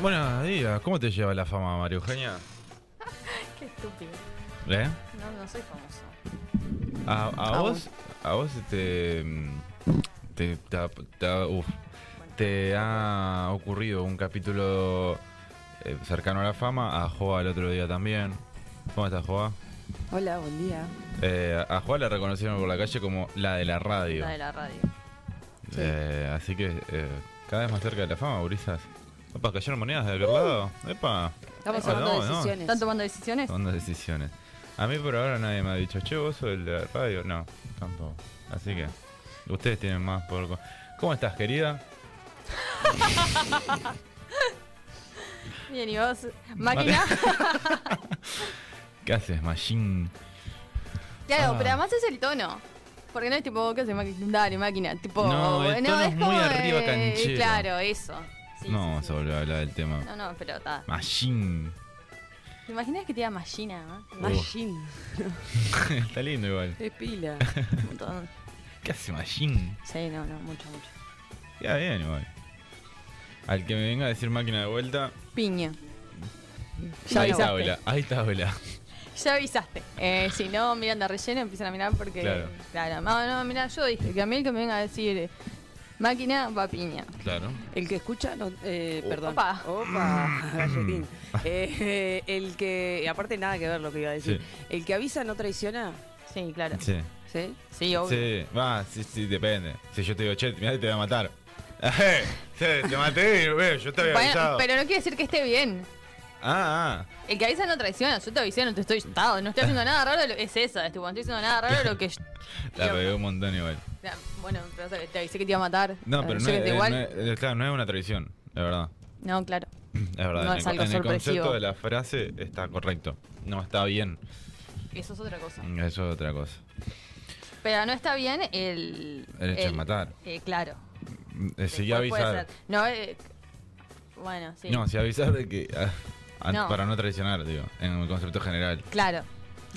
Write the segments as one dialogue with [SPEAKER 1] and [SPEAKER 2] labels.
[SPEAKER 1] Buenos días, ¿cómo te lleva la fama, María Eugenia?
[SPEAKER 2] Qué estúpido.
[SPEAKER 1] ¿Eh?
[SPEAKER 2] No, no soy famoso.
[SPEAKER 1] ¿A, a
[SPEAKER 3] Ah,
[SPEAKER 1] vos? ¿A vos te. te, te ha- te ha- uf, te ha ocurrido un capítulo eh, cercano a la fama? A Joa el otro día también. ¿Cómo estás, Joa?
[SPEAKER 3] Hola, buen día.
[SPEAKER 1] Eh, a Joa la reconocieron por la calle como la de la radio.
[SPEAKER 2] La de la radio.
[SPEAKER 3] Sí.
[SPEAKER 1] Eh, así que eh, cada vez más cerca de la fama, gurisas. Opa, cayeron monedas de
[SPEAKER 2] Uh.
[SPEAKER 1] aquel lado. Epa.
[SPEAKER 3] Estamos
[SPEAKER 1] Ah,
[SPEAKER 3] hablando de
[SPEAKER 1] no, no.
[SPEAKER 3] decisiones.
[SPEAKER 2] ¿Están tomando decisiones?
[SPEAKER 1] Son las decisiones. A mí por ahora nadie me ha dicho, che, vos sos el de la radio. No, tampoco. Así que ustedes tienen más por... co- ¿Cómo estás, querida?
[SPEAKER 2] Bien, ¿y vos? ¿Máquina?
[SPEAKER 1] ¿Qué haces, Machine?
[SPEAKER 2] claro,
[SPEAKER 1] Ah.
[SPEAKER 2] pero además es el tono. Porque no es tipo, ¿qué haces, máquina? Dale, máquina. Tipo,
[SPEAKER 1] No, el tono es muy arriba canchero.
[SPEAKER 2] Claro, eso. Sí,
[SPEAKER 1] no
[SPEAKER 2] sí,
[SPEAKER 1] vamos
[SPEAKER 2] sí.
[SPEAKER 1] a volver a hablar del tema.
[SPEAKER 2] No, no, pero está.
[SPEAKER 1] Machine.
[SPEAKER 2] ¿Te imaginas que te diga machina? eh?
[SPEAKER 3] Machine.
[SPEAKER 1] Está lindo igual.
[SPEAKER 3] Es pila.
[SPEAKER 2] Un montón.
[SPEAKER 1] ¿Qué hace Machine?
[SPEAKER 2] Sí, no, no, mucho, mucho.
[SPEAKER 1] Queda bien igual. Al que me venga a decir máquina de vuelta,
[SPEAKER 2] Piña. Ya
[SPEAKER 1] ahí
[SPEAKER 2] avisaste.
[SPEAKER 1] está abuela, ahí está abuela.
[SPEAKER 2] Ya avisaste. Eh, si no, miran de relleno, empiezan a mirar porque.
[SPEAKER 1] Claro.
[SPEAKER 2] Claro. No, no, mira, yo dije que a mí el que me venga a decir eh, máquina va piña.
[SPEAKER 1] Claro.
[SPEAKER 3] El que escucha, no, eh, perdón.
[SPEAKER 2] Opa.
[SPEAKER 3] Opa, galletín. Eh, eh, el que, aparte nada que ver lo que iba a decir. El que avisa no traiciona,
[SPEAKER 2] Sí, claro. Sí,
[SPEAKER 1] Sí.
[SPEAKER 3] ¿sí?
[SPEAKER 2] obvio.
[SPEAKER 1] Sí, va, sí, sí, depende. Si yo te digo, che, mirá, te voy a matar. Eh, sí, te maté, ve, yo te había
[SPEAKER 2] Bueno,
[SPEAKER 1] avisado.
[SPEAKER 2] pero no quiere decir que esté bien.
[SPEAKER 1] Ah, ah.
[SPEAKER 2] El que avisa no traiciona, yo te avisé, no te estoy estado, no estoy haciendo nada raro, lo- es esa, es tipo, no estoy haciendo nada raro lo que yo-
[SPEAKER 1] La pegué un montón igual.
[SPEAKER 2] Ya, Bueno, pero o sea, te avisé que te iba a matar.
[SPEAKER 1] No, pero
[SPEAKER 2] Ah,
[SPEAKER 1] no
[SPEAKER 2] Yo que
[SPEAKER 1] es,
[SPEAKER 2] te
[SPEAKER 1] eh,
[SPEAKER 2] igual.
[SPEAKER 1] no es- eh, claro, no es una tradición, la verdad.
[SPEAKER 2] No, claro.
[SPEAKER 1] Es verdad.
[SPEAKER 2] No
[SPEAKER 1] en
[SPEAKER 2] es
[SPEAKER 1] el,
[SPEAKER 2] algo
[SPEAKER 1] en el concepto
[SPEAKER 2] sorpresivo.
[SPEAKER 1] de la frase está correcto. No está bien.
[SPEAKER 2] Eso es otra cosa.
[SPEAKER 1] Eso es otra cosa. Eh,
[SPEAKER 2] Pero no está bien el.
[SPEAKER 1] El hecho de matar.
[SPEAKER 2] eh, claro.
[SPEAKER 1] Eh, Sí,
[SPEAKER 2] Después puede
[SPEAKER 1] avisar.
[SPEAKER 2] ser. No, eh, bueno, sí.
[SPEAKER 1] No, sí avisar de que. ah, ah,
[SPEAKER 2] No.
[SPEAKER 1] Para no traicionar, digo, en el concepto general.
[SPEAKER 2] Claro,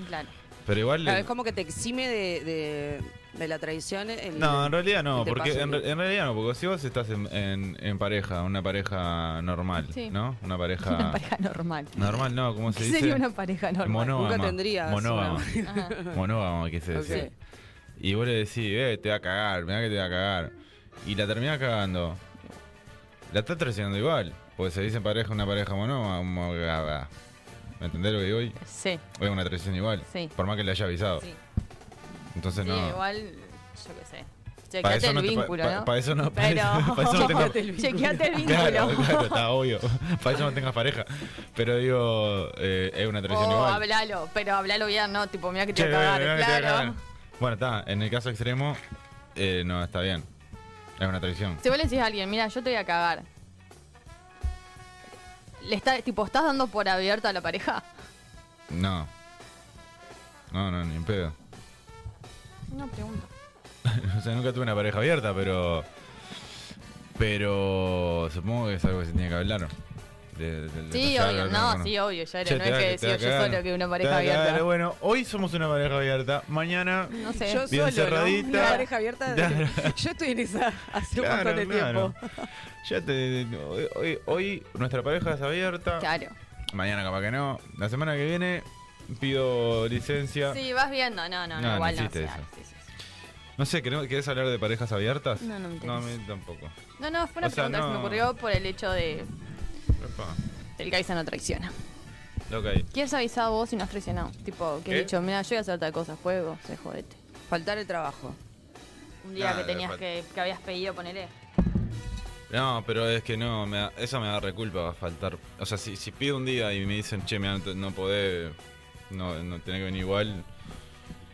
[SPEAKER 2] claro.
[SPEAKER 1] Pero igual.
[SPEAKER 3] Claro,
[SPEAKER 1] eh,
[SPEAKER 3] Ah, es como que te exime de, de- de la traición. el-
[SPEAKER 1] No, en realidad no,
[SPEAKER 3] que te
[SPEAKER 1] porque
[SPEAKER 3] pase
[SPEAKER 1] en,
[SPEAKER 3] que-
[SPEAKER 1] re- en realidad no, porque si vos estás en, en- en pareja, una pareja normal,
[SPEAKER 2] Sí.
[SPEAKER 1] ¿no? Una pareja,
[SPEAKER 2] Una pareja normal.
[SPEAKER 1] normal, Ah. no, ¿cómo se
[SPEAKER 2] ¿Qué
[SPEAKER 1] dice?
[SPEAKER 2] sería una pareja normal?
[SPEAKER 1] monógama.
[SPEAKER 3] Nunca tendrías
[SPEAKER 1] Monógama.
[SPEAKER 2] Ajá.
[SPEAKER 1] Monógama, ¿qué se
[SPEAKER 3] Ok.
[SPEAKER 1] dice? Y vos le decís, eh, te va a cagar, mirá que te va a cagar. Y la terminás cagando. La estás traicionando igual, porque se dice pareja, una pareja monógama. ¿Me entendés lo que digo? hoy?
[SPEAKER 2] Sí,
[SPEAKER 1] Es una traición igual,
[SPEAKER 2] Sí.
[SPEAKER 1] por más que le haya avisado.
[SPEAKER 2] sí.
[SPEAKER 1] Entonces
[SPEAKER 2] Sí,
[SPEAKER 1] Oh, no.
[SPEAKER 2] igual, yo qué sé.
[SPEAKER 1] Para
[SPEAKER 2] Chequeate
[SPEAKER 1] eso
[SPEAKER 2] el
[SPEAKER 1] no te-
[SPEAKER 2] vínculo,
[SPEAKER 1] pa-
[SPEAKER 2] ¿no?
[SPEAKER 1] pa- pa' eso no- pa'
[SPEAKER 2] Pero.
[SPEAKER 1] eso- pa' eso no tengo-
[SPEAKER 2] Chequeate el vínculo. Chequeate el vínculo.
[SPEAKER 1] Claro, claro, está obvio. Para eso no tengas pareja. Pero digo, eh, es una traición
[SPEAKER 2] O
[SPEAKER 1] igual.
[SPEAKER 2] hablalo, pero hablalo bien, no, tipo, mira que Oh, te
[SPEAKER 1] Che,
[SPEAKER 2] va a
[SPEAKER 1] mirá
[SPEAKER 2] cagar,
[SPEAKER 1] que te va a
[SPEAKER 2] claro.
[SPEAKER 1] cagar. Bueno, está, en el caso extremo, eh, no, está bien. Es una traición.
[SPEAKER 2] Si vos le decís a alguien, mira, yo te voy a cagar. Le está, tipo, ¿estás dando por abierto a la pareja?
[SPEAKER 1] No. No, no, ni en pedo.
[SPEAKER 2] No pregunto.
[SPEAKER 1] O sea, nunca tuve una pareja abierta, pero. Pero. Supongo que es algo que se tiene que hablar. De- de- de
[SPEAKER 2] Sí,
[SPEAKER 1] pasar
[SPEAKER 2] obvio,
[SPEAKER 1] algo
[SPEAKER 2] no,
[SPEAKER 1] con-
[SPEAKER 2] sí, obvio, ya
[SPEAKER 1] Che,
[SPEAKER 2] era, no
[SPEAKER 1] te
[SPEAKER 2] es
[SPEAKER 1] va-
[SPEAKER 2] que
[SPEAKER 1] te va
[SPEAKER 2] decía
[SPEAKER 1] a
[SPEAKER 2] yo
[SPEAKER 1] cagar.
[SPEAKER 2] solo que una
[SPEAKER 1] Te
[SPEAKER 2] pareja
[SPEAKER 1] va a cagar.
[SPEAKER 2] abierta.
[SPEAKER 1] Bueno, hoy somos una pareja abierta. Mañana.
[SPEAKER 2] No sé.
[SPEAKER 3] Yo
[SPEAKER 1] Bien
[SPEAKER 3] solo, ¿no?
[SPEAKER 1] cerradita.
[SPEAKER 3] Una pareja abierta.
[SPEAKER 1] Claro.
[SPEAKER 3] Yo estoy en esa hace un
[SPEAKER 1] Claro,
[SPEAKER 3] montón de
[SPEAKER 1] claro.
[SPEAKER 3] tiempo.
[SPEAKER 1] Ya te. Hoy, hoy- hoy nuestra pareja es abierta.
[SPEAKER 2] Claro.
[SPEAKER 1] Mañana capaz que no. La semana que viene pido licencia.
[SPEAKER 2] Sí, vas viendo, no, no,
[SPEAKER 1] No, no
[SPEAKER 2] no, igual no.
[SPEAKER 1] existe
[SPEAKER 2] o sea,
[SPEAKER 1] eso.
[SPEAKER 2] sí, sí, sí.
[SPEAKER 1] No sé, ¿querés querés hablar de parejas abiertas?
[SPEAKER 2] No, no me
[SPEAKER 1] No, a
[SPEAKER 2] interesa.
[SPEAKER 1] mí tampoco.
[SPEAKER 2] No, no, fue una
[SPEAKER 1] O sea,
[SPEAKER 2] pregunta que se
[SPEAKER 1] no.
[SPEAKER 2] me ocurrió por el hecho de
[SPEAKER 1] Epa.
[SPEAKER 2] del que avisa no traiciona.
[SPEAKER 1] Ok.
[SPEAKER 2] ¿Qué has avisado vos y no has traicionado? Tipo, que
[SPEAKER 1] ¿Qué?
[SPEAKER 2] he dicho, mira, yo voy a hacer tal cosa, juego, se jodete.
[SPEAKER 3] Faltar el trabajo.
[SPEAKER 2] Un día
[SPEAKER 1] Nada,
[SPEAKER 2] que tenías
[SPEAKER 1] fal-
[SPEAKER 2] que, que habías pedido, ponele.
[SPEAKER 1] No, pero es que no, me da- eso me da reculpa, va a faltar. O sea, si, si pido un día y me dicen, che, mirá, no, te- no podés, no, no tenés que venir igual.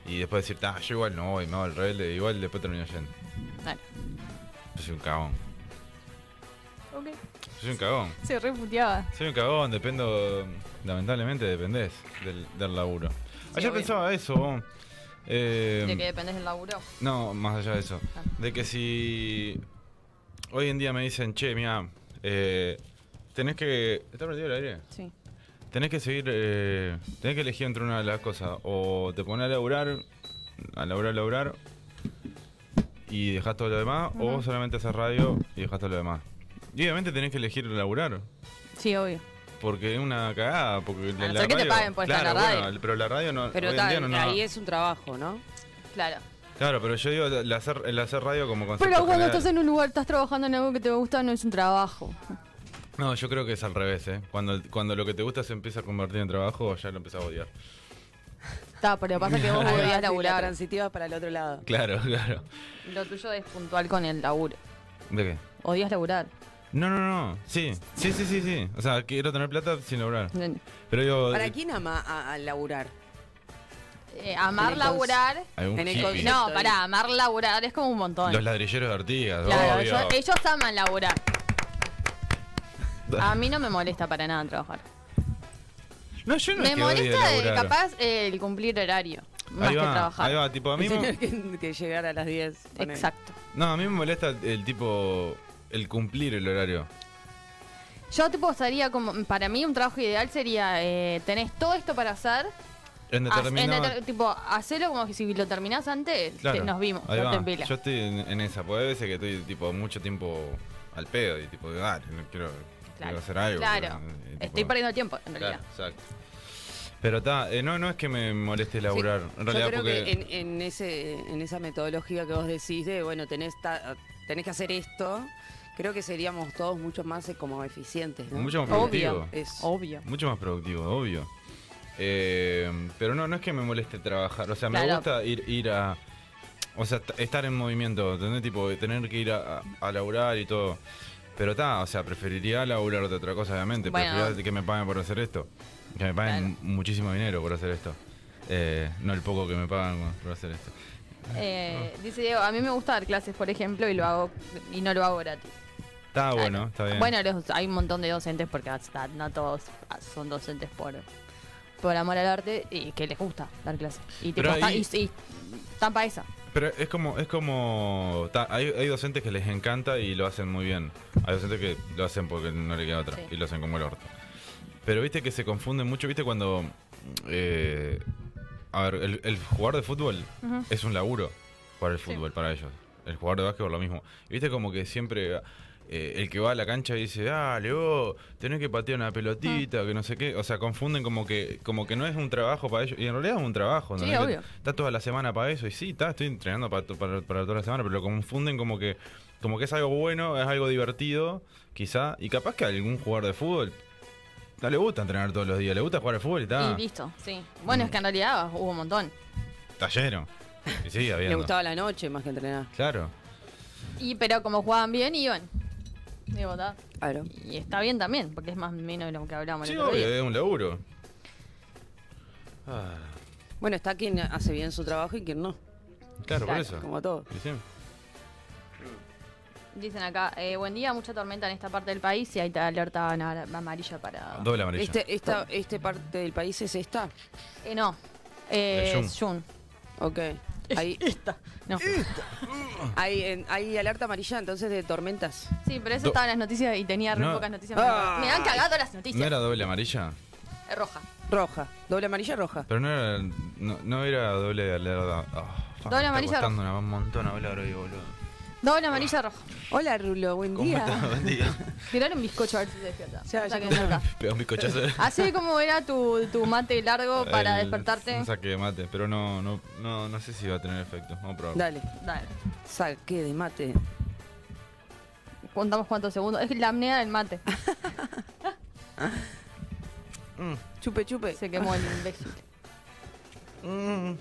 [SPEAKER 1] Y después decir, ah, yo igual no voy, me hago el rebelde, igual después termino yendo.
[SPEAKER 2] Claro.
[SPEAKER 1] Yo soy un cagón.
[SPEAKER 2] Ok.
[SPEAKER 1] Yo soy un cagón.
[SPEAKER 2] Se reputeaba.
[SPEAKER 1] Soy un cagón, dependo. Lamentablemente dependés del, del laburo. Ayer
[SPEAKER 2] obvio.
[SPEAKER 1] pensaba eso, vos. Eh,
[SPEAKER 2] De que dependés del laburo.
[SPEAKER 1] No, más allá de eso.
[SPEAKER 2] Ah.
[SPEAKER 1] De que si hoy en día me dicen, che, mira, eh, tenés que... ¿Está prendido el aire?
[SPEAKER 2] Sí.
[SPEAKER 1] Tenés que seguir, eh, tenés que elegir entre una de las cosas. O te pones a laburar, a laburar, a laburar, y dejás todo lo demás, o solamente haces radio y dejás todo lo demás. Y obviamente tenés que elegir laburar.
[SPEAKER 2] Sí, obvio.
[SPEAKER 1] Porque es una cagada. Porque
[SPEAKER 2] no ser Ah, que te paguen por estar en
[SPEAKER 1] claro,
[SPEAKER 2] la radio.
[SPEAKER 1] bueno, pero la radio no.
[SPEAKER 3] Pero
[SPEAKER 1] hoy en
[SPEAKER 3] ta-
[SPEAKER 1] día no, no-
[SPEAKER 3] ahí es un trabajo, ¿no?
[SPEAKER 2] Claro.
[SPEAKER 1] Claro, pero yo digo el hacer, el hacer radio como concepto.
[SPEAKER 2] Pero cuando
[SPEAKER 1] general.
[SPEAKER 2] estás en un lugar, estás trabajando en algo que te gusta, no es un trabajo.
[SPEAKER 1] No, yo creo que es al revés, ¿eh? Cuando, cuando lo que te gusta se empieza a convertir en trabajo, ya lo empiezas a odiar.
[SPEAKER 2] Está, pero pasa que
[SPEAKER 3] Ahí
[SPEAKER 2] vos
[SPEAKER 3] va, sí,
[SPEAKER 2] volvías a
[SPEAKER 3] la
[SPEAKER 2] laburar.
[SPEAKER 3] transitiva es para el otro lado.
[SPEAKER 1] Claro, claro.
[SPEAKER 2] Lo tuyo es puntual con el laburo.
[SPEAKER 1] ¿De qué?
[SPEAKER 2] Odias laburar.
[SPEAKER 1] No, no, no. Sí, sí, sí, sí. sí. O sea, quiero tener plata sin lograr. Pero digo.
[SPEAKER 3] ¿Para
[SPEAKER 1] eh,
[SPEAKER 3] quién ama a, a laburar?
[SPEAKER 2] Eh,
[SPEAKER 3] En
[SPEAKER 2] amar
[SPEAKER 3] el cons-
[SPEAKER 2] laburar.
[SPEAKER 1] algún
[SPEAKER 3] En el
[SPEAKER 1] hippie.
[SPEAKER 3] concepto.
[SPEAKER 2] No,
[SPEAKER 3] Estoy-
[SPEAKER 2] pará, amar laburar es como un montón.
[SPEAKER 1] Los ladrilleros de Artigas,
[SPEAKER 2] Claro,
[SPEAKER 1] obvio.
[SPEAKER 2] ellos, ellos aman laburar. A mí no me molesta para nada trabajar.
[SPEAKER 1] No, yo no es
[SPEAKER 2] me
[SPEAKER 1] que odie
[SPEAKER 2] molesta eh,
[SPEAKER 1] laburar.
[SPEAKER 2] capaz eh, el cumplir horario, más
[SPEAKER 1] Ahí va,
[SPEAKER 2] que trabajar.
[SPEAKER 1] Ahí va, tipo, a mí. me-
[SPEAKER 3] Tener que, que llegar a las 10. ponele.
[SPEAKER 2] Exacto.
[SPEAKER 1] No, a mí me molesta el, el tipo. El cumplir el horario.
[SPEAKER 2] Yo tipo estaría como, para mí un trabajo ideal sería, eh, tenés todo esto para hacer,
[SPEAKER 1] En
[SPEAKER 2] haz- Ah, en
[SPEAKER 1] determinado.
[SPEAKER 2] deter- tipo, hacelo como que si lo terminás antes, te-
[SPEAKER 1] Claro,
[SPEAKER 2] nos vimos,
[SPEAKER 1] ahí
[SPEAKER 2] no
[SPEAKER 1] va.
[SPEAKER 2] te empilas.
[SPEAKER 1] Yo estoy en, en esa, porque hay veces que estoy tipo mucho tiempo al pedo y tipo, ah, no quiero, quiero hacer algo.
[SPEAKER 2] claro.
[SPEAKER 1] pero, eh,
[SPEAKER 2] estoy
[SPEAKER 1] tipo,
[SPEAKER 2] perdiendo tiempo en
[SPEAKER 1] Claro,
[SPEAKER 2] realidad.
[SPEAKER 1] exacto. Pero está, no, no es que me moleste
[SPEAKER 3] Sí,
[SPEAKER 1] laburar. en realidad,
[SPEAKER 3] yo creo
[SPEAKER 1] porque.
[SPEAKER 3] que en, en ese, en esa metodología que vos decís de, bueno, tenés, ta- tenés que hacer esto, creo que seríamos todos mucho más eh, como eficientes, ¿no?
[SPEAKER 1] Mucho más
[SPEAKER 2] Obvio.
[SPEAKER 1] productivo.
[SPEAKER 3] Es-
[SPEAKER 2] Obvio.
[SPEAKER 1] Mucho más productivo, obvio. Eh, pero no, no es que me moleste trabajar. O sea, me
[SPEAKER 2] Claro.
[SPEAKER 1] gusta ir, ir a. O sea, t- estar en movimiento, ¿entendés? Tipo, tener que ir a, a- a laburar y todo. Pero está, o sea, preferiría laburar de otra cosa, obviamente.
[SPEAKER 2] Bueno.
[SPEAKER 1] Preferiría que me paguen por hacer esto. Que me paguen muchísimo dinero por hacer esto. Eh, no el poco que me pagan por hacer esto.
[SPEAKER 2] Eh, dice Diego, a mí me gusta dar clases, por ejemplo, y lo hago y no lo hago gratis.
[SPEAKER 1] Está bueno, está bien.
[SPEAKER 2] Bueno, los- hay un montón de docentes porque hasta no todos son docentes por por amor al arte y que les gusta dar clases. Y, tipo,
[SPEAKER 1] Pero
[SPEAKER 2] está-
[SPEAKER 1] ahí-
[SPEAKER 2] y- y están pa' esa.
[SPEAKER 1] Pero es como, es como. ta, hay, hay docentes que les encanta y lo hacen muy bien. Hay docentes que lo hacen porque no le queda otra
[SPEAKER 2] Sí.
[SPEAKER 1] y lo hacen como el orto. Pero viste que se confunde mucho, viste cuando. eh, a ver, el, el jugador de fútbol
[SPEAKER 2] Ujú.
[SPEAKER 1] es un laburo para el fútbol, para ellos. El jugador de básquetbol lo mismo. Y viste como que siempre. eh, el que va a la cancha y dice, dale, vos, tenés que patear una
[SPEAKER 2] Ah.
[SPEAKER 1] pelotita, que no sé qué. O sea, confunden como que, como que no es un trabajo para ellos. Y en realidad es un trabajo.
[SPEAKER 2] Sí,
[SPEAKER 1] ¿entendés?
[SPEAKER 2] obvio.
[SPEAKER 1] Está toda la semana para eso y sí, está, estoy entrenando para, to- para, para toda la semana, pero lo confunden como que como que es algo bueno, es algo divertido, quizá, y capaz que a algún jugador de fútbol no le gusta entrenar todos los días, le gusta jugar al fútbol y está,
[SPEAKER 2] Y listo, sí. Bueno, es que en
[SPEAKER 1] Mm.
[SPEAKER 2] realidad hubo un montón.
[SPEAKER 1] está lleno. Y sigue
[SPEAKER 3] Le
[SPEAKER 1] habiendo.
[SPEAKER 3] gustaba la noche más que entrenar.
[SPEAKER 1] Claro.
[SPEAKER 2] Y pero como jugaban bien, iban. Digo, está-
[SPEAKER 3] Claro.
[SPEAKER 2] Y está bien también, porque es más o menos de lo que hablábamos
[SPEAKER 1] Sí,
[SPEAKER 2] el otro
[SPEAKER 1] obvio,
[SPEAKER 2] día.
[SPEAKER 1] es un laburo. Ah,
[SPEAKER 3] Bueno, está quien hace bien su trabajo y quien no,
[SPEAKER 1] claro, por
[SPEAKER 2] Claro,
[SPEAKER 1] eso.
[SPEAKER 3] como todo.
[SPEAKER 1] Y sí.
[SPEAKER 2] Dicen acá, eh, buen día, mucha tormenta en esta parte del país y hay alerta ana- amarilla para...
[SPEAKER 1] Doble amarilla.
[SPEAKER 3] Este, esta, este parte del país es esta.
[SPEAKER 2] Eh, no, eh,
[SPEAKER 1] El Zoom.
[SPEAKER 2] es Jun.
[SPEAKER 3] Ok. Hay,
[SPEAKER 2] No.
[SPEAKER 1] Eh.
[SPEAKER 3] hay, en- hay alerta amarilla entonces de tormentas.
[SPEAKER 2] Sí, pero eso
[SPEAKER 1] Do-
[SPEAKER 2] estaba en las noticias y tenía re
[SPEAKER 1] No.
[SPEAKER 2] pocas noticias.
[SPEAKER 3] Ah.
[SPEAKER 2] Me han cagado las
[SPEAKER 1] ¿No
[SPEAKER 2] noticias.
[SPEAKER 1] era doble amarilla?
[SPEAKER 2] Es roja.
[SPEAKER 3] Roja. Doble amarilla roja.
[SPEAKER 1] Pero no era, no, no era doble alerta. Ah, fa,
[SPEAKER 2] Doble
[SPEAKER 1] me está
[SPEAKER 2] amarilla.
[SPEAKER 1] costando una- un montón hablar hoy, boludo.
[SPEAKER 2] Doble amarilla roja.
[SPEAKER 3] Hola Rulo, buen
[SPEAKER 1] ¿Cómo estás?
[SPEAKER 3] día.
[SPEAKER 1] Buen día.
[SPEAKER 2] Tirar un bizcocho a ver si se despierta.
[SPEAKER 3] Ya,
[SPEAKER 2] O sea
[SPEAKER 3] ya.
[SPEAKER 2] que no está.
[SPEAKER 1] Pegó un bizcochazo.
[SPEAKER 2] Así como era tu, tu mate largo para
[SPEAKER 1] El-
[SPEAKER 2] despertarte.
[SPEAKER 1] Un saque de mate, pero no, no, no, no sé si va a tener efecto. Vamos a probar.
[SPEAKER 3] Dale,
[SPEAKER 2] Dale.
[SPEAKER 3] saque de mate.
[SPEAKER 2] Contamos cuántos segundos. Es la apnea del mate.
[SPEAKER 3] Chupe, chupe.
[SPEAKER 2] Se quemó el imbécil.
[SPEAKER 3] Mm.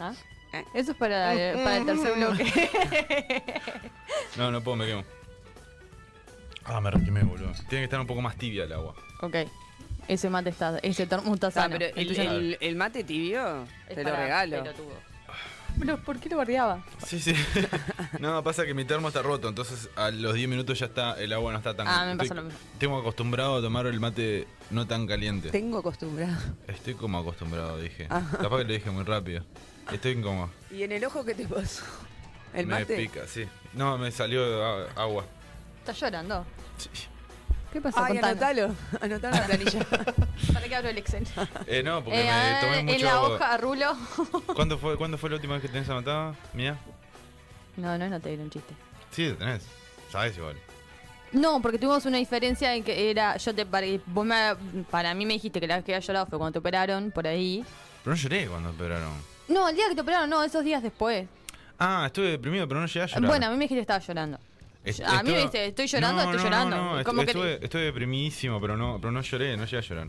[SPEAKER 2] ¿Ah? Eso es para, eh, para el tercer bloque.
[SPEAKER 1] No, no puedo, me quemo. Ah, me requemé, boludo. Tiene que estar un poco más tibia el agua.
[SPEAKER 2] ok. Ese mate está, ese termo está
[SPEAKER 3] Ah,
[SPEAKER 2] sano.
[SPEAKER 3] pero el,
[SPEAKER 2] Entonces,
[SPEAKER 3] el- el mate tibio
[SPEAKER 2] es
[SPEAKER 3] te lo
[SPEAKER 2] para
[SPEAKER 3] regalo.
[SPEAKER 2] pelotudos. Pero, ¿por qué lo bardeaba?
[SPEAKER 1] Sí, sí. no, pasa que mi termo está roto, entonces a los 10 minutos ya está, el agua no está tan
[SPEAKER 2] Ah, me pasa
[SPEAKER 1] estoy-
[SPEAKER 2] lo mismo.
[SPEAKER 1] Tengo acostumbrado a tomar el mate no tan caliente.
[SPEAKER 3] Tengo acostumbrado.
[SPEAKER 1] Estoy como acostumbrado, dije.
[SPEAKER 3] Ah.
[SPEAKER 1] Capaz que lo dije muy rápido. Estoy como.
[SPEAKER 3] ¿Y en el ojo qué te pasó? ¿El
[SPEAKER 1] me
[SPEAKER 3] mate?
[SPEAKER 1] pica, sí. No, me salió a- agua.
[SPEAKER 2] Está llorando.
[SPEAKER 1] Sí.
[SPEAKER 2] ¿Qué pasó?
[SPEAKER 3] Ay,
[SPEAKER 2] Contanos.
[SPEAKER 3] anotalo. Anotalo en la planilla.
[SPEAKER 2] ¿Para qué abro el Excel?
[SPEAKER 1] Eh, no, porque
[SPEAKER 2] Eh,
[SPEAKER 1] me tomé mucho
[SPEAKER 2] en la
[SPEAKER 1] agua.
[SPEAKER 2] hoja, Rulo.
[SPEAKER 1] ¿Cuándo fue, ¿Cuándo fue la última vez que tenés anotada? Mía.
[SPEAKER 2] No, no, no te dieron chiste.
[SPEAKER 1] Sí, tenés. Sabes igual.
[SPEAKER 2] No, porque tuvimos una diferencia en que era. Yo te para, vos me- para mí me dijiste que la vez que había llorado fue cuando te operaron, por ahí.
[SPEAKER 1] Pero no lloré cuando operaron.
[SPEAKER 2] No, el día que te operaron, no, esos días después.
[SPEAKER 1] Ah, estuve deprimido, pero no llegué a llorar.
[SPEAKER 2] Bueno, a mí me dijiste que estaba llorando.
[SPEAKER 1] Est-
[SPEAKER 2] a mí me
[SPEAKER 1] estuve-
[SPEAKER 2] dijiste, estoy llorando,
[SPEAKER 1] No,
[SPEAKER 2] estoy
[SPEAKER 1] no,
[SPEAKER 2] llorando.
[SPEAKER 1] No, no, est-
[SPEAKER 2] Como que-
[SPEAKER 1] estuve, estuve deprimidísimo, pero no, pero no lloré, no llegué a llorar.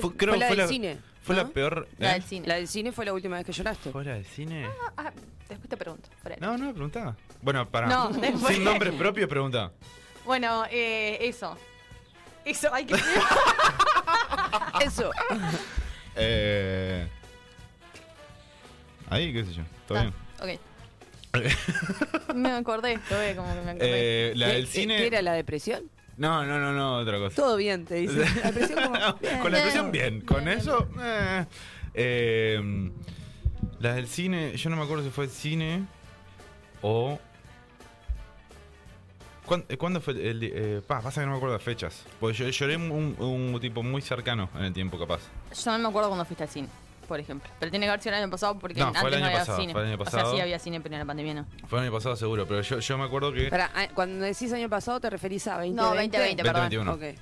[SPEAKER 1] Fue, creo
[SPEAKER 3] Fue
[SPEAKER 1] que
[SPEAKER 3] la
[SPEAKER 1] fue
[SPEAKER 3] del
[SPEAKER 1] la,
[SPEAKER 3] cine,
[SPEAKER 1] Fue
[SPEAKER 3] ¿no?
[SPEAKER 1] la peor.
[SPEAKER 2] la
[SPEAKER 1] ¿eh?
[SPEAKER 2] del cine.
[SPEAKER 3] La del cine fue la última vez que lloraste.
[SPEAKER 1] ¿Fue la del cine?
[SPEAKER 2] Ah, después te pregunto. fuera de-
[SPEAKER 1] No, no, preguntaba. Bueno, para.
[SPEAKER 2] No, después.
[SPEAKER 1] Sin nombre propio, pregunta.
[SPEAKER 2] Bueno, eh, eso. Eso, hay que.
[SPEAKER 3] Ah, Eso.
[SPEAKER 1] Eh... Ahí, qué sé yo.
[SPEAKER 2] Ah.
[SPEAKER 1] Todo bien.
[SPEAKER 2] ok. me acordé esto, eh, como que me acordé.
[SPEAKER 1] Eh, la
[SPEAKER 3] ¿Qué-
[SPEAKER 1] del
[SPEAKER 3] qué-
[SPEAKER 1] cine.
[SPEAKER 3] ¿Qué era la depresión?
[SPEAKER 1] No, no, no, no, otra cosa.
[SPEAKER 3] Todo bien, te dice. La depresión como. bien.
[SPEAKER 1] Con la presión bien, con
[SPEAKER 2] Bien.
[SPEAKER 1] eso. eh. Eh, las del cine, yo no me acuerdo si fue el cine o. ¿Cuán- eh, ¿Cuándo, fue el.? di- eh, pa, pasa que no me acuerdo las fechas. Pues yo lloré un, un tipo muy cercano en el tiempo, capaz.
[SPEAKER 2] Yo no me acuerdo cuando fuiste al cine, por ejemplo. Pero tiene que haber sido el año pasado porque
[SPEAKER 1] No, fue
[SPEAKER 2] antes
[SPEAKER 1] el año
[SPEAKER 2] no había
[SPEAKER 1] pasado,
[SPEAKER 2] cine.
[SPEAKER 1] fue el año
[SPEAKER 2] O
[SPEAKER 1] pasado.
[SPEAKER 2] sea, sí había cine, pero en la pandemia no.
[SPEAKER 1] Fue el año pasado, seguro, pero yo, yo me acuerdo que.
[SPEAKER 3] Pará, ah, cuando decís año pasado, ¿te referís a 2020?
[SPEAKER 2] No, 2020, perdón.
[SPEAKER 1] 2021.
[SPEAKER 3] Ok.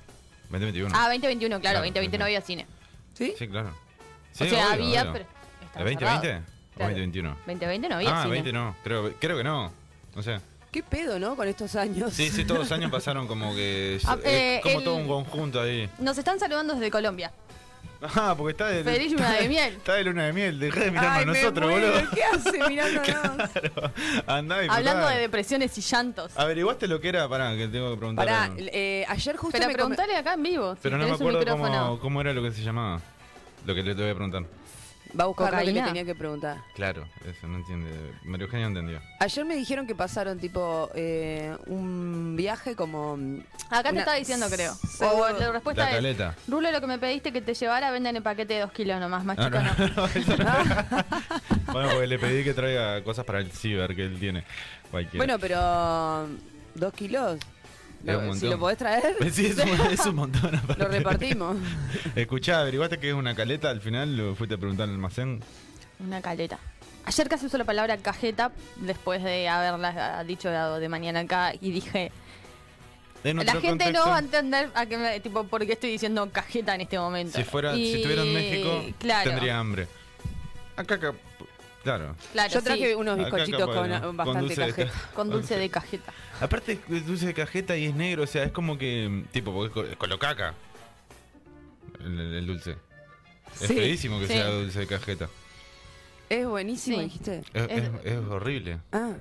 [SPEAKER 1] 2021.
[SPEAKER 2] Ah, 2021, claro,
[SPEAKER 1] Claro,
[SPEAKER 2] 2020 no
[SPEAKER 1] sí, sí.
[SPEAKER 2] había cine.
[SPEAKER 3] ¿Sí?
[SPEAKER 1] Sí, claro.
[SPEAKER 2] o sea,
[SPEAKER 1] obvio,
[SPEAKER 2] había,
[SPEAKER 1] obvio.
[SPEAKER 2] pero.
[SPEAKER 1] ¿El
[SPEAKER 2] estaba
[SPEAKER 1] 2020?
[SPEAKER 2] cerrado.
[SPEAKER 1] ¿O
[SPEAKER 2] Claro.
[SPEAKER 1] 2021?
[SPEAKER 2] 2020 no había
[SPEAKER 1] Ah,
[SPEAKER 2] cine.
[SPEAKER 1] 20 no. Creo, creo que no. No sé.
[SPEAKER 3] ¿Qué pedo, no? Con estos años.
[SPEAKER 1] Sí, sí, todos los años pasaron como que.
[SPEAKER 2] Ah,
[SPEAKER 1] eh,
[SPEAKER 2] eh,
[SPEAKER 1] como
[SPEAKER 2] el-
[SPEAKER 1] todo un conjunto ahí.
[SPEAKER 2] Nos están saludando desde Colombia.
[SPEAKER 1] Ah, porque está de.
[SPEAKER 2] Feliz luna de miel.
[SPEAKER 1] Está de luna de miel, dejá de mirarnos
[SPEAKER 3] Ay,
[SPEAKER 1] a
[SPEAKER 3] me
[SPEAKER 1] nosotros,
[SPEAKER 3] muero,
[SPEAKER 1] boludo.
[SPEAKER 3] ¿Qué hace mirándonos?
[SPEAKER 1] Andá y
[SPEAKER 2] Hablando
[SPEAKER 1] disfrutá. Ah.
[SPEAKER 2] de depresiones y llantos.
[SPEAKER 1] ¿Averiguaste lo que era? Pará, que tengo que preguntar.
[SPEAKER 3] Pará,
[SPEAKER 1] algo.
[SPEAKER 3] eh, ayer justo
[SPEAKER 2] Pero
[SPEAKER 3] me come-
[SPEAKER 2] preguntale acá en vivo. si
[SPEAKER 1] Pero no me
[SPEAKER 2] tenés un
[SPEAKER 1] acuerdo
[SPEAKER 2] micrófono.
[SPEAKER 1] cómo, cómo era lo que se llamaba. Lo que le te voy a preguntar.
[SPEAKER 3] Va a buscar lo que le
[SPEAKER 2] ¿Cocaína?
[SPEAKER 3] tenía que preguntar.
[SPEAKER 1] Claro, eso, no entiende. María Eugenia no entendió.
[SPEAKER 3] Ayer me dijeron que pasaron, tipo, eh, un viaje como...
[SPEAKER 2] Acá te
[SPEAKER 3] Una-
[SPEAKER 2] estaba diciendo, creo.
[SPEAKER 3] Sí.
[SPEAKER 2] O la
[SPEAKER 1] La
[SPEAKER 2] respuesta es.
[SPEAKER 1] caleta.
[SPEAKER 2] Rulo, lo que me pediste que te llevara, venden el paquete de dos kilos nomás, más
[SPEAKER 1] No,
[SPEAKER 2] chico
[SPEAKER 1] Ah, no,
[SPEAKER 2] no. Ah.
[SPEAKER 1] no, eso no. Bueno, porque le pedí que traiga cosas para el ciber que él tiene. Cualquiera.
[SPEAKER 3] Bueno, pero... ¿Dos kilos?
[SPEAKER 1] Es un
[SPEAKER 3] Lo- si
[SPEAKER 1] montón.
[SPEAKER 3] lo podés traer,
[SPEAKER 1] Sí, es un, es un montón. aparte.
[SPEAKER 3] lo repartimos.
[SPEAKER 1] Escuchá, averiguaste que es una caleta al final, lo fuiste a preguntar al almacén.
[SPEAKER 2] Una caleta. Ayer casi usó la palabra cajeta después de haberla ah, dicho de, de mañana acá y dije,
[SPEAKER 1] En
[SPEAKER 2] la
[SPEAKER 1] otro
[SPEAKER 2] gente
[SPEAKER 1] contexto,
[SPEAKER 2] no va a entender a qué me- tipo, por qué estoy diciendo cajeta en este momento.
[SPEAKER 1] Si, fuera, si
[SPEAKER 2] Y-
[SPEAKER 1] estuviera en México,
[SPEAKER 2] claro,
[SPEAKER 1] tendría hambre. Acá, acá, claro.
[SPEAKER 2] Claro,
[SPEAKER 3] Yo traje
[SPEAKER 2] sí,
[SPEAKER 3] unos
[SPEAKER 1] Acá
[SPEAKER 3] bizcochitos
[SPEAKER 1] capaz,
[SPEAKER 3] con,
[SPEAKER 1] ¿no?
[SPEAKER 3] con bastante
[SPEAKER 1] Conduce de
[SPEAKER 3] cajeta.
[SPEAKER 1] ca-
[SPEAKER 2] con dulce de cajeta.
[SPEAKER 1] Aparte, es dulce de cajeta y es negro, o sea, es como que. mm, Tipo, porque es co- es colocaca. El, el- el dulce. Es
[SPEAKER 3] Sí,
[SPEAKER 1] feísimo que
[SPEAKER 2] sí.
[SPEAKER 1] sea dulce de cajeta.
[SPEAKER 3] Es buenísimo,
[SPEAKER 2] Sí.
[SPEAKER 3] dijiste.
[SPEAKER 1] Es,
[SPEAKER 2] Es-
[SPEAKER 1] es- es horrible.
[SPEAKER 3] Ah,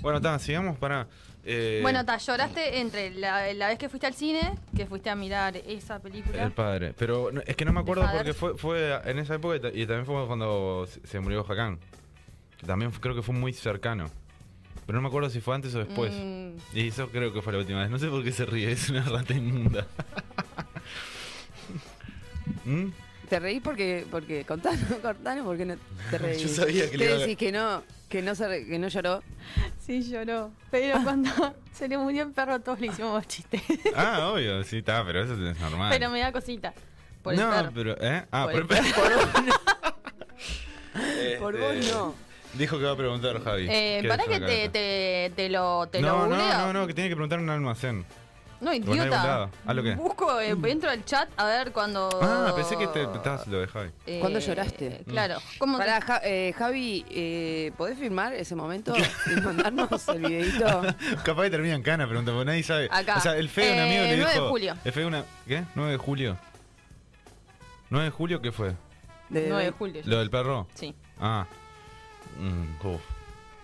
[SPEAKER 1] Bueno, ta, sigamos para. eh,
[SPEAKER 2] Bueno, ta, lloraste entre la, la vez que fuiste al cine, que fuiste a mirar esa película.
[SPEAKER 1] El padre. Pero no- es que no me acuerdo
[SPEAKER 2] Deja ver.
[SPEAKER 1] porque fue, fue en esa época y ta- y también fue cuando se- se murió Jacán. Que También fue- creo que fue muy cercano. Pero no me acuerdo si fue antes o después.
[SPEAKER 2] Mm,
[SPEAKER 1] Y eso creo que fue la última vez. No sé por qué se ríe, es una rata inmunda. ¿Mm?
[SPEAKER 3] ¿Te reís porque, porque contanos, contanos por qué no te reís?
[SPEAKER 1] Yo sabía que le
[SPEAKER 3] ¿Qué
[SPEAKER 1] iba a-
[SPEAKER 3] decís? Que no, que no, se re- que no lloró.
[SPEAKER 2] sí, lloró. Pero cuando se le murió el perro, todos le hicimos chistes.
[SPEAKER 1] Ah, obvio, sí, está, pero eso es normal.
[SPEAKER 2] Pero me da cosita. Por el
[SPEAKER 1] no,
[SPEAKER 2] perro.
[SPEAKER 1] pero, ¿eh? Ah,
[SPEAKER 2] Por el
[SPEAKER 1] por, el perro.
[SPEAKER 3] Por vos
[SPEAKER 1] Este,
[SPEAKER 3] no.
[SPEAKER 1] Dijo que va a preguntar Javi.
[SPEAKER 2] Eh,
[SPEAKER 1] ¿Qué
[SPEAKER 2] para
[SPEAKER 1] es una
[SPEAKER 2] que te,
[SPEAKER 1] careta?
[SPEAKER 2] te, te lo, te lo
[SPEAKER 1] no, no,
[SPEAKER 2] googleo.
[SPEAKER 1] no, no, que tiene que preguntar en un almacén.
[SPEAKER 2] No,
[SPEAKER 1] en algún
[SPEAKER 2] idiota.
[SPEAKER 1] lado. ¿Ah, lo qué?
[SPEAKER 2] Busco, eh, entro al chat a ver cuando.
[SPEAKER 1] Ah, pensé que te estabas lo de Javi.
[SPEAKER 2] Eh,
[SPEAKER 3] ¿Cuándo lloraste?
[SPEAKER 2] Claro. ¿Cómo te-
[SPEAKER 3] Pará, Ja- eh, Javi, eh, ¿podés filmar ese momento y mandarnos el videito?
[SPEAKER 1] Capaz que termina en cana, pregunta, porque nadie sabe.
[SPEAKER 2] Acá.
[SPEAKER 1] O sea, el fe de un
[SPEAKER 2] Eh,
[SPEAKER 1] amigo le
[SPEAKER 2] 9 de
[SPEAKER 1] dijo-
[SPEAKER 2] julio.
[SPEAKER 1] El fe de una. ¿Qué? 9 de julio. ¿9 de julio qué fue?
[SPEAKER 2] 9
[SPEAKER 1] eh,
[SPEAKER 2] de julio.
[SPEAKER 1] ¿Lo del perro?
[SPEAKER 2] Sí.
[SPEAKER 1] Ah. Mm, uf.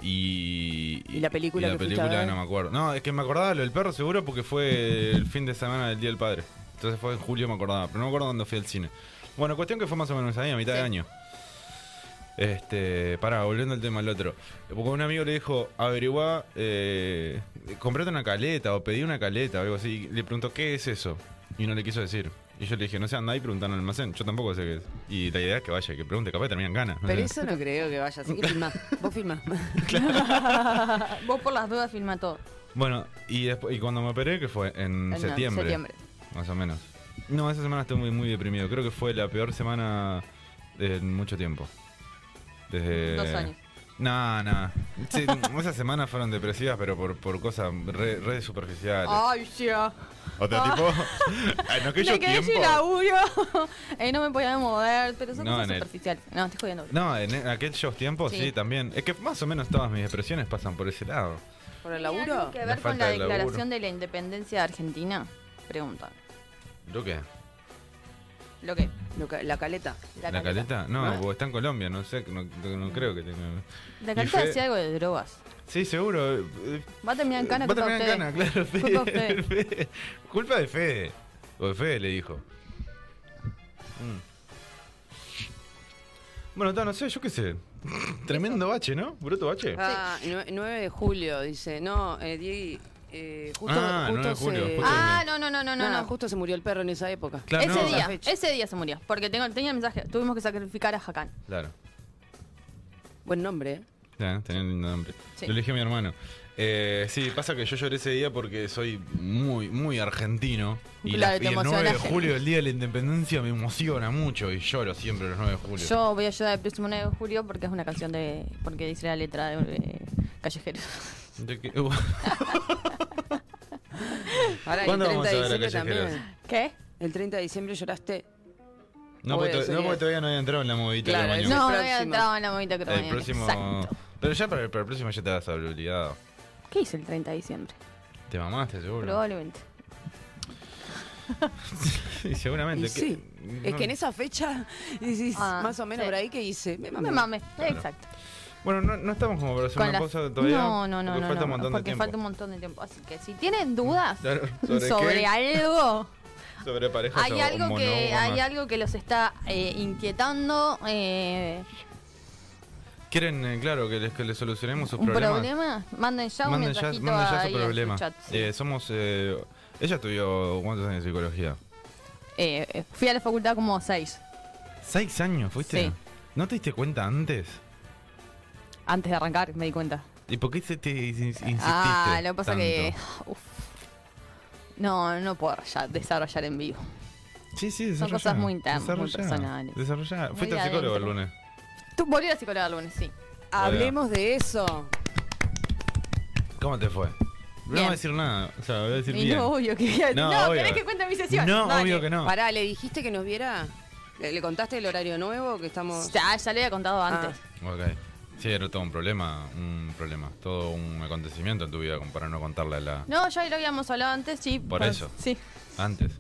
[SPEAKER 1] Y,
[SPEAKER 3] ¿Y la película
[SPEAKER 1] y la
[SPEAKER 3] que fuiste a
[SPEAKER 1] película
[SPEAKER 3] ver?
[SPEAKER 1] no me acuerdo. No, es que me acordaba lo del perro seguro porque fue el fin de semana del Día del Padre. Entonces fue en julio me acordaba, pero no me acuerdo cuándo fui al cine. Bueno, cuestión que fue más o menos ahí, a mitad de
[SPEAKER 2] Sí.
[SPEAKER 1] año. Este, pará, volviendo al tema al otro. Porque un amigo le dijo, averigua, eh, comprate una caleta o pedí una caleta o algo así. Y le preguntó, ¿qué es eso? Y no le quiso decir. Y yo le dije, no sé, andá y preguntan al almacén. Yo tampoco sé qué es. Y la idea es que vaya, que pregunte, capaz que terminan ganas. no
[SPEAKER 3] Pero
[SPEAKER 1] sé.
[SPEAKER 3] eso no creo que vaya, así que filmá. Vos filmá.
[SPEAKER 2] Ah, Vos por las dudas filma todo.
[SPEAKER 1] Bueno, y, despu- y cuando me operé, que fue en,
[SPEAKER 2] En
[SPEAKER 1] septiembre,
[SPEAKER 2] septiembre.
[SPEAKER 1] más o menos. No, esa semana estuve muy, muy deprimido. Creo que fue la peor semana en mucho tiempo. Desde...
[SPEAKER 2] Dos años.
[SPEAKER 1] No, no. Sí, esas semanas fueron depresivas, pero por, por cosas re, re superficiales.
[SPEAKER 2] Ay, ya.
[SPEAKER 1] O sea,
[SPEAKER 2] Ah.
[SPEAKER 1] tipo, en
[SPEAKER 2] Oh. Me
[SPEAKER 1] aquellos
[SPEAKER 2] quedé sin
[SPEAKER 1] tiempos.
[SPEAKER 2] laburo. Eh, no me podía mover, pero son
[SPEAKER 1] No,
[SPEAKER 2] cosas
[SPEAKER 1] en el-
[SPEAKER 2] superficiales. No, estoy jodiendo. boludo.
[SPEAKER 1] No, en aquellos tiempos sí.
[SPEAKER 2] Sí.
[SPEAKER 1] también. Es que más o menos todas mis depresiones pasan por ese lado.
[SPEAKER 3] ¿Por el
[SPEAKER 2] ¿Tiene algo
[SPEAKER 3] laburo?
[SPEAKER 2] que
[SPEAKER 1] La
[SPEAKER 2] ver con
[SPEAKER 1] falta
[SPEAKER 2] la
[SPEAKER 1] de laburo.
[SPEAKER 2] declaración de la independencia de Argentina? Pregunta.
[SPEAKER 1] ¿Lo qué?
[SPEAKER 2] ¿Lo que?
[SPEAKER 3] Lo ca- La caleta.
[SPEAKER 1] ¿La, caleta? No, porque está en Colombia, no sé, no, no creo que tenga.
[SPEAKER 2] La
[SPEAKER 1] Y
[SPEAKER 2] caleta
[SPEAKER 1] Fe-
[SPEAKER 2] decía algo de drogas.
[SPEAKER 1] Sí, seguro. eh,
[SPEAKER 2] Va a terminar en cana
[SPEAKER 1] Va a
[SPEAKER 2] culpa
[SPEAKER 1] terminar en
[SPEAKER 2] ustedes.
[SPEAKER 1] cana, claro. Fede,
[SPEAKER 2] Culpa ustedes.
[SPEAKER 1] Fede. Culpa de Fede. O de Fede le dijo. Mm. Bueno, ta, no sé, yo qué sé. Tremendo bache, ¿no? Bruto bache.
[SPEAKER 3] Ah, nue- 9 de julio, dice. No, eh, Diego, eh, justo,
[SPEAKER 1] Ah, 9 de
[SPEAKER 3] justo
[SPEAKER 1] julio,
[SPEAKER 3] se...
[SPEAKER 1] justo
[SPEAKER 3] Ah,
[SPEAKER 2] Ah, no, no, no, no, no.
[SPEAKER 3] no,
[SPEAKER 2] no.
[SPEAKER 3] justo se murió el perro en esa época.
[SPEAKER 1] Claro,
[SPEAKER 2] ese
[SPEAKER 1] no,
[SPEAKER 2] día,
[SPEAKER 1] la
[SPEAKER 3] fecha.
[SPEAKER 2] ese día se murió. Porque tengo, tenía el mensaje. Tuvimos que sacrificar a Hakan.
[SPEAKER 1] Claro.
[SPEAKER 3] Buen nombre, ¿eh?
[SPEAKER 1] Ya, tenía lindo nombre.
[SPEAKER 2] Sí.
[SPEAKER 1] Lo elegí a mi hermano. Eh, sí, pasa que yo lloré ese día porque soy muy, muy argentino. Y,
[SPEAKER 2] Claro,
[SPEAKER 1] la-
[SPEAKER 2] te
[SPEAKER 1] y el 9 de
[SPEAKER 2] emocionaste.
[SPEAKER 1] julio, el día de la independencia, me emociona mucho y lloro siempre los 9 de julio.
[SPEAKER 2] Yo voy a ayudar el próximo 9 de julio porque es una canción de. porque dice la letra de eh, Callejero.
[SPEAKER 1] De que-
[SPEAKER 3] Ahora,
[SPEAKER 1] ¿Cuándo
[SPEAKER 3] el 30
[SPEAKER 1] vamos a
[SPEAKER 3] de
[SPEAKER 1] ver a
[SPEAKER 3] diciembre
[SPEAKER 1] Callejeros?
[SPEAKER 3] también.
[SPEAKER 2] ¿Qué?
[SPEAKER 3] El 30 de diciembre lloraste.
[SPEAKER 1] no, porque,
[SPEAKER 3] Bueno,
[SPEAKER 1] to- no,
[SPEAKER 3] sería-
[SPEAKER 1] porque todavía no había entrado en la movidita
[SPEAKER 3] Claro,
[SPEAKER 1] de la
[SPEAKER 3] El
[SPEAKER 2] No,
[SPEAKER 1] mañana.
[SPEAKER 2] no
[SPEAKER 3] próximo.
[SPEAKER 2] había entrado en la movida que
[SPEAKER 1] el próximo.
[SPEAKER 2] Exacto.
[SPEAKER 1] Pero ya para el, para el próximo ya te vas a haber olvidado.
[SPEAKER 2] ¿Qué hice el 30 de diciembre?
[SPEAKER 1] Te mamaste, seguro.
[SPEAKER 2] Probablemente.
[SPEAKER 1] Sí, seguramente.
[SPEAKER 3] Y
[SPEAKER 1] que-
[SPEAKER 3] sí. Es
[SPEAKER 1] no.
[SPEAKER 3] que en esa fecha, decís,
[SPEAKER 2] Ah,
[SPEAKER 3] más o menos
[SPEAKER 2] sí.
[SPEAKER 3] por ahí que hice. Me
[SPEAKER 2] Me
[SPEAKER 3] mamé.
[SPEAKER 2] mamé.
[SPEAKER 1] Claro.
[SPEAKER 2] Exacto.
[SPEAKER 1] Bueno, no, no estamos como para hacer
[SPEAKER 2] Con
[SPEAKER 1] una
[SPEAKER 2] las-
[SPEAKER 1] pausa todavía.
[SPEAKER 2] No, no, no,
[SPEAKER 1] porque
[SPEAKER 2] no,
[SPEAKER 1] Falta
[SPEAKER 2] no,
[SPEAKER 1] un montón de
[SPEAKER 2] porque
[SPEAKER 1] tiempo.
[SPEAKER 2] falta un montón de tiempo. Así que si tienen dudas
[SPEAKER 1] Claro, ¿sobre
[SPEAKER 2] sobre,
[SPEAKER 1] qué?
[SPEAKER 2] algo,
[SPEAKER 1] Sobre parejas
[SPEAKER 2] hay
[SPEAKER 1] o
[SPEAKER 2] algo que
[SPEAKER 1] monógamas.
[SPEAKER 2] hay algo que los está eh, inquietando, eh,
[SPEAKER 1] Quieren, eh, claro, que les, que les solucionemos sus
[SPEAKER 2] un
[SPEAKER 1] problemas.
[SPEAKER 2] problema, manden ya
[SPEAKER 1] Manden
[SPEAKER 2] un
[SPEAKER 1] ya,
[SPEAKER 2] mensajito
[SPEAKER 1] manden ya
[SPEAKER 2] ahí
[SPEAKER 1] su
[SPEAKER 2] en su
[SPEAKER 1] problema.
[SPEAKER 2] chat, sí.
[SPEAKER 1] Eh, somos. eh, ella estudió cuántos años de psicología.
[SPEAKER 2] Eh, eh, fui a la facultad como seis
[SPEAKER 1] ¿Seis años fuiste?
[SPEAKER 2] Sí.
[SPEAKER 1] ¿No te diste cuenta antes?
[SPEAKER 2] antes de arrancar, me di cuenta.
[SPEAKER 1] ¿Y por qué se te ins- insististe?
[SPEAKER 2] ah, lo que pasa que
[SPEAKER 1] tanto?
[SPEAKER 2] uf. no, no puedo ya desarrollar en vivo.
[SPEAKER 1] Sí, sí,
[SPEAKER 2] son
[SPEAKER 1] desarrollá,
[SPEAKER 2] cosas muy internas, muy
[SPEAKER 1] desarrollá,
[SPEAKER 2] personales.
[SPEAKER 1] desarrollá.
[SPEAKER 2] Muy
[SPEAKER 1] Fuiste
[SPEAKER 2] de
[SPEAKER 1] al psicólogo el
[SPEAKER 2] adentro.
[SPEAKER 1] lunes.
[SPEAKER 2] Tú volví a la psicóloga el lunes, sí.
[SPEAKER 3] Hablemos de eso.
[SPEAKER 1] ¿Cómo te fue? No voy
[SPEAKER 2] Bien.
[SPEAKER 1] a decir nada, o sea, voy a decir
[SPEAKER 2] Y
[SPEAKER 1] bien.
[SPEAKER 2] no, obvio que
[SPEAKER 1] No,
[SPEAKER 2] no,
[SPEAKER 1] obvio.
[SPEAKER 2] querés que cuente mi sesión.
[SPEAKER 1] No,
[SPEAKER 2] Dale.
[SPEAKER 1] obvio que no.
[SPEAKER 3] Pará, ¿le dijiste que nos viera? ¿Le, le contaste el horario nuevo que estamos...?
[SPEAKER 2] Ya, ya le había contado antes.
[SPEAKER 1] Ok. Sí, era todo un problema, un problema, todo un acontecimiento en tu vida como para no contarla la
[SPEAKER 2] No, ya lo habíamos hablado antes, sí. Pues,
[SPEAKER 1] Por eso.
[SPEAKER 2] Sí.
[SPEAKER 1] antes.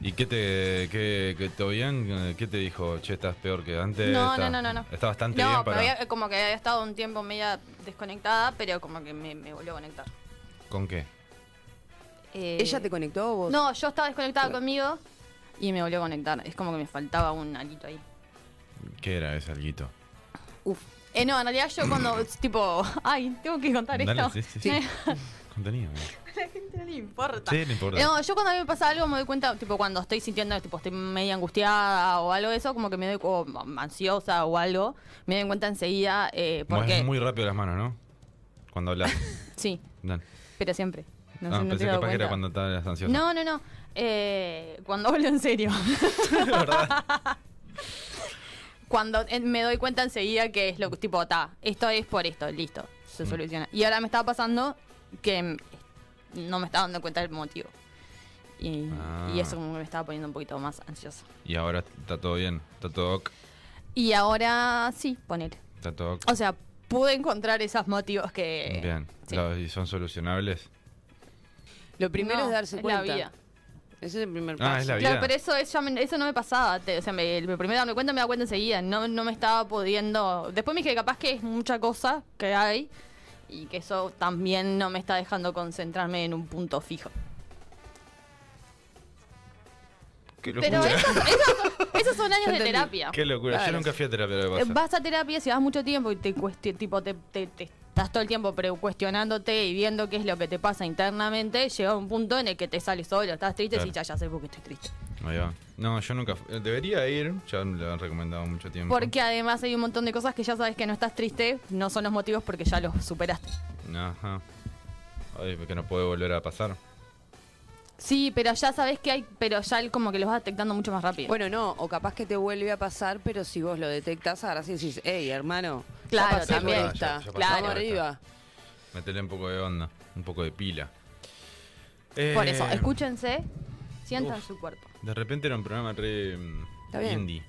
[SPEAKER 1] ¿Y qué te qué, qué- todo bien? ¿Qué te dijo? Che, estás peor que antes.
[SPEAKER 2] No,
[SPEAKER 1] estás-
[SPEAKER 2] no, no, no, no.
[SPEAKER 1] Está bastante
[SPEAKER 2] no,
[SPEAKER 1] bien
[SPEAKER 2] pero
[SPEAKER 1] para
[SPEAKER 2] había- como que había estado un tiempo media desconectada, pero como que me, me volvió a conectar.
[SPEAKER 1] ¿Con qué?
[SPEAKER 2] Eh,
[SPEAKER 3] ¿Ella te conectó o vos?
[SPEAKER 2] No, yo estaba desconectada conmigo y me volvió a conectar. Es como que me faltaba un alito ahí.
[SPEAKER 1] ¿Qué era ese alguito?
[SPEAKER 2] Uf. Eh, no, en realidad yo cuando, tipo, ay, tengo que contar
[SPEAKER 1] Dale,
[SPEAKER 2] esto.
[SPEAKER 1] sí, sí, sí. Contenido. eh.
[SPEAKER 2] La gente no le importa. Eh,
[SPEAKER 1] Sí, no importa.
[SPEAKER 2] No, yo cuando a mí me pasa algo me doy cuenta, tipo cuando estoy sintiendo, tipo estoy media angustiada o algo de eso, como que me doy o ansiosa o algo, me doy cuenta enseguida eh, porque...
[SPEAKER 1] Mueves muy rápido las manos, ¿no? Cuando hablas.
[SPEAKER 2] Sí,
[SPEAKER 1] Dale.
[SPEAKER 2] pero siempre. No,
[SPEAKER 1] ah,
[SPEAKER 2] sé, no
[SPEAKER 1] pensé
[SPEAKER 2] te
[SPEAKER 1] capaz
[SPEAKER 2] doy
[SPEAKER 1] que era
[SPEAKER 2] cuenta.
[SPEAKER 1] cuando estabas ansiosa.
[SPEAKER 2] No, no, no. Eh, cuando hablo en serio. cuando eh, me doy cuenta enseguida que es lo que, tipo, ta, esto es por esto, listo, se
[SPEAKER 1] Mm.
[SPEAKER 2] soluciona. Y ahora me estaba pasando que mm, no me estaba dando cuenta del motivo. Y,
[SPEAKER 1] Ah.
[SPEAKER 2] y eso como que me estaba poniendo un poquito más ansiosa.
[SPEAKER 1] Y ahora está todo bien, está todo ok,
[SPEAKER 2] Y ahora sí, poner.
[SPEAKER 1] está todo ok.
[SPEAKER 2] O sea, pude encontrar esos motivos que...
[SPEAKER 1] bien.
[SPEAKER 2] Eh, sí.
[SPEAKER 1] Lo- ¿Y son solucionables?
[SPEAKER 3] Lo primero
[SPEAKER 2] No,
[SPEAKER 3] es darse
[SPEAKER 2] es la
[SPEAKER 3] cuenta.
[SPEAKER 2] vida.
[SPEAKER 3] Ese es el primer paso.
[SPEAKER 1] Ah, es la vida.
[SPEAKER 2] Claro, pero eso, eso, eso no me pasaba. te- o sea, me, el primero darme cuenta me da cuenta enseguida. No, no me estaba pudiendo. Después me dije que capaz que es mucha cosa que hay y que eso también no me está dejando concentrarme en un punto fijo.
[SPEAKER 1] Qué
[SPEAKER 2] Pero
[SPEAKER 1] locura.
[SPEAKER 2] esos, esos- esos son años de
[SPEAKER 3] Entendí.
[SPEAKER 2] terapia.
[SPEAKER 1] Qué locura.
[SPEAKER 3] Claro.
[SPEAKER 1] Yo nunca fui a terapia lo que
[SPEAKER 2] Eh,
[SPEAKER 1] pasa.
[SPEAKER 2] Vas a terapia si vas mucho tiempo y te, cuesti- tipo, te, te- te estás todo el tiempo pre- cuestionándote y viendo qué es lo que te pasa internamente. Llega un punto en el que te sales solo, estás triste
[SPEAKER 1] Claro.
[SPEAKER 2] y ya, ya sé por qué estoy triste.
[SPEAKER 1] Ahí va. No, yo nunca fui. Debería ir, ya me lo han recomendado mucho tiempo.
[SPEAKER 2] Porque además hay un montón de cosas que ya sabes que no estás triste, no son los motivos porque ya los superaste.
[SPEAKER 1] Ajá. Ay, que no puede volver a pasar.
[SPEAKER 2] Sí, pero ya sabes que hay, pero ya el- como que los vas detectando mucho más rápido.
[SPEAKER 3] Bueno, no, o capaz que te vuelve a pasar, pero si vos lo detectás, ahora sí decís, hey, hermano,
[SPEAKER 2] Claro,
[SPEAKER 3] pasé por
[SPEAKER 2] también.
[SPEAKER 3] esta.
[SPEAKER 1] Ya- ya pasé
[SPEAKER 2] Claro.
[SPEAKER 3] Vamos
[SPEAKER 1] por esta.
[SPEAKER 3] arriba.
[SPEAKER 1] Metele un poco de onda, un poco de pila.
[SPEAKER 2] Por
[SPEAKER 1] Eh,
[SPEAKER 2] eso, escúchense, sientan
[SPEAKER 1] uf.
[SPEAKER 2] su cuerpo.
[SPEAKER 1] De repente era un programa re mm,
[SPEAKER 3] Está bien.
[SPEAKER 1] indie.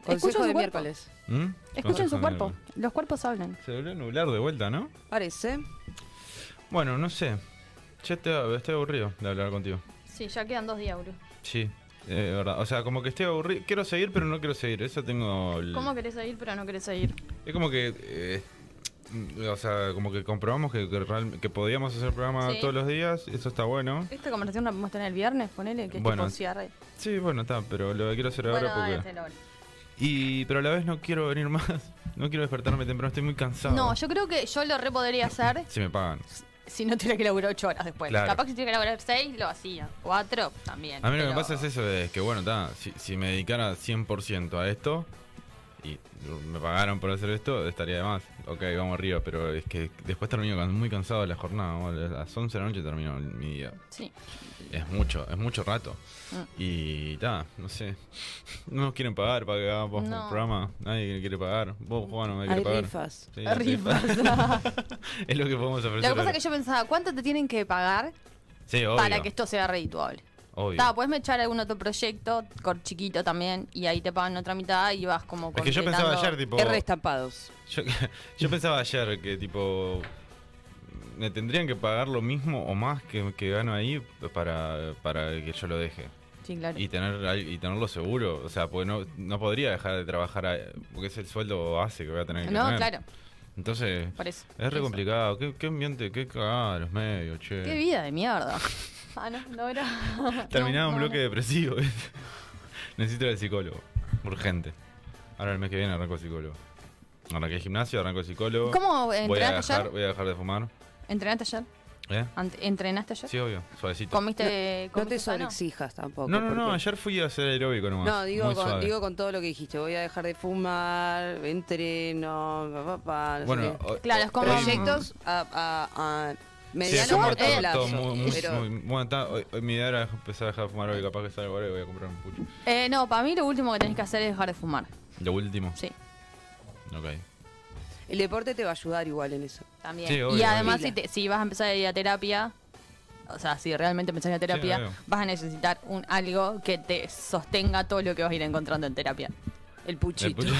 [SPEAKER 2] Escuchen
[SPEAKER 3] Consejo
[SPEAKER 2] su
[SPEAKER 3] de
[SPEAKER 2] cuerpo.
[SPEAKER 3] miércoles.
[SPEAKER 1] ¿Mm?
[SPEAKER 2] Escuchen
[SPEAKER 1] Consejo
[SPEAKER 2] su
[SPEAKER 1] de-
[SPEAKER 2] cuerpo. Los cuerpos hablan.
[SPEAKER 1] Se volvió a nublar de vuelta, ¿no?
[SPEAKER 3] Parece.
[SPEAKER 1] Bueno, no sé. Ya estoy, estoy aburrido de hablar contigo.
[SPEAKER 2] Sí, ya quedan dos días, Uri.
[SPEAKER 1] Sí, eh, de verdad. O sea, como que estoy aburrido. Quiero seguir, pero no quiero seguir. Eso tengo. el-
[SPEAKER 2] ¿Cómo querés ir pero no querés ir?
[SPEAKER 1] Es como que. eh, mm, o sea, como que comprobamos que, que, real- que podíamos hacer programa
[SPEAKER 2] Sí.
[SPEAKER 1] todos los días. Eso está bueno.
[SPEAKER 2] Esta conversación la podemos tener el viernes, ponele, que es
[SPEAKER 1] Bueno.
[SPEAKER 2] tipo cierre.
[SPEAKER 1] Sí, bueno, está. Pero lo que quiero hacer ahora
[SPEAKER 2] dale,
[SPEAKER 1] porque.
[SPEAKER 2] hacelo ahora.
[SPEAKER 1] Y, pero a la vez no quiero venir más. No quiero despertarme temprano. Estoy muy cansado.
[SPEAKER 2] No, yo creo que yo lo re podría hacer
[SPEAKER 1] Si me pagan.
[SPEAKER 2] si no tuviera que laburar ocho horas después.
[SPEAKER 1] Claro.
[SPEAKER 2] Capaz que si tuviera que laburar seis, lo hacía. Cuatro, también.
[SPEAKER 1] A mí lo que
[SPEAKER 2] pero-
[SPEAKER 1] me pasa es eso, es que bueno, ta, si, si me dedicara 100% a esto y me pagaran por hacer esto, estaría de más. Ok, vamos arriba, pero es que después termino can- muy cansado de la jornada. ¿no? A las 11 de la noche termino mi día.
[SPEAKER 2] Sí.
[SPEAKER 1] Es mucho, es mucho rato.
[SPEAKER 2] Mm.
[SPEAKER 1] Y ta, no sé. No nos quieren pagar para que hagamos
[SPEAKER 2] No.
[SPEAKER 1] un programa. Nadie quiere pagar. Vos, Juan, no me
[SPEAKER 3] Hay
[SPEAKER 1] quiere pagar.
[SPEAKER 3] rifas.
[SPEAKER 1] Sí,
[SPEAKER 2] Hay rifas.
[SPEAKER 1] es lo que podemos
[SPEAKER 2] Lo
[SPEAKER 1] ofrecer.
[SPEAKER 2] que pasa es que yo pensaba, ¿cuánto te tienen que pagar
[SPEAKER 1] Sí, obvio.
[SPEAKER 2] para que esto sea redituable?
[SPEAKER 1] obvio.
[SPEAKER 2] Está, puedes echar algún otro proyecto, cor chiquito también, y ahí te pagan otra mitad y vas como
[SPEAKER 1] Es que yo pensaba
[SPEAKER 2] completando-
[SPEAKER 1] ayer, tipo...
[SPEAKER 3] R estampados.
[SPEAKER 1] Yo, yo pensaba ayer que, tipo, me tendrían que pagar lo mismo o más que, que gano ahí para, para que yo lo deje.
[SPEAKER 2] Sí, claro.
[SPEAKER 1] Y, tener, al- y tenerlo seguro. O sea, porque no, no podría dejar de trabajar, a- porque es el sueldo base que voy a tener que
[SPEAKER 2] No,
[SPEAKER 1] tener.
[SPEAKER 2] claro,
[SPEAKER 1] Entonces,
[SPEAKER 2] por eso.
[SPEAKER 1] es re
[SPEAKER 2] Eso.
[SPEAKER 1] complicado. ¿Qué, qué ambiente? ¿Qué cagada los medios, che?
[SPEAKER 2] Qué vida de mierda. Ah, no, no era.
[SPEAKER 1] Terminaba
[SPEAKER 2] No,
[SPEAKER 1] un
[SPEAKER 2] no,
[SPEAKER 1] bloque depresivo. Necesito ir al psicólogo. Urgente. Ahora el mes que viene arranco el psicólogo. Arranqué el gimnasio, arranco el psicólogo.
[SPEAKER 2] no. ¿Cómo eh,
[SPEAKER 1] Voy a,
[SPEAKER 2] entrenaste
[SPEAKER 1] dejar,
[SPEAKER 2] ayer?
[SPEAKER 1] voy a dejar de fumar.
[SPEAKER 2] ¿Entrenaste ayer?
[SPEAKER 1] ¿Eh?
[SPEAKER 2] Ant- ¿Entrenaste ayer?
[SPEAKER 1] Sí, obvio, suavecito.
[SPEAKER 2] ¿Comiste,
[SPEAKER 3] No te
[SPEAKER 2] comiste sano?
[SPEAKER 3] sobreexijas tampoco.
[SPEAKER 1] No, no, no,
[SPEAKER 3] porque-
[SPEAKER 1] ayer fui a hacer aeróbico nomás.
[SPEAKER 3] No, digo
[SPEAKER 1] muy
[SPEAKER 3] con,
[SPEAKER 1] suave.
[SPEAKER 3] digo con todo lo que dijiste. Voy a dejar de fumar, entreno, papá, papá. no sé
[SPEAKER 1] bueno,
[SPEAKER 3] qué.
[SPEAKER 1] hoy-
[SPEAKER 2] Claro, es como-
[SPEAKER 1] hoy-
[SPEAKER 3] proyectos a, a, a
[SPEAKER 1] Sí, es
[SPEAKER 3] mediano
[SPEAKER 1] como
[SPEAKER 3] o
[SPEAKER 2] a
[SPEAKER 3] corto
[SPEAKER 1] todo-
[SPEAKER 2] corto
[SPEAKER 3] plazo.
[SPEAKER 1] todo muy- muy-
[SPEAKER 3] pero
[SPEAKER 1] muy- bueno, está, hoy, hoy mi idea era empezar a dejar de fumar hoy, capaz que salgo ahora y voy a comprar un pucho.
[SPEAKER 2] Eh, no, para mí lo último que tenés que hacer es dejar de fumar.
[SPEAKER 1] Lo último.
[SPEAKER 2] Sí,
[SPEAKER 1] Ok.
[SPEAKER 3] el deporte te va a ayudar igual en eso.
[SPEAKER 2] también.
[SPEAKER 1] Sí, obvio,
[SPEAKER 2] y además,
[SPEAKER 3] obvio.
[SPEAKER 2] si, te- si vas a empezar a ir a terapia, o sea, si realmente empezás a ir a terapia,
[SPEAKER 1] obvio.
[SPEAKER 2] vas a necesitar un algo que te sostenga todo lo que vas a ir encontrando en terapia.
[SPEAKER 3] El
[SPEAKER 1] El
[SPEAKER 3] puchito.
[SPEAKER 1] pucho-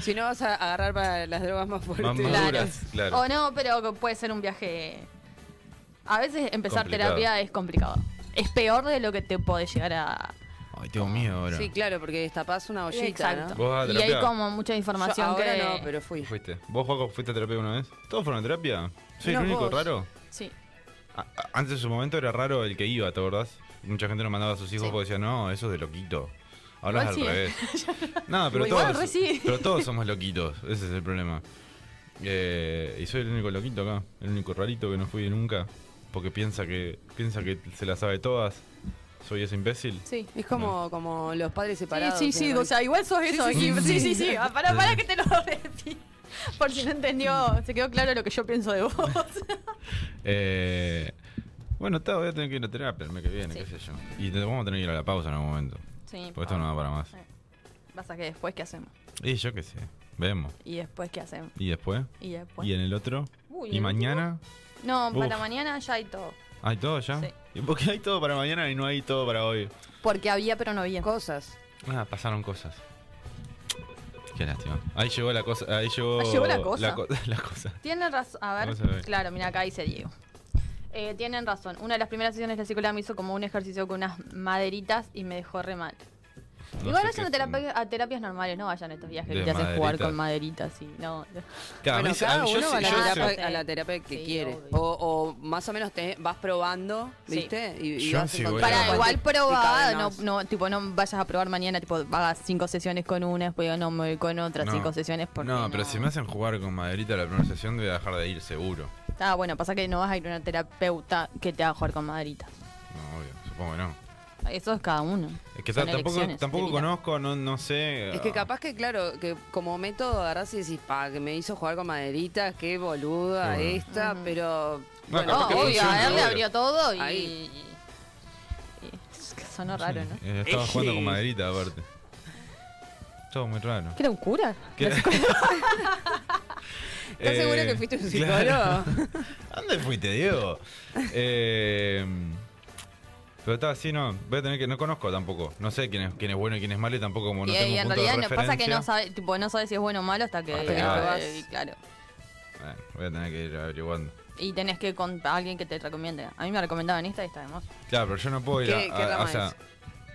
[SPEAKER 3] si no vas a agarrar para las drogas más fuertes.
[SPEAKER 1] Más
[SPEAKER 2] Claro.
[SPEAKER 1] maduras, claro.
[SPEAKER 2] O no, pero que puede ser un viaje. A veces empezar
[SPEAKER 1] Complicado.
[SPEAKER 2] terapia es complicado. Es peor de lo que te puede llegar a.
[SPEAKER 1] Ay, tengo miedo ahora.
[SPEAKER 3] Sí, claro, porque destapás una ollita,
[SPEAKER 2] Exacto.
[SPEAKER 3] ¿no?
[SPEAKER 1] ¿Vos vas a
[SPEAKER 2] y hay
[SPEAKER 1] terapia?
[SPEAKER 2] como mucha
[SPEAKER 3] Yo
[SPEAKER 2] información
[SPEAKER 3] ahora
[SPEAKER 2] que.
[SPEAKER 3] no, pero fui.
[SPEAKER 1] Fuiste. ¿Vos, Juaco, fuiste a terapia una vez? ¿Todos fueron a terapia? ¿Soy
[SPEAKER 3] No,
[SPEAKER 1] el único
[SPEAKER 3] vos.
[SPEAKER 1] raro?
[SPEAKER 2] Sí.
[SPEAKER 1] A- a- Antes de su momento era raro el que iba, ¿te acordás? Mucha gente nos mandaba a sus hijos
[SPEAKER 2] Sí.
[SPEAKER 1] porque decía, no, eso es de loquito. Ahora es al
[SPEAKER 2] Igual ¿eh?
[SPEAKER 1] revés. no, pero
[SPEAKER 2] Igual
[SPEAKER 1] todos,
[SPEAKER 2] re sí.
[SPEAKER 1] pero todos somos loquitos, ese es el problema. Eh, y soy el único loquito acá, el único rarito que no fui nunca, porque piensa que piensa que se la sabe todas. Soy ese imbécil.
[SPEAKER 2] Sí.
[SPEAKER 3] Es como, como los padres separados.
[SPEAKER 2] Sí, sí, sí,
[SPEAKER 3] ¿no?
[SPEAKER 2] o sea, igual sos eso.
[SPEAKER 3] sí,
[SPEAKER 2] Sí,
[SPEAKER 3] sí,
[SPEAKER 2] sí,
[SPEAKER 3] sí.
[SPEAKER 2] sí. Ah, Pará, pará que te lo repito. Por si no entendió, se quedó claro lo que yo pienso de vos.
[SPEAKER 1] Eh, bueno, está, voy a tener que ir a terapia el mes que viene,
[SPEAKER 2] Sí.
[SPEAKER 1] qué sé yo. Y te- vamos a tener que ir a la pausa en algún momento,
[SPEAKER 2] Sí.
[SPEAKER 1] porque esto no da para más.
[SPEAKER 2] Pasa que después, ¿qué hacemos?
[SPEAKER 1] Y yo qué sé, vemos.
[SPEAKER 2] Y después, ¿qué hacemos?
[SPEAKER 1] ¿Y después?
[SPEAKER 2] Y después.
[SPEAKER 1] ¿Y en el otro?
[SPEAKER 2] Uy,
[SPEAKER 1] ¿Y
[SPEAKER 2] ¿el
[SPEAKER 1] mañana?
[SPEAKER 2] No, para
[SPEAKER 1] Uf.
[SPEAKER 2] mañana ya hay todo.
[SPEAKER 1] ¿Hay todo ya?
[SPEAKER 2] Sí.
[SPEAKER 1] ¿Y por qué hay todo para mañana y no hay todo para hoy?
[SPEAKER 2] Porque había, pero no había.
[SPEAKER 3] Cosas.
[SPEAKER 1] Ah, pasaron cosas. Qué lástima. Ahí llegó la cosa. Ahí llegó,
[SPEAKER 2] Ahí llegó la cosa.
[SPEAKER 1] co- la cosa.
[SPEAKER 2] Tienen razón. A
[SPEAKER 1] No se ve.
[SPEAKER 2] ver, claro, mira, acá dice Diego. Eh, tienen razón. Una de las primeras sesiones de la psicóloga me hizo como un ejercicio con unas maderitas y me dejó re mal.
[SPEAKER 1] No
[SPEAKER 2] Igual
[SPEAKER 1] sé
[SPEAKER 2] vayan a,
[SPEAKER 1] qué-
[SPEAKER 2] terapia- a terapias normales, no vayan a estos viajes que
[SPEAKER 1] De
[SPEAKER 2] te hacen jugar
[SPEAKER 1] maderitas.
[SPEAKER 2] con maderitas y no.
[SPEAKER 1] Claro, a
[SPEAKER 3] Bueno,
[SPEAKER 1] mí se- a-
[SPEAKER 3] cada
[SPEAKER 1] yo
[SPEAKER 3] uno
[SPEAKER 1] sé-
[SPEAKER 3] va a la,
[SPEAKER 1] yo
[SPEAKER 2] nada,
[SPEAKER 1] sé-
[SPEAKER 2] pues,
[SPEAKER 3] terapia, a la terapia que
[SPEAKER 2] Sí,
[SPEAKER 3] quiere.
[SPEAKER 2] obvio.
[SPEAKER 3] O, o más o menos te vas probando,
[SPEAKER 2] Sí.
[SPEAKER 3] ¿viste? Y, y
[SPEAKER 1] Yo
[SPEAKER 3] vas
[SPEAKER 1] sí voy
[SPEAKER 3] encontrando
[SPEAKER 1] Bueno.
[SPEAKER 2] Para
[SPEAKER 3] cuál
[SPEAKER 1] a-
[SPEAKER 2] igual
[SPEAKER 3] te- te cabe
[SPEAKER 2] probada, no,
[SPEAKER 3] más.
[SPEAKER 2] no, tipo, no vayas a probar mañana, tipo, hagas cinco sesiones con una, después digo, no me voy con otra,
[SPEAKER 1] No.
[SPEAKER 2] cinco sesiones porque
[SPEAKER 1] No, pero si me hacen jugar con maderita la pronunciación, voy a dejar de ir seguro.
[SPEAKER 2] Ah, bueno, pasa que no vas a ir a una terapeuta que te haga jugar con maderitas.
[SPEAKER 1] No, obvio, supongo que no.
[SPEAKER 2] Eso es cada uno.
[SPEAKER 1] Es que
[SPEAKER 2] Son
[SPEAKER 1] ta- tampoco,
[SPEAKER 2] elecciones
[SPEAKER 1] tampoco
[SPEAKER 2] de vida.
[SPEAKER 1] conozco, no, no sé.
[SPEAKER 3] Es que capaz que, claro, que como método agarrás y decís, pa, que me hizo jugar con maderitas, qué boluda
[SPEAKER 1] Qué bueno.
[SPEAKER 3] esta, pero.
[SPEAKER 1] No,
[SPEAKER 3] bueno,
[SPEAKER 1] capaz
[SPEAKER 2] No,
[SPEAKER 1] que
[SPEAKER 2] Ah, obvio,
[SPEAKER 1] funciona,
[SPEAKER 2] a él le
[SPEAKER 1] obvio.
[SPEAKER 2] abrió todo y.
[SPEAKER 3] Ahí.
[SPEAKER 2] y- es que sonó raro, ¿no?
[SPEAKER 1] ah, Eh, estaba jugando con maderita aparte. todo muy raro.
[SPEAKER 2] ¡Qué locura!
[SPEAKER 1] ¿Qué?
[SPEAKER 4] ¿Estás seguro que fuiste un psicólogo?
[SPEAKER 1] Eh, claro. ¿A ¿Dónde fuiste, Diego? Eh, pero está así, no. Voy a tener que. No conozco tampoco. No sé quién es, quién es bueno y quién es malo y tampoco como no
[SPEAKER 2] y,
[SPEAKER 1] tengo
[SPEAKER 2] y
[SPEAKER 1] un
[SPEAKER 2] en
[SPEAKER 1] punto de
[SPEAKER 2] realidad no, pasa que no
[SPEAKER 1] referencia.
[SPEAKER 2] sabe, tipo, no sabe si es bueno o malo hasta que,
[SPEAKER 1] Hasta que lo
[SPEAKER 2] eh,
[SPEAKER 4] ves.
[SPEAKER 2] y claro.
[SPEAKER 1] Bueno, voy a tener que ir averiguando.
[SPEAKER 2] Y tenés que con a alguien que te recomiende. A mí me recomendaban esta y está de más.
[SPEAKER 1] Claro, pero yo no puedo ir
[SPEAKER 4] ¿Qué-
[SPEAKER 1] a.
[SPEAKER 4] qué
[SPEAKER 1] a-
[SPEAKER 4] rama
[SPEAKER 1] o sea,
[SPEAKER 4] es?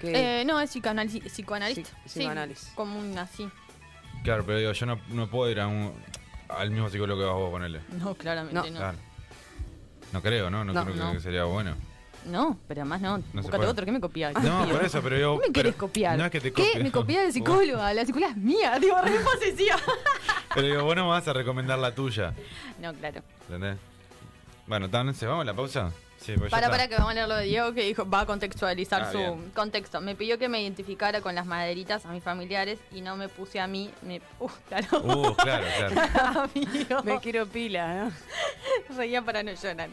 [SPEAKER 4] ¿Qué-
[SPEAKER 2] Eh, no, es psicoanali- psicoanalista.
[SPEAKER 4] Psi- psicoanálisis.
[SPEAKER 2] Sí, como un así.
[SPEAKER 1] claro, pero digo, yo no, no puedo ir a un, al mismo psicólogo que vas vos, ponele.
[SPEAKER 2] No, claramente no.
[SPEAKER 1] Claro. No creo, ¿no? No,
[SPEAKER 4] No,
[SPEAKER 1] creo que-
[SPEAKER 2] no.
[SPEAKER 1] que sería bueno.
[SPEAKER 2] No, pero además no.
[SPEAKER 1] No se
[SPEAKER 2] Buscate
[SPEAKER 1] puede.
[SPEAKER 2] otro que me copia.
[SPEAKER 1] No, por eso, pero yo.
[SPEAKER 2] ¿Qué me
[SPEAKER 1] pero-
[SPEAKER 2] querés copiar?
[SPEAKER 1] No es que te
[SPEAKER 2] ¿Qué?
[SPEAKER 1] copie.
[SPEAKER 2] Me copias de psicóloga. La psicóloga es mía. Digo, re posesiva.
[SPEAKER 1] Pero digo, vos no me vas a recomendar la tuya.
[SPEAKER 2] no, claro.
[SPEAKER 1] ¿Entendés? Bueno, entonces, ¿vamos a la pausa? Sí, pues ya
[SPEAKER 2] Para,
[SPEAKER 1] está.
[SPEAKER 2] para que vamos a leer lo de Diego que dijo, va a contextualizar
[SPEAKER 1] Ah,
[SPEAKER 2] su
[SPEAKER 1] bien.
[SPEAKER 2] contexto. Me pidió que me identificara con las maderitas a mis familiares y no me puse a mí, me uh, claro.
[SPEAKER 1] Uh, claro, claro.
[SPEAKER 2] Amigo.
[SPEAKER 4] Me quiero pila, ¿no?
[SPEAKER 2] Reía para no llorar.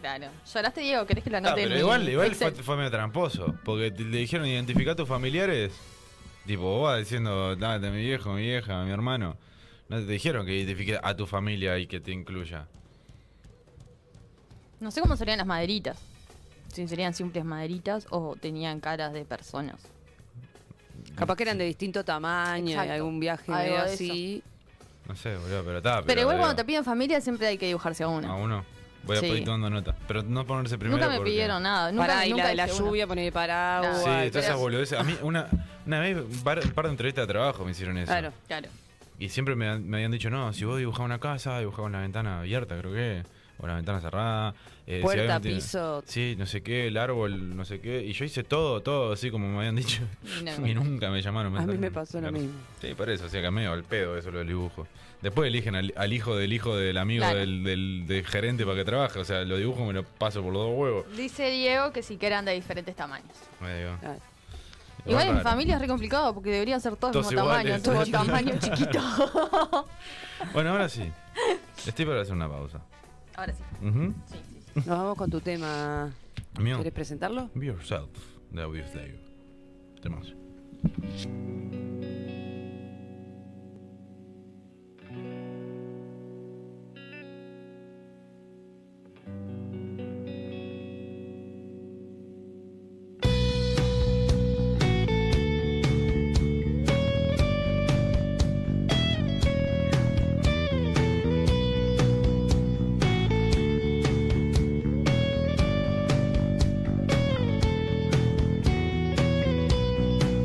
[SPEAKER 2] Claro. ¿Lloraste, Diego? ¿Querés que la
[SPEAKER 1] Ah,
[SPEAKER 2] note? en
[SPEAKER 1] pero
[SPEAKER 2] mi
[SPEAKER 1] igual, igual fue,
[SPEAKER 2] Excel?
[SPEAKER 1] fue medio tramposo. Porque te- le dijeron identificar a tus familiares. Tipo, vos vas diciendo, date mi viejo, mi vieja, mi hermano. No te dijeron que identifique a tu familia y que te incluya.
[SPEAKER 2] No sé cómo serían las maderitas. Si serían simples maderitas o tenían caras de personas.
[SPEAKER 4] Capaz que eran de distinto tamaño,
[SPEAKER 2] Exacto.
[SPEAKER 4] y algún viaje
[SPEAKER 2] Algo
[SPEAKER 4] medio
[SPEAKER 2] de
[SPEAKER 4] así.
[SPEAKER 1] No sé, boludo, pero está.
[SPEAKER 2] Pero igual
[SPEAKER 1] digo,
[SPEAKER 2] cuando te piden familia siempre hay que dibujarse a una.
[SPEAKER 1] A uno. Voy
[SPEAKER 2] Sí.
[SPEAKER 1] a ir tomando nota. Pero no ponerse primero.
[SPEAKER 2] Nunca me
[SPEAKER 1] porque-
[SPEAKER 2] pidieron nada. Nunca,
[SPEAKER 4] Pará, y
[SPEAKER 2] nunca
[SPEAKER 4] la de la
[SPEAKER 2] hice una.
[SPEAKER 4] lluvia, poner paraguas.
[SPEAKER 1] Sí,
[SPEAKER 2] Ay,
[SPEAKER 1] todas
[SPEAKER 2] pero-
[SPEAKER 1] esas boludeces. A mí, una, una vez, un par, un par de entrevistas de trabajo me hicieron eso.
[SPEAKER 4] Claro.
[SPEAKER 2] Claro.
[SPEAKER 1] Y siempre me, han- me habían dicho, no, si vos dibujabas una casa, dibujabas una ventana abierta, creo que, o una ventana cerrada. eh, si
[SPEAKER 4] Puerta,
[SPEAKER 1] había un ti-
[SPEAKER 4] piso.
[SPEAKER 1] Sí, no sé qué, el árbol, no sé qué. Y yo hice todo, todo, así como me habían dicho.
[SPEAKER 2] Y no.
[SPEAKER 1] Y nunca me llamaron.
[SPEAKER 4] A mí
[SPEAKER 1] mandaron-
[SPEAKER 4] me pasó lo
[SPEAKER 1] Claro.
[SPEAKER 4] mismo.
[SPEAKER 1] Sí, por eso, o sea que medio al pedo eso lo del dibujo. Después eligen al, al hijo del hijo del amigo
[SPEAKER 2] Claro.
[SPEAKER 1] del, del- del gerente para que trabaje. O sea, lo dibujo me lo paso por los dos huevos.
[SPEAKER 2] Dice Diego que sí que eran de diferentes tamaños.
[SPEAKER 1] Me digo,
[SPEAKER 4] Claro.
[SPEAKER 2] Igual en
[SPEAKER 1] raro.
[SPEAKER 2] familia es re complicado porque deberían ser todos,
[SPEAKER 1] Todos
[SPEAKER 2] mismo tamaño,
[SPEAKER 1] iguales.
[SPEAKER 2] todo tamaño chiquito.
[SPEAKER 1] Bueno, ahora sí. Estoy para hacer una pausa.
[SPEAKER 2] Ahora sí.
[SPEAKER 1] Ujú.
[SPEAKER 2] sí, sí, sí.
[SPEAKER 4] Nos vamos con tu tema.
[SPEAKER 1] Mío.
[SPEAKER 4] ¿Quieres presentarlo?
[SPEAKER 1] Be yourself, de Obvious Day. Temazo.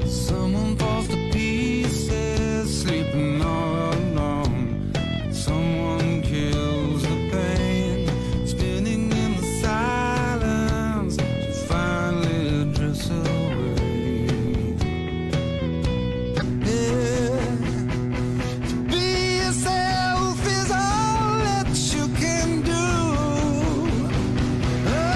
[SPEAKER 5] Someone falls to pieces, sleeping all alone. Someone kills the pain, spinning in the silence to finally dress away. Yeah. Be yourself is all that you can do. Oh,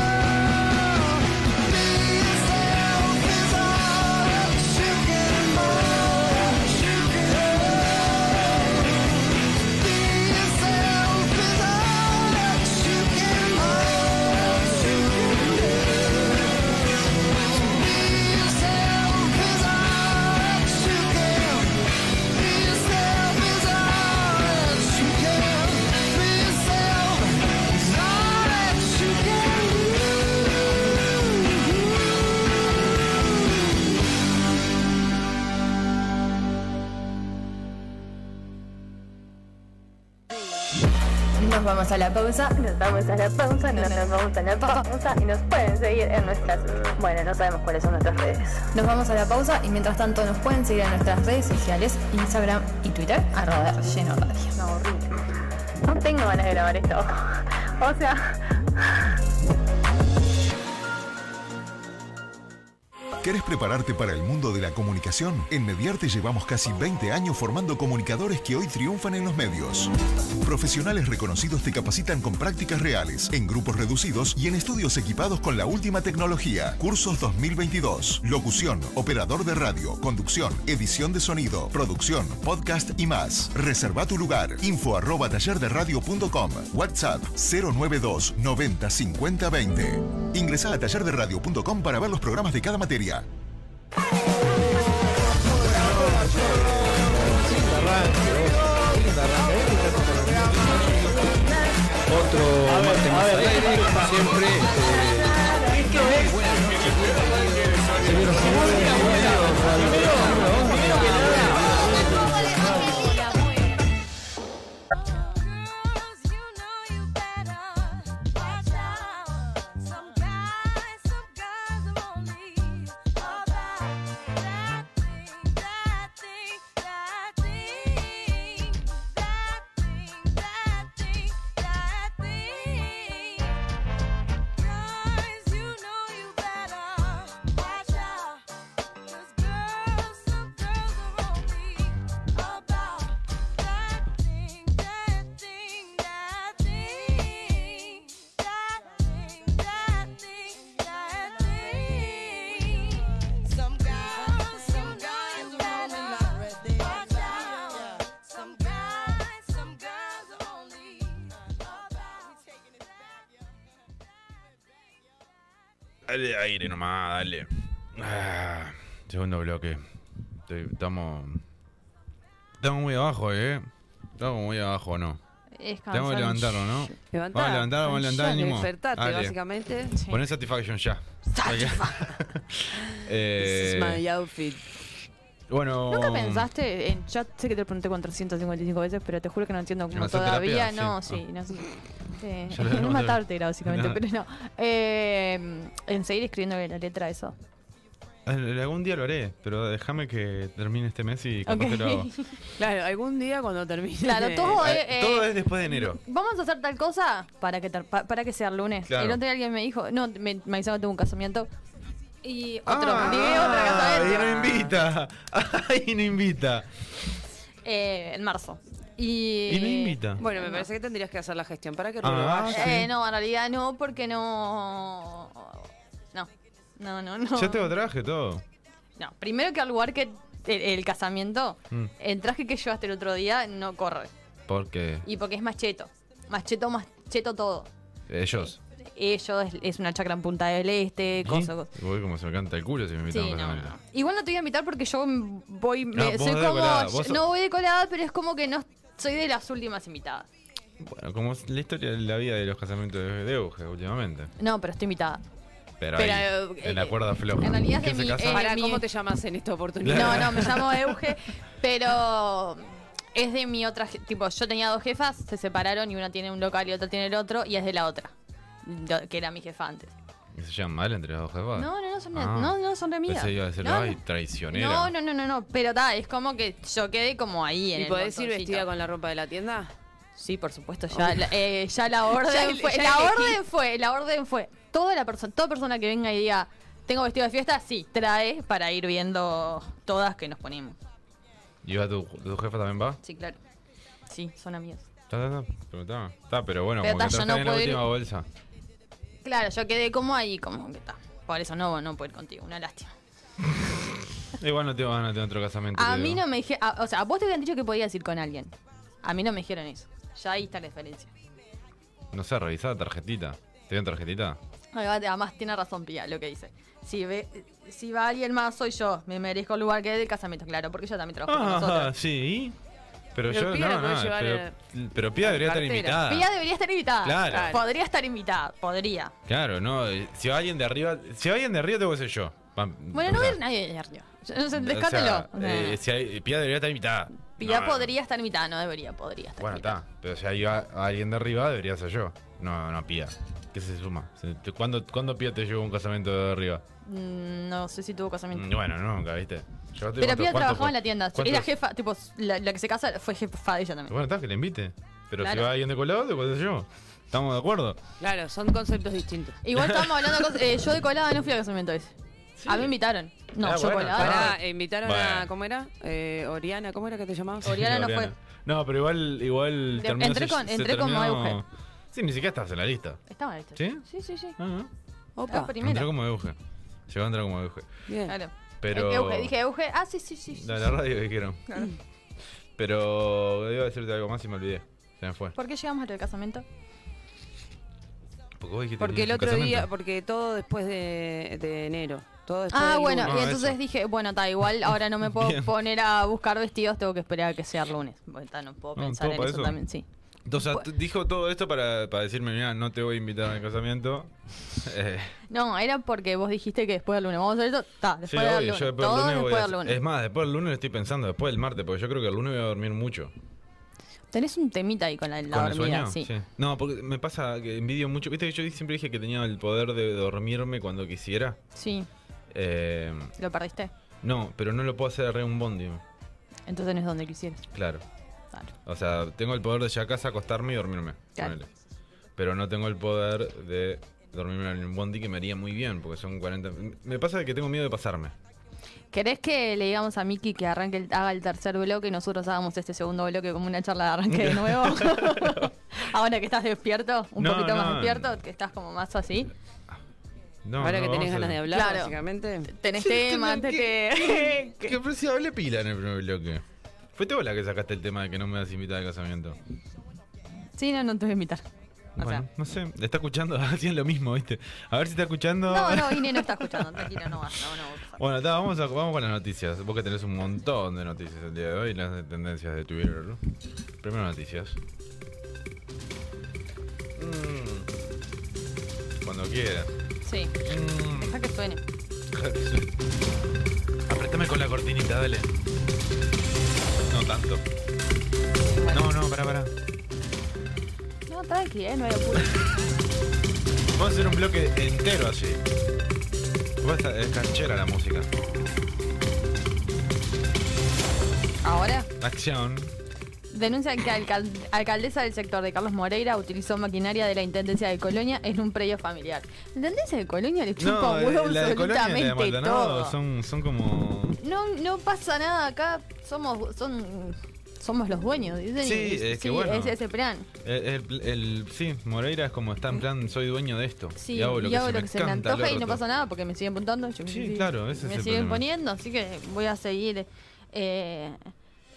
[SPEAKER 6] Nos vamos a la pausa, nos vamos a la pausa, nos, nos vamos a la pausa y nos pueden seguir en nuestras, bueno, no sabemos cuáles son nuestras redes. Nos vamos a la pausa y mientras tanto nos pueden seguir en nuestras redes sociales, Instagram y Twitter, arroba lleno radio. No, No tengo ganas de grabar esto. O sea...
[SPEAKER 7] ¿Querés prepararte para el mundo de la comunicación? En Mediarte llevamos casi 20 años formando comunicadores que hoy triunfan en los medios. Profesionales reconocidos te capacitan con prácticas reales, en grupos reducidos y en estudios equipados con la última tecnología. Cursos 2022. Locución, operador de radio, conducción, edición de sonido, producción, podcast y más. Reserva tu lugar. Info arroba tallerderadio.com. WhatsApp 092 90 50 20. Ingresa a tallerderadio.com para ver los programas de cada materia.
[SPEAKER 8] Otro martes más al aire, como siempre. eh, Señoras y señores,
[SPEAKER 6] uh,
[SPEAKER 1] Dale aire nomás, dale. Ah, segundo bloque. Estoy- Estamos. Estamos muy abajo, eh. Estamos muy abajo, ¿no?
[SPEAKER 2] Es
[SPEAKER 1] Tenemos que levantar, ¿o no?
[SPEAKER 3] Levantá,
[SPEAKER 1] Vamos a levantar, vamos a levantar el ánimo.
[SPEAKER 3] Despertate,
[SPEAKER 1] Dale.
[SPEAKER 3] básicamente.
[SPEAKER 1] Poné Satisfaction ya.
[SPEAKER 3] This is my
[SPEAKER 1] eh,
[SPEAKER 3] outfit.
[SPEAKER 1] bueno.
[SPEAKER 2] ¿Nunca pensaste en ya sé que te lo pregunté 455 veces, pero te juro que no entiendo cómo
[SPEAKER 1] hacer
[SPEAKER 2] todavía
[SPEAKER 1] terapia,
[SPEAKER 2] no,
[SPEAKER 1] sí.
[SPEAKER 2] sí, no sé. Eh,
[SPEAKER 1] Ya lo hablamos
[SPEAKER 2] en
[SPEAKER 1] otra vez.
[SPEAKER 2] matarte era básicamente,
[SPEAKER 1] No.
[SPEAKER 2] pero no. Eh, en seguir escribiendo la letra eso.
[SPEAKER 1] Al- Algún día lo haré, pero déjame que termine este mes y capaz
[SPEAKER 2] Ok.
[SPEAKER 1] que lo hago.
[SPEAKER 3] Claro, algún día cuando termine.
[SPEAKER 2] Claro, todo es,
[SPEAKER 1] Eh,
[SPEAKER 2] eh,
[SPEAKER 1] todo es después de enero.
[SPEAKER 2] Vamos a hacer tal cosa para que tar- pa- para que sea el lunes.
[SPEAKER 1] Claro.
[SPEAKER 2] El otro día alguien me dijo, no, me, me avisaron que tengo un casamiento. Y otro,
[SPEAKER 1] Ah,
[SPEAKER 2] dije, otro
[SPEAKER 1] y no
[SPEAKER 2] casamiento.
[SPEAKER 1] invita. Ay, no invita.
[SPEAKER 2] Eh, en marzo. Y,
[SPEAKER 1] Y no invita.
[SPEAKER 3] Bueno, me parece que tendrías que hacer la gestión para que
[SPEAKER 1] Ah,
[SPEAKER 3] Rulo vaya.
[SPEAKER 1] sí.
[SPEAKER 2] Eh, no, en realidad no, porque no. No, no, no. no.
[SPEAKER 1] Ya te lo traje todo.
[SPEAKER 2] No, primero que al lugar que el, el casamiento,
[SPEAKER 1] Mm.
[SPEAKER 2] el traje que llevaste el otro día no corre.
[SPEAKER 1] Porque
[SPEAKER 2] Y porque es más cheto. Más cheto, más cheto todo.
[SPEAKER 1] ellos.
[SPEAKER 2] Ellos es, es una chacra en Punta del Este, cosas. cosas.
[SPEAKER 1] Voy como se me canta el culo si me
[SPEAKER 2] Sí,
[SPEAKER 1] invitan a un
[SPEAKER 2] no,
[SPEAKER 1] casamiento.
[SPEAKER 2] no. Igual no te voy a invitar porque yo voy.
[SPEAKER 1] No,
[SPEAKER 2] me-
[SPEAKER 1] vos
[SPEAKER 2] soy
[SPEAKER 1] de
[SPEAKER 2] como.
[SPEAKER 1] colada, vos sos-
[SPEAKER 2] No voy de colada, pero es como que no soy de las últimas invitadas.
[SPEAKER 1] Bueno, como es la historia de la vida de los casamientos de de Euge últimamente.
[SPEAKER 2] No, pero estoy invitada.
[SPEAKER 1] Pero,
[SPEAKER 2] Pero,
[SPEAKER 1] ahí,
[SPEAKER 2] eh,
[SPEAKER 1] en la cuerda floja.
[SPEAKER 2] en realidad
[SPEAKER 1] ¿Quién
[SPEAKER 2] es
[SPEAKER 1] se
[SPEAKER 2] de mi-
[SPEAKER 1] casa?
[SPEAKER 2] eh,
[SPEAKER 3] Para,
[SPEAKER 2] mi-
[SPEAKER 3] ¿cómo te llamas en esta oportunidad?
[SPEAKER 2] No, no, me llamo Euge, pero es de mi otra. je- Tipo, yo tenía dos jefas, se separaron y una tiene un local y otra tiene el otro, y es de la otra, lo- que era mi jefa antes.
[SPEAKER 1] ¿Que ¿Se llevan mal entre las dos jefas?
[SPEAKER 2] No, no, no son, de-
[SPEAKER 1] Ah.
[SPEAKER 2] no, no son de mía.
[SPEAKER 1] Pensé que iba a decirlo,
[SPEAKER 2] No,
[SPEAKER 1] ay,
[SPEAKER 2] no.
[SPEAKER 1] traicionera.
[SPEAKER 2] No, no, no, no, no, pero ta, es como que yo quedé como ahí en
[SPEAKER 3] ¿Y
[SPEAKER 2] el
[SPEAKER 3] podés ir
[SPEAKER 2] montoncito.
[SPEAKER 3] vestida con la ropa de la tienda?
[SPEAKER 2] Sí, por supuesto, ya, la, eh, ya la orden
[SPEAKER 3] Ya el-
[SPEAKER 2] fue,
[SPEAKER 3] ya
[SPEAKER 2] la
[SPEAKER 3] elegí.
[SPEAKER 2] orden fue, la orden fue, toda la persona, toda persona que venga y diga, tengo vestido de fiesta, sí, trae para ir viendo todas que nos ponemos.
[SPEAKER 1] ¿Y va tu, tu jefa también va?
[SPEAKER 2] Sí, claro. Sí, son amigos.
[SPEAKER 1] Está, está, está. Pero, está. Está, pero bueno,
[SPEAKER 2] Pero
[SPEAKER 1] como
[SPEAKER 2] está,
[SPEAKER 1] que
[SPEAKER 2] yo
[SPEAKER 1] traje
[SPEAKER 2] no
[SPEAKER 1] en la
[SPEAKER 2] puedo ir.
[SPEAKER 1] última bolsa.
[SPEAKER 2] Claro, yo quedé como ahí, como que está. Por eso no, no puedo ir contigo, una lástima.
[SPEAKER 1] Igual no te van a tener otro casamiento.
[SPEAKER 2] A
[SPEAKER 1] te
[SPEAKER 2] mí
[SPEAKER 1] digo.
[SPEAKER 2] no me dijeron, o sea, a vos te habían dicho que podías ir con alguien. A mí no me dijeron eso. Ya ahí está la diferencia.
[SPEAKER 1] No sé, revisá la tarjetita. ¿Te dieron tarjetita?
[SPEAKER 2] Ahí va, Además, tiene razón Pía lo que dice. Si, ve, si va alguien más, soy yo. Me merezco el lugar que es del casamiento, claro, porque yo también trabajo con nosotros.
[SPEAKER 1] Ah, sí. Pero,
[SPEAKER 3] Pero
[SPEAKER 1] yo
[SPEAKER 3] Pía la
[SPEAKER 1] no,
[SPEAKER 3] puede
[SPEAKER 1] no,
[SPEAKER 3] llevar
[SPEAKER 1] pero, pero Pía
[SPEAKER 3] la
[SPEAKER 1] debería estar
[SPEAKER 3] cartera.
[SPEAKER 1] invitada.
[SPEAKER 2] Pía debería estar invitada.
[SPEAKER 1] Ah. Claro.
[SPEAKER 2] Podría estar invitada, podría.
[SPEAKER 1] Claro, no, eh, si va alguien de arriba, si va alguien de arriba tengo que ser yo. Pa-
[SPEAKER 2] Bueno,
[SPEAKER 1] o
[SPEAKER 2] no
[SPEAKER 1] sea,
[SPEAKER 2] hay nadie de arriba. No sé,
[SPEAKER 1] o sea,
[SPEAKER 2] descártelo. No,
[SPEAKER 1] eh,
[SPEAKER 2] no.
[SPEAKER 1] si hay- Pía debería estar invitada.
[SPEAKER 2] Pía
[SPEAKER 1] No,
[SPEAKER 2] podría estar invitada, no debería, podría estar
[SPEAKER 1] Bueno,
[SPEAKER 2] invitada.
[SPEAKER 1] está. Pero si hay a- alguien de arriba, debería ser yo. No, no, Pía. ¿Qué se suma? Se- te- ¿Cuándo, cuándo Pía te llevó a un casamiento de arriba?
[SPEAKER 2] Mm, No sé si tuvo casamiento.
[SPEAKER 1] Mm, Bueno, nunca, ¿viste? Yo te-
[SPEAKER 2] Pero
[SPEAKER 1] ¿cuánto-
[SPEAKER 2] Pía
[SPEAKER 1] cuánto
[SPEAKER 2] trabajaba
[SPEAKER 1] fue?
[SPEAKER 2] en la tienda.
[SPEAKER 1] ¿Cuántos-
[SPEAKER 2] Era jefa, tipo, la, la que se casa fue jefa de ella también.
[SPEAKER 1] Bueno, está, que le invite. Pero si
[SPEAKER 2] Claro.
[SPEAKER 1] va alguien de colado, te puedo yo. ¿Estamos de acuerdo?
[SPEAKER 3] Claro, son conceptos distintos.
[SPEAKER 2] Igual estábamos hablando de cosas. eh, yo de colada no fui al casamiento ese. A mí me invitaron. No,
[SPEAKER 1] Ah,
[SPEAKER 2] yo
[SPEAKER 1] bueno,
[SPEAKER 2] colada.
[SPEAKER 1] pará.
[SPEAKER 3] Pará, eh, invitaron
[SPEAKER 1] Bueno.
[SPEAKER 3] a. ¿Cómo era? Eh, Oriana, ¿cómo era que te llamabas?
[SPEAKER 2] Oriana. no fue.
[SPEAKER 1] No, pero igual, igual
[SPEAKER 2] De-
[SPEAKER 1] terminó.
[SPEAKER 2] entré
[SPEAKER 1] se-
[SPEAKER 2] con-
[SPEAKER 1] se
[SPEAKER 2] entré como Euge.
[SPEAKER 1] Sí, ni siquiera estás en la lista.
[SPEAKER 2] Estaban listos.
[SPEAKER 1] ¿Sí?
[SPEAKER 2] Sí, sí, sí.
[SPEAKER 1] Ah, ah.
[SPEAKER 3] Opa.
[SPEAKER 2] Ah, primero.
[SPEAKER 1] Entró como Euge. Llegó a entrar como Euge.
[SPEAKER 3] Bien.
[SPEAKER 2] Claro.
[SPEAKER 1] Pero.
[SPEAKER 2] Eh, Euge, dije Euge. Ah, sí, sí, sí. sí.
[SPEAKER 1] La, la radio dijeron. Pero debo decirte algo más y me olvidé. Se me fue.
[SPEAKER 2] ¿Por qué llegamos al casamiento?
[SPEAKER 1] Porque vos dijiste que
[SPEAKER 3] Porque el
[SPEAKER 1] tenías un
[SPEAKER 3] otro día,
[SPEAKER 1] casamiento.
[SPEAKER 3] porque todo después de, de enero. Todo está
[SPEAKER 2] Ah,
[SPEAKER 3] el
[SPEAKER 2] bueno,
[SPEAKER 3] lunes.
[SPEAKER 1] No,
[SPEAKER 2] y entonces
[SPEAKER 1] eso.
[SPEAKER 2] dije, bueno, ta, igual ahora no me puedo
[SPEAKER 1] Bien.
[SPEAKER 2] poner a buscar vestidos, tengo que esperar a que sea lunes. Bueno, ta, no puedo
[SPEAKER 1] No,
[SPEAKER 2] pensar
[SPEAKER 1] todo
[SPEAKER 2] en
[SPEAKER 1] para
[SPEAKER 2] eso,
[SPEAKER 1] eso.
[SPEAKER 2] también, sí.
[SPEAKER 1] Entonces, t- dijo todo esto para, para decirme, mira, no te voy a invitar al casamiento. Eh,
[SPEAKER 2] No, era porque vos dijiste que después del lunes. Vamos a hacer esto, ta, después
[SPEAKER 1] sí,
[SPEAKER 2] del
[SPEAKER 1] obvio,
[SPEAKER 2] lunes.
[SPEAKER 1] yo después del
[SPEAKER 2] todo
[SPEAKER 1] lunes voy
[SPEAKER 2] después
[SPEAKER 1] a-
[SPEAKER 2] del lunes.
[SPEAKER 1] Es más, después del lunes estoy pensando, después del martes, porque yo creo que el lunes voy a dormir mucho.
[SPEAKER 2] Tenés un temita ahí con la, la
[SPEAKER 1] ¿Con el
[SPEAKER 2] dormida,
[SPEAKER 1] sueño?
[SPEAKER 2] sí.
[SPEAKER 1] No, porque me pasa que envidio mucho. Viste que yo siempre dije que tenía el poder de dormirme cuando quisiera.
[SPEAKER 2] Sí,
[SPEAKER 1] Eh,
[SPEAKER 2] lo perdiste.
[SPEAKER 1] no, pero no lo puedo hacer re un bondi,
[SPEAKER 2] Entonces no es donde quisieras.
[SPEAKER 1] claro.
[SPEAKER 2] Claro.
[SPEAKER 1] O sea, tengo el poder de llegar a casa, acostarme y dormirme.
[SPEAKER 2] Claro.
[SPEAKER 1] ponele. Pero no tengo el poder de dormirme en un bondi que me haría muy bien, porque son 40... Me pasa que tengo miedo de pasarme.
[SPEAKER 2] ¿Querés que le digamos a Miki que arranque el- haga el tercer bloque y nosotros hagamos este segundo bloque como una charla de arranque de nuevo? Ahora que estás despierto, un
[SPEAKER 1] No,
[SPEAKER 2] poquito más
[SPEAKER 1] no.
[SPEAKER 2] despierto, que estás como más así.
[SPEAKER 1] No,
[SPEAKER 3] Ahora
[SPEAKER 1] no,
[SPEAKER 3] que tenés
[SPEAKER 1] vamos a-
[SPEAKER 3] ganas de hablar,
[SPEAKER 2] Claro.
[SPEAKER 3] básicamente.
[SPEAKER 2] Tenés
[SPEAKER 1] Sí,
[SPEAKER 2] tema,
[SPEAKER 1] tenés
[SPEAKER 2] te-
[SPEAKER 1] Que pero si hablé pila en el primer bloque. Fuiste vos la que sacaste el tema de que no me vas a invitar al casamiento.
[SPEAKER 2] Sí, no, no te voy a invitar. O
[SPEAKER 1] Bueno,
[SPEAKER 2] sea-
[SPEAKER 1] no sé, está escuchando, hacían lo mismo, ¿viste? A ver si está escuchando.
[SPEAKER 2] No, no, Ine no está escuchando, tranquila, no vas, no, no. vos pasá.
[SPEAKER 1] Bueno, ta, vamos, a- vamos con las noticias. Vos que tenés un montón de noticias el día de hoy, las de tendencias de Twitter. ¿no? Primero noticias. Mm. Cuando quieras.
[SPEAKER 2] Sí,
[SPEAKER 1] Mm.
[SPEAKER 2] deja que suene.
[SPEAKER 1] Apretame con la cortinita, dale. No tanto. No, no, pará, pará.
[SPEAKER 2] No, tranqui, eh, no hay apuro.
[SPEAKER 1] Vamos a hacer un bloque entero así. Basta, es canchera la música.
[SPEAKER 2] Ahora,
[SPEAKER 1] Acción.
[SPEAKER 2] denuncian que alcal- alcaldesa del sector de Carlos Moreira utilizó maquinaria de la Intendencia de Colonia en un predio familiar. La Intendencia de Colonia le chupa
[SPEAKER 1] eh,
[SPEAKER 2] huevo
[SPEAKER 1] la de Colonia y la de
[SPEAKER 2] absolutamente
[SPEAKER 1] Maldonado
[SPEAKER 2] todo.
[SPEAKER 1] son, son como...
[SPEAKER 2] No, no pasa nada acá, somos, son, somos los dueños, dicen.
[SPEAKER 1] Sí,
[SPEAKER 2] y-
[SPEAKER 1] es que bueno.
[SPEAKER 2] es ese plan.
[SPEAKER 1] El, Eh, el- el- sí, Moreira es como está en plan, soy dueño de esto.
[SPEAKER 2] Mm. Sí,
[SPEAKER 1] y hago lo que se me, canta el
[SPEAKER 2] antoja y no
[SPEAKER 1] orto.
[SPEAKER 2] pasa nada porque me siguen apuntando. yo-
[SPEAKER 1] Sí, claro, ese
[SPEAKER 2] Me
[SPEAKER 1] es el
[SPEAKER 2] siguen
[SPEAKER 1] problema.
[SPEAKER 2] poniendo, así que voy a seguir eh,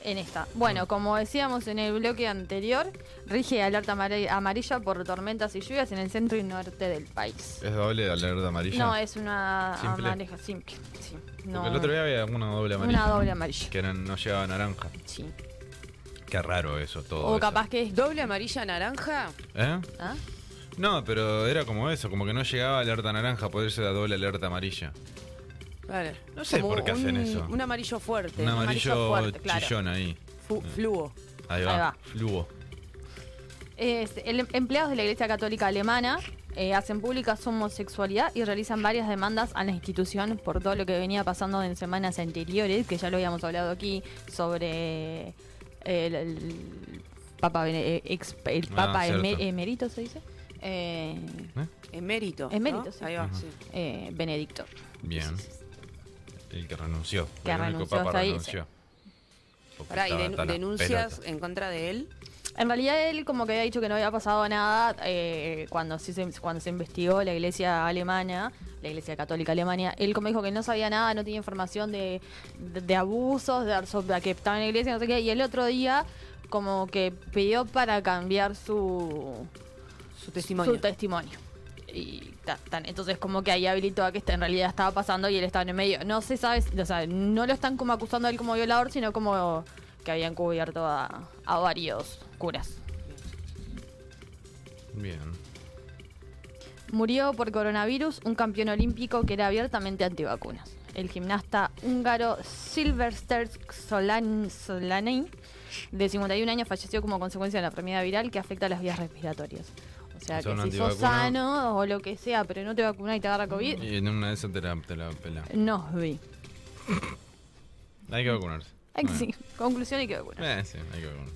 [SPEAKER 2] en esta. Bueno, como decíamos en el bloque anterior, rige alerta amare- amarilla por tormentas y lluvias en el centro y norte del país.
[SPEAKER 1] ¿Es doble de alerta amarilla?
[SPEAKER 2] No, es una
[SPEAKER 1] Simple.
[SPEAKER 2] amarilla simple. sí. No,
[SPEAKER 1] Porque el otro día había una doble amarilla.
[SPEAKER 2] Una doble amarilla.
[SPEAKER 1] Que eran- no llegaba a naranja.
[SPEAKER 2] sí.
[SPEAKER 1] Qué raro eso todo.
[SPEAKER 2] O
[SPEAKER 1] eso.
[SPEAKER 2] capaz que es doble.
[SPEAKER 3] Doble amarilla naranja.
[SPEAKER 1] ¿Eh?
[SPEAKER 2] ¿ah?
[SPEAKER 1] No, pero era como eso, como que no llegaba alerta naranja, podría ser la doble alerta amarilla.
[SPEAKER 3] Vale.
[SPEAKER 1] No sé por qué hacen
[SPEAKER 3] un-
[SPEAKER 1] eso.
[SPEAKER 3] Un amarillo fuerte.
[SPEAKER 1] Un amarillo,
[SPEAKER 2] amarillo fuerte, claro.
[SPEAKER 1] chillón Eh. ahí.
[SPEAKER 3] Fu- fluo.
[SPEAKER 1] Ahí va.
[SPEAKER 2] Ahí va.
[SPEAKER 1] Fluo.
[SPEAKER 2] Es, el- em, empleados de la Iglesia Católica Alemana eh, hacen pública su homosexualidad y realizan varias demandas a la institución por todo lo que venía pasando en semanas anteriores, que ya lo habíamos hablado aquí, sobre eh, el, el Papa, Bene- eh, ex- el
[SPEAKER 1] Ah,
[SPEAKER 2] Papa
[SPEAKER 1] cierto.
[SPEAKER 2] eme- emerito, se dice, Eh,
[SPEAKER 3] Emérito. ¿no?
[SPEAKER 2] Emérito, sí.
[SPEAKER 3] Ahí va,
[SPEAKER 1] Ajá.
[SPEAKER 3] sí.
[SPEAKER 2] eh, Benedicto.
[SPEAKER 1] Bien. El que renunció.
[SPEAKER 2] Que
[SPEAKER 1] el único
[SPEAKER 2] renunció,
[SPEAKER 1] papa
[SPEAKER 2] está ahí,
[SPEAKER 1] renunció. Porque
[SPEAKER 3] Pará, y
[SPEAKER 1] estaba
[SPEAKER 3] denu-
[SPEAKER 1] hasta las
[SPEAKER 3] denuncias
[SPEAKER 1] pelotas.
[SPEAKER 3] en contra de él.
[SPEAKER 2] En realidad él como que había dicho que no había pasado nada eh, cuando, sí se, cuando se investigó la iglesia alemana, la iglesia católica alemana, él como dijo que no sabía nada, no tenía información de, de- de abusos, de, arzo- de que estaba en la iglesia, no sé qué, y el otro día como que pidió para cambiar su,
[SPEAKER 3] Su testimonio.
[SPEAKER 2] su testimonio. Y ta- tan- entonces como que ahí habilitó a que esta- en realidad estaba pasando y él estaba en el medio. No se sabe, o sea, no lo están como acusando a él como violador, sino como que habían cubierto a, a varios curas.
[SPEAKER 1] Bien.
[SPEAKER 2] Murió por coronavirus un campeón olímpico que era abiertamente antivacunas. El gimnasta húngaro Silverster Solan Solanei, de 51 años, falleció como consecuencia de la enfermedad viral que afecta a las vías respiratorias. O sea,
[SPEAKER 1] Son
[SPEAKER 2] que si sos
[SPEAKER 1] antivacunas.
[SPEAKER 2] sano o lo que sea, pero no te vacunas y te agarra COVID,
[SPEAKER 1] Y en una de esas te la, te la
[SPEAKER 2] Eh,
[SPEAKER 1] pela.
[SPEAKER 2] nos vi.
[SPEAKER 1] Hay que vacunarse.
[SPEAKER 2] Ay, que
[SPEAKER 1] Bueno.
[SPEAKER 2] sí. Conclusión y que vacunar.
[SPEAKER 1] Eh, sí, hay que vacunarse.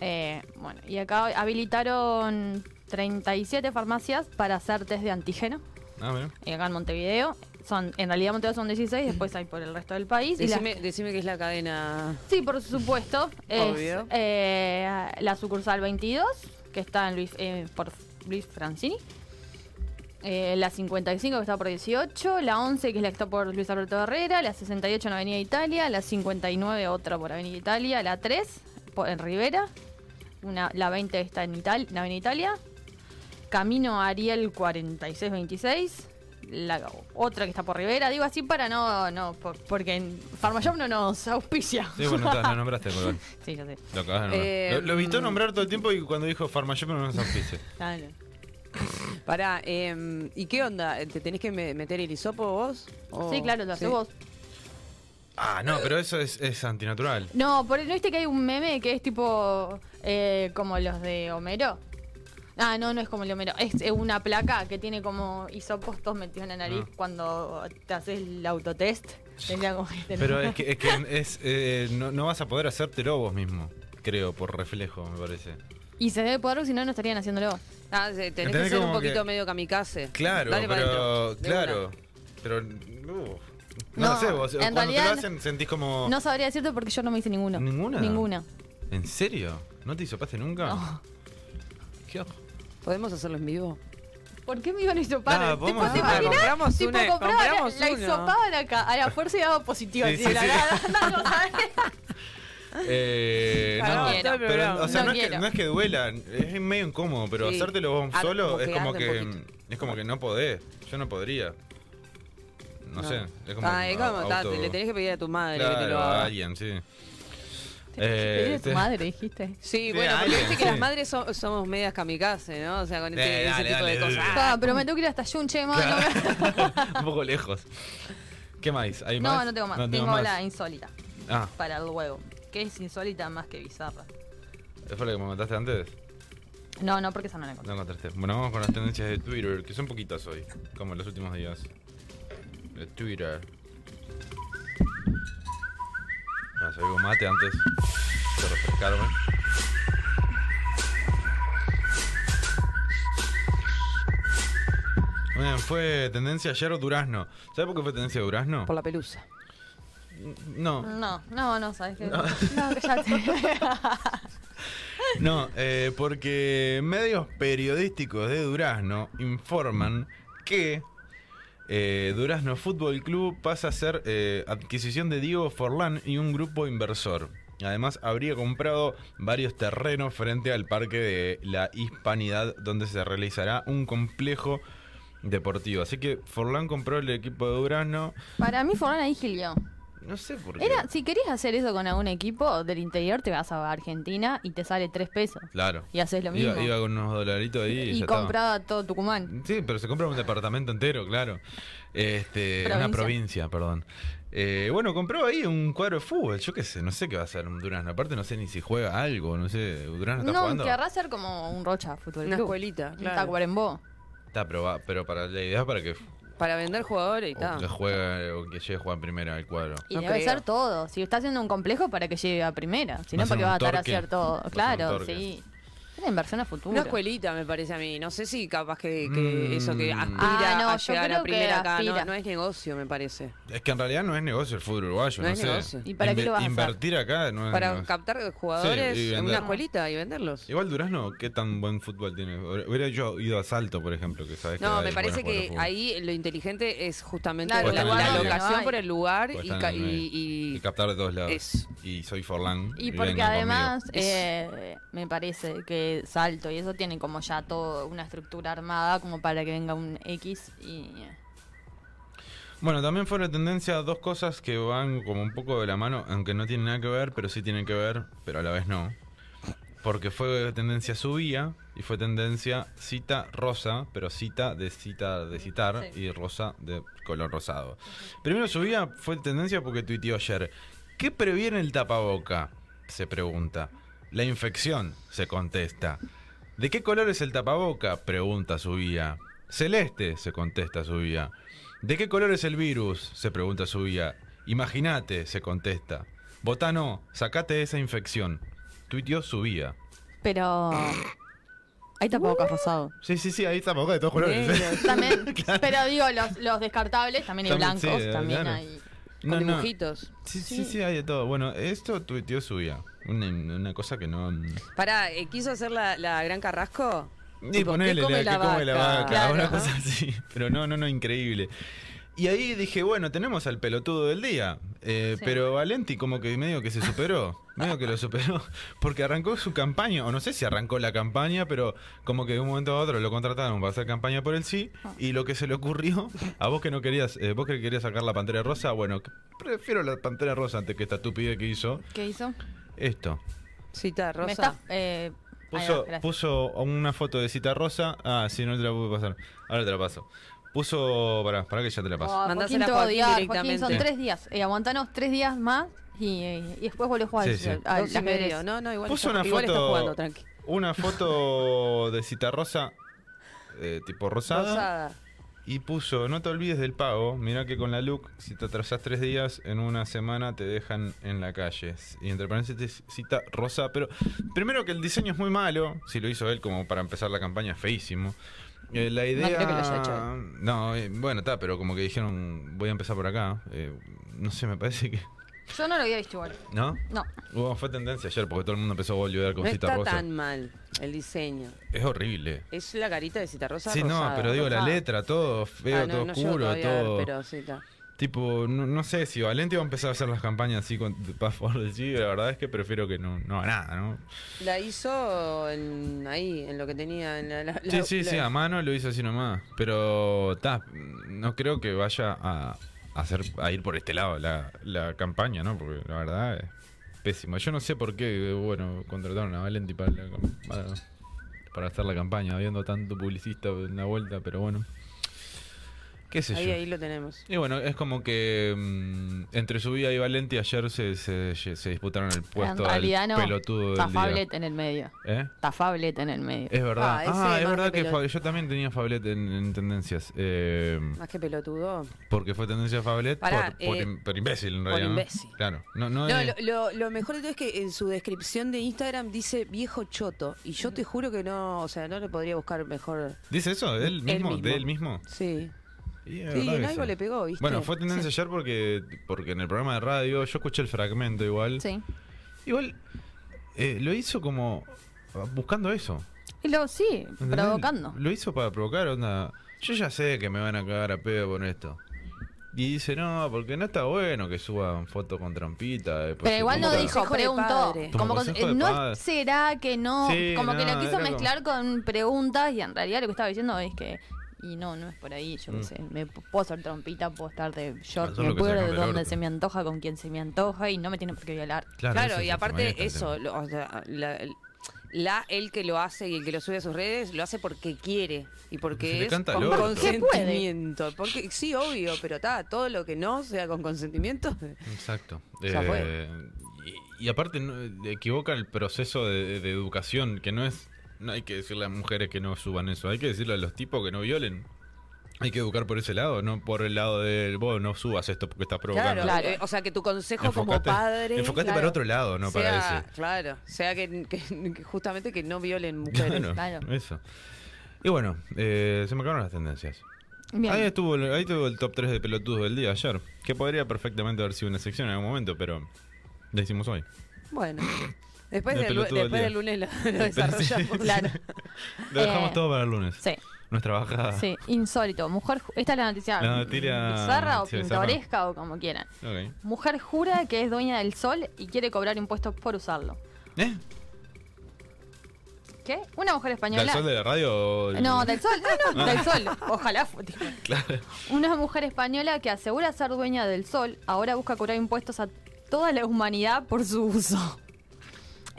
[SPEAKER 2] Eh, bueno, y acá habilitaron 37 farmacias para hacer test de antígeno.
[SPEAKER 1] Ah, bueno.
[SPEAKER 2] eh, acá en Montevideo. Son, en realidad Montevideo son 16, después hay por el resto del país. y las-
[SPEAKER 3] Decime, decime que es la cadena.
[SPEAKER 2] sí, por supuesto. Es,
[SPEAKER 3] Obvio.
[SPEAKER 2] eh, la sucursal 22, que está en Luis, eh, por Luis Francini. Eh, la 55 que está por 18, la 11 que es la que está por Luis Alberto Herrera, la 68 en Avenida Italia, la 59 otra por Avenida Italia, la 3 por, en Rivera, una, la 20 está en, Ital- en Avenida Italia, Camino Ariel 4626 la otra que está por Rivera, digo así para no, no, por- porque en Farmashop no nos auspicia.
[SPEAKER 1] Sí, bueno, está, lo nombraste, perdón.
[SPEAKER 2] Sí, ya sé.
[SPEAKER 1] Lo acabas de nombrar.
[SPEAKER 3] Eh,
[SPEAKER 1] lo, lo evitó
[SPEAKER 3] mm.
[SPEAKER 1] nombrar todo el tiempo y cuando dijo Farmashop no nos auspicia.
[SPEAKER 2] Ah, no.
[SPEAKER 3] Pará, eh, ¿y qué onda? ¿Te tenés que me- meter el hisopo vos?
[SPEAKER 4] Oh,
[SPEAKER 3] ¿O-
[SPEAKER 2] Sí, claro, lo haces vos.
[SPEAKER 1] Ah, no, pero eso es, es antinatural.
[SPEAKER 2] No, por, ¿no viste que hay un meme que es tipo eh, como los de Homero? Ah, no, no es como el de Homero. Es eh, una placa que tiene como hisopostos metidos en la nariz
[SPEAKER 1] Ah.
[SPEAKER 2] cuando te haces el autotest. Tenía como que tener-
[SPEAKER 1] Pero es que, es que es, eh, no, no vas a poder hacértelo vos mismo, creo, por reflejo, me parece.
[SPEAKER 2] Y se debe poder, si no, no estarían haciéndolo.
[SPEAKER 3] Ah, sí, tenés,
[SPEAKER 1] Tenés
[SPEAKER 3] que ser un
[SPEAKER 1] como
[SPEAKER 3] poquito
[SPEAKER 1] que-
[SPEAKER 3] medio kamikaze.
[SPEAKER 1] Claro,
[SPEAKER 3] Dale pa'
[SPEAKER 1] pero.
[SPEAKER 3] adentro, de
[SPEAKER 1] Claro.
[SPEAKER 3] una.
[SPEAKER 1] Pero. uf, no,
[SPEAKER 2] No,
[SPEAKER 1] lo sé, vos.
[SPEAKER 2] en
[SPEAKER 1] Cuando te
[SPEAKER 2] realidad
[SPEAKER 1] lo hacen, sentís como.
[SPEAKER 2] No sabría decirte porque yo no me hice ninguno.
[SPEAKER 1] ¿Ninguna?
[SPEAKER 2] Ninguna.
[SPEAKER 1] ¿En serio? ¿No te hisopaste nunca?
[SPEAKER 2] No.
[SPEAKER 1] ¿Qué ojo?
[SPEAKER 3] ¿Podemos hacerlo en vivo?
[SPEAKER 2] ¿por qué me iban a hisopar?
[SPEAKER 1] Nada,
[SPEAKER 2] tipo,
[SPEAKER 1] podemos
[SPEAKER 2] ¿te
[SPEAKER 1] hacer-
[SPEAKER 2] imaginás?
[SPEAKER 3] Compramos
[SPEAKER 2] Ah, tipo,
[SPEAKER 3] una-
[SPEAKER 2] compraban la-
[SPEAKER 3] compramos
[SPEAKER 2] la
[SPEAKER 3] uno.
[SPEAKER 2] hisopaban acá, a la fuerza y daba positivo.
[SPEAKER 1] Sí,
[SPEAKER 2] así,
[SPEAKER 1] sí,
[SPEAKER 2] de la
[SPEAKER 1] sí.
[SPEAKER 2] nada, no, ¿sabés?
[SPEAKER 1] Eh,
[SPEAKER 3] Claro,
[SPEAKER 1] no,
[SPEAKER 3] todo el programa.
[SPEAKER 1] pero o sea,
[SPEAKER 2] No
[SPEAKER 1] no, es que,
[SPEAKER 2] quiero.
[SPEAKER 1] no es que duela, es medio incómodo, pero
[SPEAKER 3] Sí.
[SPEAKER 1] hacértelo vos
[SPEAKER 3] Ah,
[SPEAKER 1] solo
[SPEAKER 3] como
[SPEAKER 1] es
[SPEAKER 3] que
[SPEAKER 1] como
[SPEAKER 3] arde
[SPEAKER 1] que
[SPEAKER 3] un
[SPEAKER 1] es como que no podés. Yo no podría. No,
[SPEAKER 3] No.
[SPEAKER 1] sé, es como
[SPEAKER 3] ah, es como,
[SPEAKER 1] auto-
[SPEAKER 3] ta, te- le tenés que pedir a tu madre
[SPEAKER 1] claro,
[SPEAKER 3] que te lo
[SPEAKER 1] a
[SPEAKER 3] haga.
[SPEAKER 1] alguien, sí. Eh,
[SPEAKER 2] Era tu
[SPEAKER 1] te-
[SPEAKER 2] madre, dijiste.
[SPEAKER 3] Sí,
[SPEAKER 1] Sí,
[SPEAKER 3] bueno,
[SPEAKER 1] a
[SPEAKER 3] porque
[SPEAKER 1] alguien,
[SPEAKER 3] viste que
[SPEAKER 1] sí.
[SPEAKER 3] las madres so- somos medias kamikaze, ¿no? O sea, con este, ese
[SPEAKER 1] Eh, dale,
[SPEAKER 3] tipo de
[SPEAKER 1] dale,
[SPEAKER 3] cosas.
[SPEAKER 1] dale.
[SPEAKER 2] Ah, pero me tengo que ir hasta Jun, che, mamá, no me-
[SPEAKER 1] Un poco lejos. ¿Qué más? ¿Hay
[SPEAKER 2] No,
[SPEAKER 1] más?
[SPEAKER 2] no tengo más. tengo la insólita
[SPEAKER 1] Ah,
[SPEAKER 2] para el huevo. Que es insólita más que bizarra.
[SPEAKER 1] ¿eso fue lo que me mandaste antes?
[SPEAKER 2] No, no, porque esa no la encontré.
[SPEAKER 1] No encontraste. Bueno, vamos con las tendencias de Twitter, que son poquitas hoy, como en los últimos días. De Twitter. Ah, se un mate antes de refrescarme. Bueno, fue tendencia ayer Durazno. ¿Sabes por qué fue tendencia Durazno?
[SPEAKER 3] Ah, Por la pelusa.
[SPEAKER 1] No.
[SPEAKER 2] No, no, no, sabes que. No, cállate.
[SPEAKER 1] No, eh, porque medios periodísticos de Durazno informan que eh, Durazno Fútbol Club pasa a ser eh, adquisición de Diego Forlán y un grupo inversor. Además, habría comprado varios terrenos frente al Parque de la Hispanidad, donde se realizará un complejo deportivo. Así que Forlán compró el equipo de Durazno.
[SPEAKER 2] Para mí, Forlán ahí gilió.
[SPEAKER 1] No sé por qué.
[SPEAKER 2] Era, si querías hacer eso con algún equipo del interior, te vas a Argentina y te sale tres pesos.
[SPEAKER 1] Claro.
[SPEAKER 2] Y haces lo mismo.
[SPEAKER 1] Iba, iba con unos dolaritos ahí y,
[SPEAKER 2] y
[SPEAKER 1] ya estaba.
[SPEAKER 2] compraba todo Tucumán.
[SPEAKER 1] Sí, pero se compra un departamento entero, claro. Este,
[SPEAKER 2] Provincia.
[SPEAKER 1] Una provincia, perdón. Eh, bueno, compró ahí un cuadro de fútbol. Yo qué sé, no sé qué va a hacer un Durazno. Aparte, no sé ni si juega algo, no sé. Durazno está
[SPEAKER 2] No,
[SPEAKER 1] jugando.
[SPEAKER 2] querrás ser como un Rocha Fútbol
[SPEAKER 3] Una
[SPEAKER 2] Club.
[SPEAKER 3] escuelita,
[SPEAKER 2] Un
[SPEAKER 3] claro.
[SPEAKER 2] Tacuarembó.
[SPEAKER 1] Está, pero, va- pero para la idea es para que,
[SPEAKER 3] Para vender jugadores y
[SPEAKER 1] o que
[SPEAKER 3] tal.
[SPEAKER 1] juegue o que llegue a jugar primero al cuadro.
[SPEAKER 2] Y
[SPEAKER 3] No
[SPEAKER 2] debe
[SPEAKER 3] creo.
[SPEAKER 2] ser todo. Si está haciendo un complejo, para que llegue a primera. Si
[SPEAKER 1] Va
[SPEAKER 2] no,
[SPEAKER 1] a ser
[SPEAKER 2] porque
[SPEAKER 1] un
[SPEAKER 2] va a estar a
[SPEAKER 1] torque.
[SPEAKER 2] hacer todo.
[SPEAKER 1] Va a ser un
[SPEAKER 2] Claro,
[SPEAKER 1] torque.
[SPEAKER 2] sí. Es una inversión a futuro.
[SPEAKER 3] Una escuelita, me parece a mí. No sé si capaz que, que
[SPEAKER 1] Mm.
[SPEAKER 3] eso que aspira
[SPEAKER 2] Ah, no,
[SPEAKER 3] a
[SPEAKER 2] yo
[SPEAKER 3] llegar
[SPEAKER 2] creo
[SPEAKER 3] a
[SPEAKER 2] que
[SPEAKER 3] primera acá.
[SPEAKER 2] aspira.
[SPEAKER 3] No, no es negocio, me parece.
[SPEAKER 1] Es que en realidad no es negocio el fútbol uruguyo,
[SPEAKER 3] No
[SPEAKER 1] no,
[SPEAKER 3] es
[SPEAKER 1] sé.
[SPEAKER 3] negocio.
[SPEAKER 2] ¿Y para qué lo vas a hacer?
[SPEAKER 1] Invertir acá no es
[SPEAKER 3] Para
[SPEAKER 1] negocio.
[SPEAKER 3] captar jugadores
[SPEAKER 1] Sí, y
[SPEAKER 3] en
[SPEAKER 1] vender.
[SPEAKER 3] una escuelita y venderlos.
[SPEAKER 1] Igual Durazno, ¿qué tan buen fútbol tiene? Hubiera yo ido a Salto, por ejemplo, que sabes que
[SPEAKER 3] No,
[SPEAKER 1] hay
[SPEAKER 3] me parece
[SPEAKER 1] buenos jugadores de
[SPEAKER 3] que
[SPEAKER 1] fútbol.
[SPEAKER 3] ahí lo inteligente es justamente
[SPEAKER 2] Claro,
[SPEAKER 1] O
[SPEAKER 3] la,
[SPEAKER 1] están en
[SPEAKER 3] la
[SPEAKER 1] el medio.
[SPEAKER 3] locación por el lugar
[SPEAKER 1] Porque
[SPEAKER 3] y,
[SPEAKER 1] están
[SPEAKER 3] ca-
[SPEAKER 1] en el medio.
[SPEAKER 3] y-
[SPEAKER 1] Y
[SPEAKER 3] y-
[SPEAKER 1] captar de todos lados.
[SPEAKER 3] Eso.
[SPEAKER 1] Y soy Forlán.
[SPEAKER 2] Y
[SPEAKER 1] vengan
[SPEAKER 2] porque
[SPEAKER 1] conmigo.
[SPEAKER 2] además
[SPEAKER 3] Eso.
[SPEAKER 2] eh, me parece que Salto y eso tiene como ya todo una estructura armada como para que venga un X y... eh.
[SPEAKER 1] Bueno, también fueron tendencia dos cosas que van como un poco de la mano, aunque no tienen nada que ver, pero sí tienen que ver, pero a la vez no. Porque fue tendencia subía y fue tendencia cita rosa, pero cita de cita de citar
[SPEAKER 2] Sí.
[SPEAKER 1] y rosa de color rosado. Primero subía fue tendencia porque tuiteó ayer. ¿Qué previene el tapaboca? Se pregunta. La infección, se contesta. ¿De qué color es el tapaboca? Pregunta Subía. Celeste, se contesta Subía. ¿De qué color es el virus? Se pregunta Subía. Imagínate, se contesta. Botano, sacate esa infección. Tuiteó Subía.
[SPEAKER 2] Pero... Ahí tampoco ha pasado.
[SPEAKER 1] Sí, sí, sí, ahí tapaboca de todos colores.
[SPEAKER 2] También, pero digo, los, los descartables también hay
[SPEAKER 1] También,
[SPEAKER 2] blancos,
[SPEAKER 1] sí,
[SPEAKER 2] también
[SPEAKER 1] claro.
[SPEAKER 2] hay...
[SPEAKER 3] con dibujitos.
[SPEAKER 1] Sí, sí, sí, hay de todo. Bueno, esto tuiteó Subía. Una, una cosa que no...
[SPEAKER 3] Pará, eh, quiso hacer la, la Gran Carrasco.
[SPEAKER 1] Y
[SPEAKER 3] Tipo, ¿qué
[SPEAKER 1] ponele,
[SPEAKER 3] come
[SPEAKER 1] la,
[SPEAKER 3] la
[SPEAKER 1] que come la
[SPEAKER 3] vaca?
[SPEAKER 1] vaca,
[SPEAKER 3] Claro.
[SPEAKER 1] una cosa así. Pero no, no, no, increíble. Y ahí dije, bueno, tenemos al pelotudo del día. Eh,
[SPEAKER 2] Sí.
[SPEAKER 1] Pero Valenti como que medio que se superó. medio que lo superó. Porque arrancó su campaña. O no sé si arrancó la campaña, pero como que de un momento a otro lo contrataron para hacer campaña por el sí.
[SPEAKER 3] Ah.
[SPEAKER 1] Y lo que se le ocurrió, a vos que no querías, eh, vos que querías sacar la pantera rosa, bueno, que prefiero la pantera rosa antes que esta estupidez que hizo.
[SPEAKER 2] ¿Qué hizo?
[SPEAKER 1] Esto.
[SPEAKER 4] Cita
[SPEAKER 2] Me
[SPEAKER 4] Rosa.
[SPEAKER 2] está. eh, ay, no,
[SPEAKER 1] Puso,
[SPEAKER 2] gracias.
[SPEAKER 1] puso una foto de cita rosa. Ah, sí, no te la pude pasar. Ahora te la paso. Puso. Pará, pará que ya te la paso.
[SPEAKER 2] Oh, Joaquín,
[SPEAKER 4] Mandásela
[SPEAKER 2] te
[SPEAKER 4] a
[SPEAKER 2] va a
[SPEAKER 4] Joaquín
[SPEAKER 2] odiar, Joaquín,
[SPEAKER 4] directamente.
[SPEAKER 2] son
[SPEAKER 1] Sí.
[SPEAKER 2] tres días. Eh, aguantanos tres días más y, eh, y después volvés a jugar
[SPEAKER 1] Sí, sí.
[SPEAKER 2] al- al
[SPEAKER 4] Dos y
[SPEAKER 2] ajedrez.
[SPEAKER 4] medio. No, no, igual,
[SPEAKER 1] Puso
[SPEAKER 4] está,
[SPEAKER 1] una
[SPEAKER 4] igual está
[SPEAKER 1] foto-
[SPEAKER 4] jugando, tranqui.
[SPEAKER 1] Una foto de cita rosa, eh, tipo rosada,
[SPEAKER 4] Rosada.
[SPEAKER 1] Y puso, no te olvides del pago. Mirá que con la LUC, si te atrasás tres días, en una semana te dejan en la calle. Y entre paréntesis, cita rosa. Pero primero que el diseño es muy malo. Si lo hizo él como para empezar la campaña, feísimo. Eh, la idea.
[SPEAKER 4] creo que lo haya hecho
[SPEAKER 1] No, eh, bueno, está, pero como que dijeron, voy a empezar por acá. Eh, no sé, me parece que.
[SPEAKER 2] Yo no lo había visto igual.
[SPEAKER 1] ¿No?
[SPEAKER 2] No.
[SPEAKER 1] Hubo- fue tendencia ayer porque todo el mundo empezó a volver con
[SPEAKER 4] No
[SPEAKER 1] cita
[SPEAKER 4] está
[SPEAKER 1] rosa.
[SPEAKER 4] tan mal el diseño.
[SPEAKER 1] Es horrible.
[SPEAKER 4] Es la carita de Cita Rosa.
[SPEAKER 1] Sí, no,
[SPEAKER 4] rosada.
[SPEAKER 1] pero digo, la
[SPEAKER 2] rosada.
[SPEAKER 1] letra, todo feo,
[SPEAKER 4] Ah, no,
[SPEAKER 1] todo
[SPEAKER 4] no llego
[SPEAKER 1] oscuro,
[SPEAKER 4] todavía a ver,
[SPEAKER 1] todo.
[SPEAKER 4] pero sí, está.
[SPEAKER 1] Tipo, no, no sé si Valente va a empezar a hacer las campañas así con, a favor del sí, la verdad es que prefiero que no, no haga nada, ¿no?
[SPEAKER 4] La hizo en- ahí, en lo que tenía. En la, la- la-
[SPEAKER 1] sí, sí, ah,
[SPEAKER 4] la-
[SPEAKER 1] sí, a mano lo hizo así nomás. Pero, ta, no creo que vaya a, a hacer, a ir por este lado la, la campaña, ¿no? Porque la verdad es pésimo. Yo no sé por qué, bueno, contrataron a Valenti para, la cam- para, para hacer la campaña, habiendo tanto publicista en la vuelta, pero bueno. ¿Qué sé
[SPEAKER 4] Ahí,
[SPEAKER 1] yo?
[SPEAKER 4] ahí lo tenemos.
[SPEAKER 1] Y bueno, es como que mm, entre su vida y Valenti ayer se, se, se disputaron el puesto
[SPEAKER 2] en realidad
[SPEAKER 1] al
[SPEAKER 2] no.
[SPEAKER 1] pelotudo
[SPEAKER 2] Está
[SPEAKER 1] del día.
[SPEAKER 2] Fablet en el medio.
[SPEAKER 1] ¿Eh?
[SPEAKER 2] Está Fablet en el medio.
[SPEAKER 1] Es verdad.
[SPEAKER 4] Ah, ese
[SPEAKER 1] Ah, es
[SPEAKER 4] más
[SPEAKER 1] verdad
[SPEAKER 4] que
[SPEAKER 1] que
[SPEAKER 4] pelot-
[SPEAKER 1] Fablet- yo también tenía Fablet en, en tendencias. Eh,
[SPEAKER 4] Más que pelotudo.
[SPEAKER 1] porque fue tendencia Fablet
[SPEAKER 4] Pará,
[SPEAKER 1] por, por
[SPEAKER 4] eh,
[SPEAKER 1] im- por imbécil, en
[SPEAKER 4] por
[SPEAKER 1] realidad. ¿no?
[SPEAKER 4] imbécil.
[SPEAKER 1] Claro. No, no,
[SPEAKER 4] No,
[SPEAKER 1] es-
[SPEAKER 4] lo, lo- lo mejor de todo es que en su descripción de Instagram dice viejo choto. Y yo te juro que no, o sea, no le podría buscar mejor.
[SPEAKER 1] ¿Dice eso? ¿De él
[SPEAKER 4] Él
[SPEAKER 1] mismo?
[SPEAKER 4] mismo.
[SPEAKER 1] ¿De él mismo?
[SPEAKER 4] Sí.
[SPEAKER 1] Y es
[SPEAKER 4] Sí,
[SPEAKER 1] verdad
[SPEAKER 4] en
[SPEAKER 1] que
[SPEAKER 4] algo
[SPEAKER 1] sí.
[SPEAKER 4] le pegó, ¿viste?
[SPEAKER 1] Bueno, fue tendencia
[SPEAKER 4] Sí.
[SPEAKER 1] ayer porque, porque en el programa de radio yo escuché el fragmento igual.
[SPEAKER 2] Sí.
[SPEAKER 1] Igual eh, lo hizo como ah, buscando eso.
[SPEAKER 2] Y luego sí,
[SPEAKER 1] ¿Entendés?
[SPEAKER 2] provocando.
[SPEAKER 1] Lo hizo para provocar, onda. Yo ya sé que me van a cagar a pedo con esto. Y dice, no, porque no está bueno que suban foto con trampita. eh, pues
[SPEAKER 2] Pero
[SPEAKER 1] si
[SPEAKER 2] igual no
[SPEAKER 1] compra-
[SPEAKER 2] dijo,
[SPEAKER 4] Consejo de
[SPEAKER 2] preguntó.
[SPEAKER 4] padre.
[SPEAKER 1] Como
[SPEAKER 2] Como
[SPEAKER 1] consejo
[SPEAKER 2] con-
[SPEAKER 1] de
[SPEAKER 2] no es-
[SPEAKER 1] padre.
[SPEAKER 2] será que no.
[SPEAKER 1] Sí,
[SPEAKER 2] como que
[SPEAKER 1] no,
[SPEAKER 2] lo quiso
[SPEAKER 1] era como-
[SPEAKER 2] mezclar con preguntas y en realidad lo que estaba diciendo es que. Y no, no es por ahí, yo
[SPEAKER 1] Mm.
[SPEAKER 2] qué sé. Me p- puedo hacer trompita, puedo estar de short,
[SPEAKER 1] Hacer
[SPEAKER 2] me
[SPEAKER 1] lo que
[SPEAKER 2] puedo
[SPEAKER 1] se rompe
[SPEAKER 2] ir de
[SPEAKER 1] el
[SPEAKER 2] donde
[SPEAKER 1] orto.
[SPEAKER 2] se me antoja, con quien se me antoja y no me tienen por qué violar.
[SPEAKER 1] Claro,
[SPEAKER 4] Claro,
[SPEAKER 1] ese
[SPEAKER 4] y
[SPEAKER 1] es el tema, ahí
[SPEAKER 4] aparte
[SPEAKER 1] está el
[SPEAKER 4] eso,
[SPEAKER 1] tema.
[SPEAKER 4] lo- o sea, la, el- la- el que lo hace y el que lo sube a sus redes lo hace porque quiere y
[SPEAKER 1] se
[SPEAKER 4] porque
[SPEAKER 1] le
[SPEAKER 4] es
[SPEAKER 1] canta al
[SPEAKER 4] con
[SPEAKER 1] orto.
[SPEAKER 2] Porque puede.
[SPEAKER 4] consentimiento. Porque sí, obvio, pero está todo lo que no sea con consentimiento.
[SPEAKER 1] Exacto.
[SPEAKER 4] Ya
[SPEAKER 1] Eh,
[SPEAKER 4] fue.
[SPEAKER 1] y, y aparte no- equivoca el proceso de, de educación, que no es... No hay que decirle a las mujeres que no suban eso, hay que decirle a los tipos que no violen. Hay que educar por ese lado, no por el lado del vos no subas esto porque estás provocando.
[SPEAKER 4] Claro,
[SPEAKER 2] Claro.
[SPEAKER 4] eh, o sea, que tu consejo como
[SPEAKER 1] Enfocate-
[SPEAKER 4] padre.
[SPEAKER 1] enfocate
[SPEAKER 4] claro,
[SPEAKER 1] para otro lado, no para
[SPEAKER 4] sea-
[SPEAKER 1] ese.
[SPEAKER 4] Claro, sea que, que- que justamente que no violen mujeres.
[SPEAKER 1] Claro,
[SPEAKER 2] claro.
[SPEAKER 1] Eso. Y bueno, eh, se me acabaron las tendencias.
[SPEAKER 2] Bien.
[SPEAKER 1] Ahí estuvo, el- ahí estuvo el top 3 de pelotudos del día ayer, que podría perfectamente haber sido una sección en algún momento, pero la hicimos hoy.
[SPEAKER 4] Bueno, después,
[SPEAKER 1] El
[SPEAKER 4] del, lu-
[SPEAKER 1] pelotudo del
[SPEAKER 4] después
[SPEAKER 1] día.
[SPEAKER 4] del lunes lo, lo desarrollamos.
[SPEAKER 2] Claro.
[SPEAKER 1] Lo dejamos
[SPEAKER 2] Eh,
[SPEAKER 1] todo para el lunes.
[SPEAKER 2] Sí,
[SPEAKER 1] Nuestra bajada.
[SPEAKER 2] sí, insólito. Mujer, ju- esta es la noticia,
[SPEAKER 1] Ah. La noticia-
[SPEAKER 2] bizarra o
[SPEAKER 1] sí, bizarra.
[SPEAKER 2] pintoresca o como quieran.
[SPEAKER 1] Ok.
[SPEAKER 2] Mujer jura que es dueña del sol y quiere cobrar impuestos por usarlo.
[SPEAKER 1] ¿Eh?
[SPEAKER 2] ¿Qué? Una mujer
[SPEAKER 1] ¿Del
[SPEAKER 2] española.
[SPEAKER 1] sol de la radio? o el-
[SPEAKER 2] No, del sol, no, no, del sol. Ojalá. fu-
[SPEAKER 1] Claro.
[SPEAKER 2] Una mujer española que asegura ser dueña del sol ahora busca cobrar impuestos a toda la humanidad por su uso.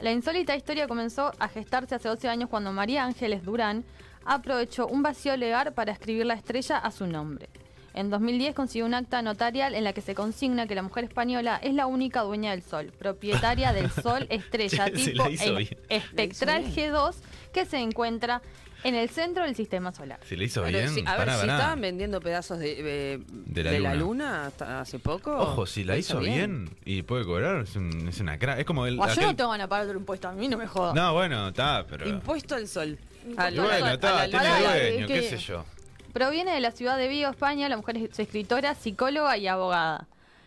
[SPEAKER 2] La insólita historia comenzó a gestarse hace 12 años cuando María Ángeles Durán aprovechó un vacío legal para escribir la estrella a su nombre. En 2010 consiguió un acta notarial en la que se consigna que la mujer española es la única dueña del sol, propietaria del sol estrella
[SPEAKER 1] Se- se
[SPEAKER 2] tipo
[SPEAKER 1] la hizo
[SPEAKER 2] es-
[SPEAKER 1] bien.
[SPEAKER 2] espectral
[SPEAKER 4] La hizo
[SPEAKER 2] G2 que se encuentra en el centro del sistema solar.
[SPEAKER 1] Si le hizo
[SPEAKER 4] Claro,
[SPEAKER 1] bien,
[SPEAKER 4] sí, a ver,
[SPEAKER 1] pará,
[SPEAKER 4] si
[SPEAKER 1] pará.
[SPEAKER 4] estaban vendiendo pedazos de, eh,
[SPEAKER 1] De la
[SPEAKER 4] de
[SPEAKER 1] luna.
[SPEAKER 4] hasta hace poco.
[SPEAKER 1] Ojo, si la hizo bien, y puede cobrar, es, un- es una cra. Es como el.
[SPEAKER 2] O yo no
[SPEAKER 1] aquel-
[SPEAKER 2] te van a pagar otro impuesto, a mí no me jodas.
[SPEAKER 1] No, bueno, está, pero.
[SPEAKER 4] Impuesto al sol.
[SPEAKER 1] Y bueno, está, tiene
[SPEAKER 2] Pará,
[SPEAKER 1] dueño,
[SPEAKER 2] que-
[SPEAKER 1] qué sé yo.
[SPEAKER 2] Proviene de la ciudad de Vigo, España. La mujer es escritora, psicóloga y abogada.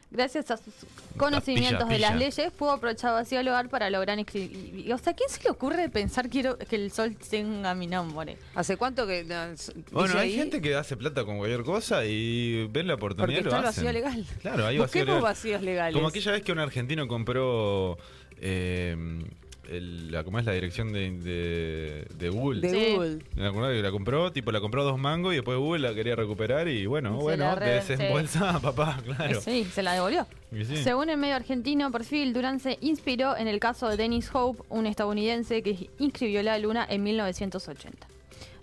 [SPEAKER 2] gracias a sus conocimientos
[SPEAKER 1] pilla,
[SPEAKER 2] de las
[SPEAKER 1] pilla.
[SPEAKER 2] leyes, pudo aprovechar vacío el hogar para lograr inscribir. O sea, ¿quién se le ocurre pensar quiero que el sol tenga mi nombre?
[SPEAKER 4] ¿Hace cuánto que.? no, s-
[SPEAKER 1] Bueno,
[SPEAKER 4] dice
[SPEAKER 1] hay
[SPEAKER 4] ahí?
[SPEAKER 1] gente que hace plata con cualquier cosa y ven la oportunidad
[SPEAKER 4] Porque
[SPEAKER 1] y lo
[SPEAKER 4] está el
[SPEAKER 1] hacen.
[SPEAKER 4] vacío legal.
[SPEAKER 1] Claro, hay vacío
[SPEAKER 4] Busquemos
[SPEAKER 1] legal.
[SPEAKER 4] vacíos legales.
[SPEAKER 1] Como aquella vez que un argentino compró eh, el- la, ¿cómo es la dirección de, de, de Google.
[SPEAKER 4] De
[SPEAKER 2] Sí.
[SPEAKER 4] Google.
[SPEAKER 1] La, compró- la compró, tipo, la compró dos mangos y después Google la quería recuperar y bueno,
[SPEAKER 2] Se la
[SPEAKER 1] bueno,
[SPEAKER 2] re-
[SPEAKER 1] desembolsa, papá, claro.
[SPEAKER 2] Sí, se la devolvió.
[SPEAKER 1] Y sí.
[SPEAKER 2] Según el medio argentino Perfil, Durán se inspiró en el caso de Dennis Hope, un estadounidense que inscribió la luna en 1980.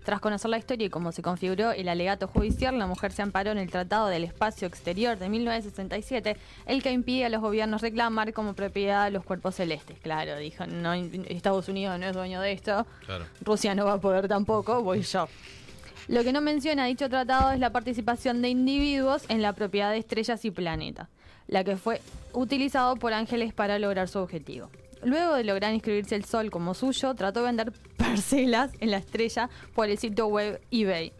[SPEAKER 2] Tras conocer la historia y cómo se configuró el alegato judicial, la mujer se amparó en el Tratado del Espacio Exterior de 1967, el que impide a los gobiernos reclamar como propiedad los cuerpos celestes. Claro, dijo, no, Estados Unidos no es dueño de esto,
[SPEAKER 1] Claro.
[SPEAKER 2] Rusia no va a poder tampoco, voy yo. Lo que no menciona dicho tratado es la participación de individuos en la propiedad de estrellas y planetas, la que fue utilizado por ángeles para lograr su objetivo. Luego de lograr inscribirse el Sol como suyo, trató de vender parcelas en la estrella por el sitio web eBay.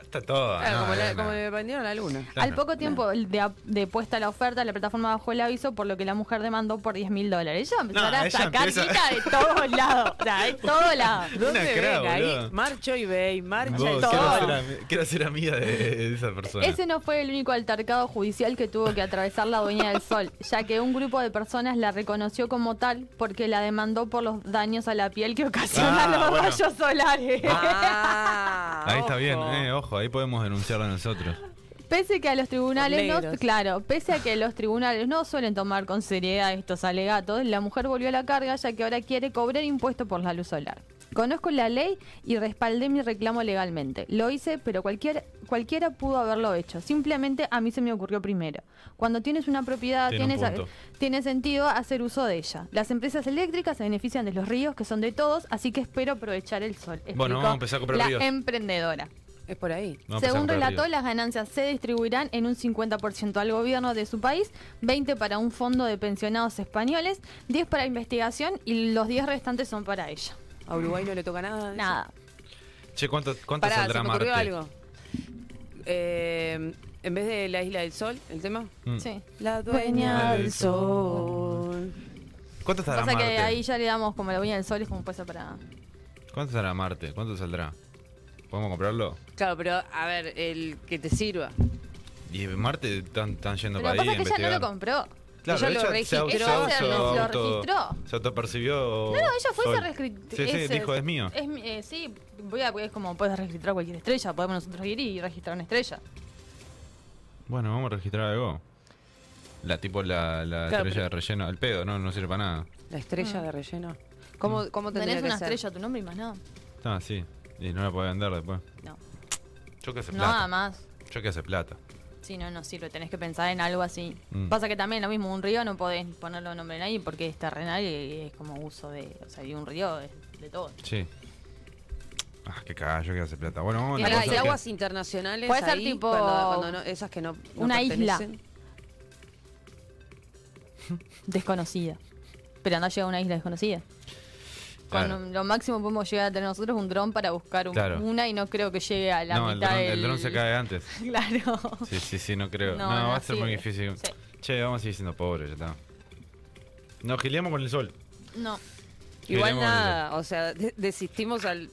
[SPEAKER 1] Está todo.
[SPEAKER 4] Claro,
[SPEAKER 1] no,
[SPEAKER 4] como, la-
[SPEAKER 1] no,
[SPEAKER 4] como
[SPEAKER 1] no.
[SPEAKER 4] le vendieron la luna.
[SPEAKER 1] Claro.
[SPEAKER 2] Al poco tiempo de, ap- de puesta la oferta, la plataforma bajó el aviso, por lo que la mujer demandó por 10 mil dólares. Ella empezará a
[SPEAKER 1] ella
[SPEAKER 2] sacar
[SPEAKER 1] empieza-
[SPEAKER 2] guita de todos lados. O sea, de todos lados.
[SPEAKER 1] Una
[SPEAKER 4] ¿Dónde
[SPEAKER 1] cra,
[SPEAKER 4] ven ahí?
[SPEAKER 1] boludo.
[SPEAKER 4] Marcho y Bay, marcha
[SPEAKER 1] Vos,
[SPEAKER 4] y
[SPEAKER 1] quiero,
[SPEAKER 2] todo.
[SPEAKER 1] ser, ami- quiero ser amiga de, de esa persona.
[SPEAKER 2] Ese no fue el único altercado judicial que tuvo que atravesar la dueña del sol, ya que un grupo de personas la reconoció como tal porque la demandó por los daños a la piel que ocasionan
[SPEAKER 1] Ah,
[SPEAKER 2] los
[SPEAKER 1] bueno.
[SPEAKER 2] rayos solares.
[SPEAKER 4] Ah,
[SPEAKER 1] ahí está
[SPEAKER 4] ojo.
[SPEAKER 1] bien, eh, ojo, ahí podemos denunciarla nosotros.
[SPEAKER 2] Pese que a los tribunales
[SPEAKER 4] Los
[SPEAKER 2] no,
[SPEAKER 4] negros.
[SPEAKER 2] claro, pese a que los tribunales no suelen tomar con seriedad estos alegatos, la mujer volvió a la carga ya que ahora quiere cobrar impuestos por la luz solar. Conozco la ley y respaldé mi reclamo legalmente. Lo hice, pero cualquier, cualquiera pudo haberlo hecho. Simplemente a mí se me ocurrió primero. Cuando tienes una propiedad,
[SPEAKER 1] Tiene un
[SPEAKER 2] tienes,
[SPEAKER 1] punto.
[SPEAKER 2] tiene sentido hacer uso de ella. Las empresas eléctricas se benefician de los ríos, que son de todos, así que espero aprovechar el sol.
[SPEAKER 1] Bueno, vamos a empezar a comprar
[SPEAKER 2] la
[SPEAKER 1] ríos.
[SPEAKER 2] emprendedora.
[SPEAKER 4] Es por ahí.
[SPEAKER 1] Vamos a empezar a
[SPEAKER 2] Según
[SPEAKER 1] comprar
[SPEAKER 2] relató,
[SPEAKER 1] ríos.
[SPEAKER 2] las ganancias se distribuirán en un 50% al gobierno de su país, 20 para un fondo de pensionados españoles, 10 para investigación y los 10 restantes son para ella.
[SPEAKER 4] A Uruguay no le toca nada. de eso.
[SPEAKER 2] Nada.
[SPEAKER 1] Che, ¿cuánto, cuánto
[SPEAKER 4] Pará, se
[SPEAKER 1] saldrá
[SPEAKER 4] me ocurrió
[SPEAKER 1] Marte?
[SPEAKER 4] algo. Eh, en vez de la isla del sol, el tema.
[SPEAKER 1] Mm.
[SPEAKER 2] Sí.
[SPEAKER 4] La
[SPEAKER 2] dueña
[SPEAKER 4] dueña
[SPEAKER 1] del
[SPEAKER 4] del sol.
[SPEAKER 1] ¿Cuánto saldrá
[SPEAKER 2] Pasa que
[SPEAKER 1] Marte?
[SPEAKER 2] ahí ya le damos como la uña del sol, es como pasa para.
[SPEAKER 1] ¿Cuánto saldrá Marte? ¿Cuánto saldrá? ¿Podemos comprarlo?
[SPEAKER 4] Claro, pero a ver, el que te sirva.
[SPEAKER 1] Y Marte están, están yendo
[SPEAKER 2] Pero
[SPEAKER 1] para
[SPEAKER 2] pasa
[SPEAKER 1] ahí a
[SPEAKER 2] que ella no
[SPEAKER 1] investigar.
[SPEAKER 2] lo compró.
[SPEAKER 1] Claro,
[SPEAKER 4] Ella lo
[SPEAKER 1] se au- se
[SPEAKER 2] registró.
[SPEAKER 1] auto-
[SPEAKER 2] Ella lo- lo
[SPEAKER 1] auto-
[SPEAKER 2] registró.
[SPEAKER 1] Se autopercibió.
[SPEAKER 2] No, no, ella fue y
[SPEAKER 1] sol.
[SPEAKER 2] se reescri-
[SPEAKER 1] Sí, sí,
[SPEAKER 2] es-
[SPEAKER 1] dijo, es mío.
[SPEAKER 2] es mi- eh, sí, voy a, es como puedes registrar cualquier estrella, podemos nosotros ir y registrar una estrella.
[SPEAKER 1] Bueno, vamos a registrar algo. La tipo la, la
[SPEAKER 4] Claro,
[SPEAKER 1] estrella de relleno. El pedo, no, no sirve para nada.
[SPEAKER 4] La estrella de relleno.
[SPEAKER 1] Mm.
[SPEAKER 4] ¿Cómo, cómo tendría
[SPEAKER 2] Tenés
[SPEAKER 4] que
[SPEAKER 2] una
[SPEAKER 4] ser?
[SPEAKER 2] estrella a tu nombre y más nada.
[SPEAKER 1] Está así. Ah, Y no la puede vender después.
[SPEAKER 2] No.
[SPEAKER 1] Yo que hace plata.
[SPEAKER 2] Nada más.
[SPEAKER 1] Yo que hace plata.
[SPEAKER 2] Sí, no, no sirve, tenés que pensar en algo así.
[SPEAKER 1] Mm.
[SPEAKER 2] Pasa que también lo mismo, un río no podés ponerlo nombre de nadie porque es terrenal y es como uso de. O sea, y un río es de todo.
[SPEAKER 1] Sí. Ah, qué cagada, yo que hace plata. Bueno, vamos a
[SPEAKER 4] Pará,
[SPEAKER 1] una
[SPEAKER 4] y
[SPEAKER 1] cosa
[SPEAKER 4] aguas
[SPEAKER 1] que-
[SPEAKER 4] internacionales.
[SPEAKER 2] Puede ser
[SPEAKER 4] ahí,
[SPEAKER 2] tipo
[SPEAKER 4] cuando- cuando no- esas que no. no
[SPEAKER 2] una isla.
[SPEAKER 4] pertenecen.
[SPEAKER 2] Desconocida. Pero andá llega a una isla desconocida. Con
[SPEAKER 1] Claro.
[SPEAKER 2] lo máximo podemos llegar a tener nosotros un dron para buscar un-
[SPEAKER 1] Claro.
[SPEAKER 2] una y no creo que llegue a la
[SPEAKER 1] No, el
[SPEAKER 2] mitad
[SPEAKER 1] dron,
[SPEAKER 2] del.
[SPEAKER 1] el dron se cae antes.
[SPEAKER 2] Claro.
[SPEAKER 1] Sí, sí, sí, no creo.
[SPEAKER 2] No,
[SPEAKER 1] No,
[SPEAKER 2] no
[SPEAKER 1] va a ser muy
[SPEAKER 2] sirve.
[SPEAKER 1] difícil.
[SPEAKER 2] Sí.
[SPEAKER 1] Che, vamos a seguir siendo pobres, ya está. Nos gileamos con el sol.
[SPEAKER 2] No.
[SPEAKER 1] Gileamos con
[SPEAKER 4] Igual
[SPEAKER 1] el
[SPEAKER 4] nada, o sea, de- desistimos al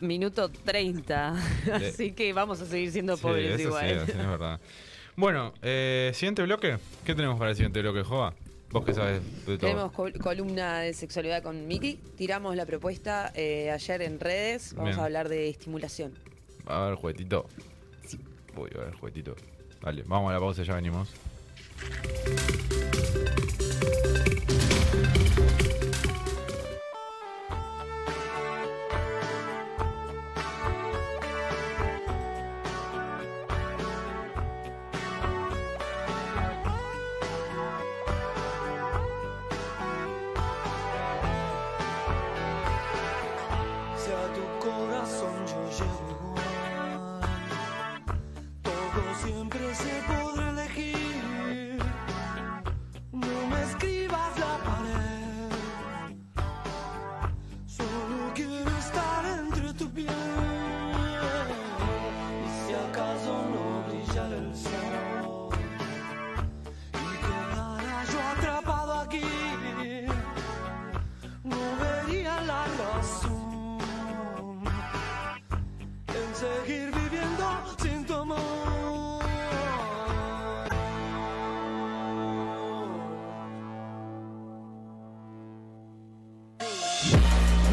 [SPEAKER 4] minuto 30.
[SPEAKER 1] De-
[SPEAKER 4] Así que vamos a seguir siendo
[SPEAKER 1] sol. Sí,
[SPEAKER 4] pobres
[SPEAKER 1] eso sí,
[SPEAKER 4] igual.
[SPEAKER 1] eso sí, es verdad. Bueno, eh, siguiente bloque. ¿Qué tenemos para el siguiente bloque, Jova? Vos que sabes de todo.
[SPEAKER 4] Tenemos col- columna de sexualidad con Miki. Tiramos la propuesta eh, ayer en redes. Vamos
[SPEAKER 1] Bien.
[SPEAKER 4] a hablar de estimulación.
[SPEAKER 1] Va a haber juguetito. Uy, va a haber juguetito. Dale, vamos a la pausa, ya venimos.
[SPEAKER 6] Si a tu corazón yo llego igual, todo siempre se podrá elegir.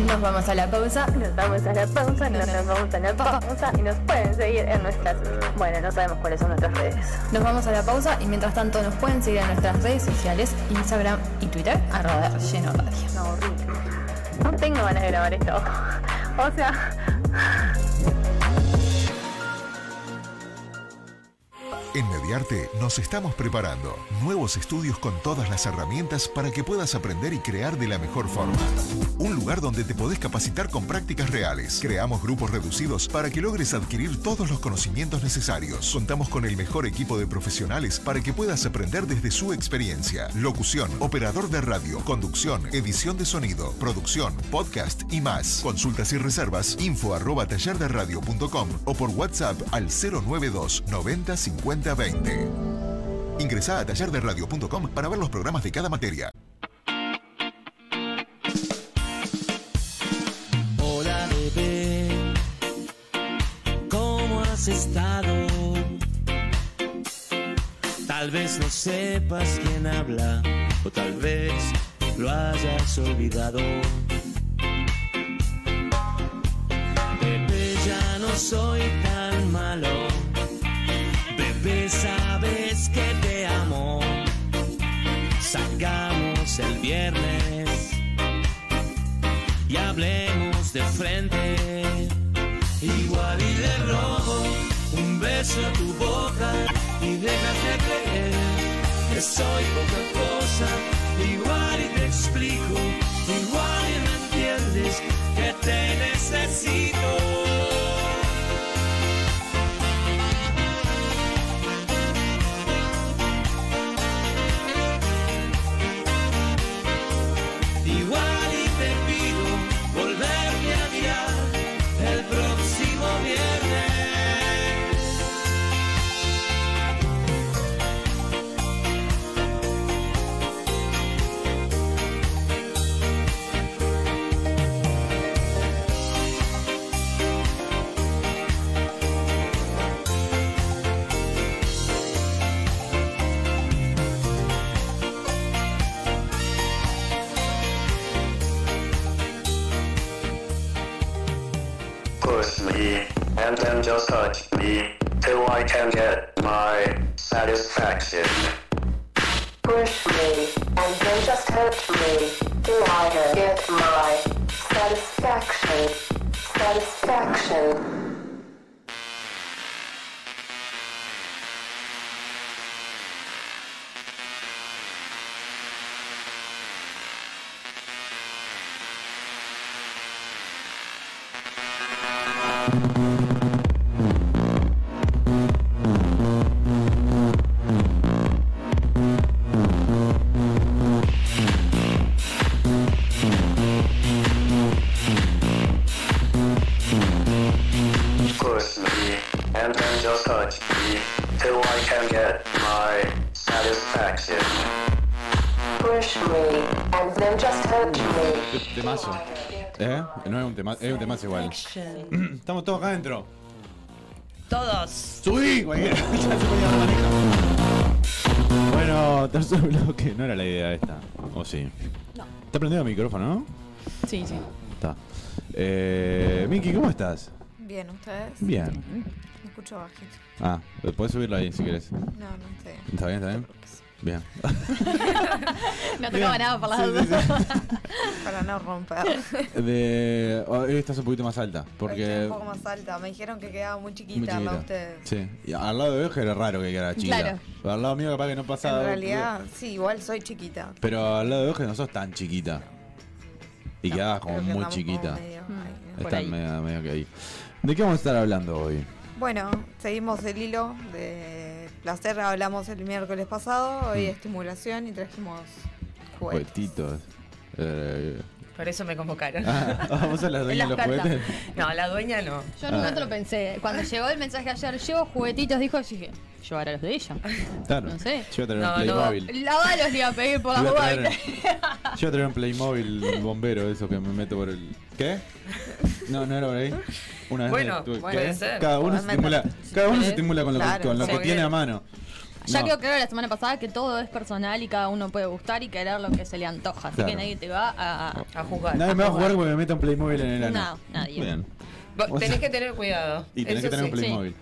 [SPEAKER 9] Nos vamos a la pausa. Nos vamos a la pausa. Nos, vamos a la pausa. Y nos pueden seguir en nuestras. Bueno, no sabemos cuáles son nuestras redes. Nos vamos a la pausa y mientras tanto nos pueden seguir en nuestras redes sociales, Instagram y Twitter, arroba lleno radio. No, horrible. No tengo ganas de grabar esto. O sea.
[SPEAKER 7] En Mediarte nos estamos preparando nuevos estudios con todas las herramientas para que puedas aprender y crear de la mejor forma. Un lugar donde te podés capacitar con prácticas reales. Creamos grupos reducidos para que logres adquirir todos los conocimientos necesarios. Contamos con el mejor equipo de profesionales para que puedas aprender desde su experiencia. Locución, operador de radio, conducción, edición de sonido, producción, podcast y más. Consultas y reservas, info arroba tallerderadio.com o por WhatsApp al 092 90 50 20. Ingresá a tallerderadio.com para ver los programas de cada materia.
[SPEAKER 10] Hola bebé, ¿cómo has estado? Tal vez no sepas quién habla o tal vez lo hayas olvidado. Bebé, ya no soy tan malo. Bebé, sabes que te amo. Salgamos el viernes y hablemos de frente. Igual y le robo un beso a tu boca y dejas de creer que soy poca cosa. Igual y te explico, igual y me entiendes que te necesito. Igual y te pido volverme a mirar el próximo viernes.
[SPEAKER 11] push me, and then just touch me, till I can get my satisfaction.
[SPEAKER 12] Push me, and then just touch me, till I can get my satisfaction. Satisfaction. Push me, and then just touch me, till I can get my satisfaction. Push me, and then just touch me.
[SPEAKER 1] Temazo. ¿Eh? No es un tema, es un temazo igual. Estamos todos acá adentro.
[SPEAKER 4] Todos.
[SPEAKER 1] ¡Subí! Cualquiera. Ya se ponía la manija. Bueno, tercer bloque. No era la idea esta. ¿O sí?
[SPEAKER 2] No.
[SPEAKER 1] ¿Está prendido el micrófono, no?
[SPEAKER 2] Sí, sí.
[SPEAKER 1] Está. Eh, Miki, ¿cómo estás?
[SPEAKER 6] Bien, ¿ustedes?
[SPEAKER 1] Bien.
[SPEAKER 6] Me escucho bajito.
[SPEAKER 1] Ah, puedes subirlo ahí si quieres.
[SPEAKER 6] No, no sé.
[SPEAKER 1] ¿Está bien? ¿Está bien? Bien.
[SPEAKER 2] No tocaba nada por las dudas.
[SPEAKER 6] Para no romper.
[SPEAKER 1] De, hoy estás un poquito más alta.
[SPEAKER 6] Estoy
[SPEAKER 1] Porque.
[SPEAKER 6] un poco más alta. Me dijeron que quedaba muy chiquita,
[SPEAKER 1] Muy
[SPEAKER 6] la de
[SPEAKER 1] chiquita.
[SPEAKER 6] ustedes.
[SPEAKER 1] Sí. Y al lado de Oveja era raro que quedara chiquita.
[SPEAKER 6] Claro.
[SPEAKER 1] Pero al lado mío capaz que no pasaba.
[SPEAKER 6] en realidad, Ah, sí, igual soy chiquita.
[SPEAKER 1] Pero al lado de Oveja no sos tan chiquita. Y quedabas como
[SPEAKER 6] Creo que
[SPEAKER 1] Oh, muy
[SPEAKER 6] andamos
[SPEAKER 1] chiquita. Mm.
[SPEAKER 6] como medio ahí, ¿eh? ¿no?
[SPEAKER 2] Por
[SPEAKER 1] Estás
[SPEAKER 2] ahí.
[SPEAKER 1] medio, medio que ahí. ¿De qué vamos a estar hablando hoy?
[SPEAKER 6] Bueno, seguimos el hilo de placer. Hablamos el miércoles pasado. Hoy
[SPEAKER 1] Mm.
[SPEAKER 6] estimulación y trajimos juguetes.
[SPEAKER 1] Juguetitos. Eh,
[SPEAKER 4] Por eso me convocaron.
[SPEAKER 1] ah, vamos a las dueñas de los
[SPEAKER 4] Las cartas.
[SPEAKER 1] juguetes.
[SPEAKER 4] No, la dueña no.
[SPEAKER 2] Yo en un
[SPEAKER 1] Ah.
[SPEAKER 2] momento lo pensé. Cuando llegó el mensaje ayer, llevo juguetitos, dijo, yo dije, llevar a los de ella.
[SPEAKER 1] Claro.
[SPEAKER 2] No sé.
[SPEAKER 1] Yo voy a traer
[SPEAKER 4] No,
[SPEAKER 1] un
[SPEAKER 4] no.
[SPEAKER 1] Playmobil.
[SPEAKER 2] Lávalos, le iba a pedir por
[SPEAKER 1] Yo
[SPEAKER 2] la
[SPEAKER 1] voy a
[SPEAKER 2] duda.
[SPEAKER 1] traer- yo voy a traer un Playmobil bombero, eso que me meto por el. ¿Qué? No, no era por ahí. Una vez
[SPEAKER 4] Bueno,
[SPEAKER 1] me tuve-
[SPEAKER 4] bueno,
[SPEAKER 1] ¿qué?
[SPEAKER 4] puede ser.
[SPEAKER 1] Cada uno se
[SPEAKER 6] Podés
[SPEAKER 1] estimula,
[SPEAKER 2] meter-
[SPEAKER 1] cada uno se
[SPEAKER 2] Sí.
[SPEAKER 1] estimula con lo, que-
[SPEAKER 6] Claro,
[SPEAKER 1] con lo
[SPEAKER 6] sí.
[SPEAKER 1] que tiene a mano.
[SPEAKER 2] Ya
[SPEAKER 1] No.
[SPEAKER 2] quedó claro la semana pasada que todo es personal y cada uno puede gustar y querer lo que se le antoja. Así que
[SPEAKER 1] Claro.
[SPEAKER 2] nadie te va a, a, juzgar.
[SPEAKER 1] Nadie me va a jugar porque me meta un Playmobil en el ano.
[SPEAKER 2] No, nadie.
[SPEAKER 1] Bien.
[SPEAKER 4] Vos Tenés que tener cuidado.
[SPEAKER 1] Y tenés
[SPEAKER 4] Eso
[SPEAKER 1] que tener
[SPEAKER 4] sí.
[SPEAKER 1] un Playmobil.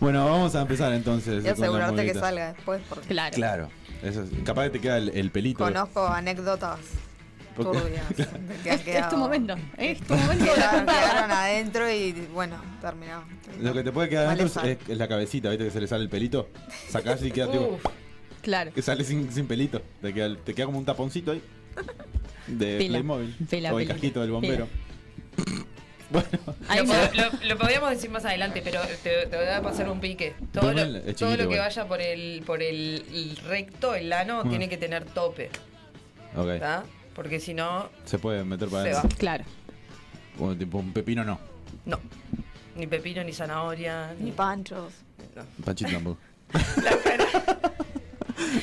[SPEAKER 1] bueno, vamos a empezar entonces. con
[SPEAKER 6] Y
[SPEAKER 1] la
[SPEAKER 6] asegurarte que
[SPEAKER 1] movidita.
[SPEAKER 6] salga después porque
[SPEAKER 1] Claro. Eso es- capaz que te queda el, el pelito.
[SPEAKER 6] conozco anécdotas
[SPEAKER 1] Porque-
[SPEAKER 6] turbias que han
[SPEAKER 2] Es, es tu
[SPEAKER 6] quedado.
[SPEAKER 2] momento. Es tu momento de la
[SPEAKER 6] Quedaron, quedaron
[SPEAKER 2] culpa.
[SPEAKER 6] adentro y bueno, terminó.
[SPEAKER 1] Lo que te puede quedar
[SPEAKER 6] Vale,
[SPEAKER 1] adentro es,
[SPEAKER 6] sale.
[SPEAKER 1] es- es la cabecita, ¿viste? Que se le sale el pelito. Sacás y queda tipo,
[SPEAKER 6] Uf. Claro.
[SPEAKER 1] que sale sin, sin pelito. Te queda, el- te queda como un taponcito ahí. De
[SPEAKER 4] Pila.
[SPEAKER 1] Playmobil.
[SPEAKER 4] Pila,
[SPEAKER 1] o el
[SPEAKER 4] pila.
[SPEAKER 1] casquito del bombero.
[SPEAKER 4] Lo, lo- lo podríamos decir más adelante, pero te, te voy a pasar un pique. Todo
[SPEAKER 1] Ponme el-
[SPEAKER 4] lo,
[SPEAKER 1] el chiquito
[SPEAKER 4] todo lo que
[SPEAKER 1] igual.
[SPEAKER 4] vaya por el por el, el recto, el ano,
[SPEAKER 1] Mm.
[SPEAKER 4] tiene que tener tope,
[SPEAKER 1] Ok.
[SPEAKER 4] ¿está? Porque si no,
[SPEAKER 1] Se puede meter para
[SPEAKER 4] se va.
[SPEAKER 1] adentro.
[SPEAKER 2] Claro.
[SPEAKER 1] Bueno, tipo un pepino no.
[SPEAKER 4] No. Ni pepino, ni zanahoria. Ni
[SPEAKER 6] panchos.
[SPEAKER 1] Un Panchito tampoco.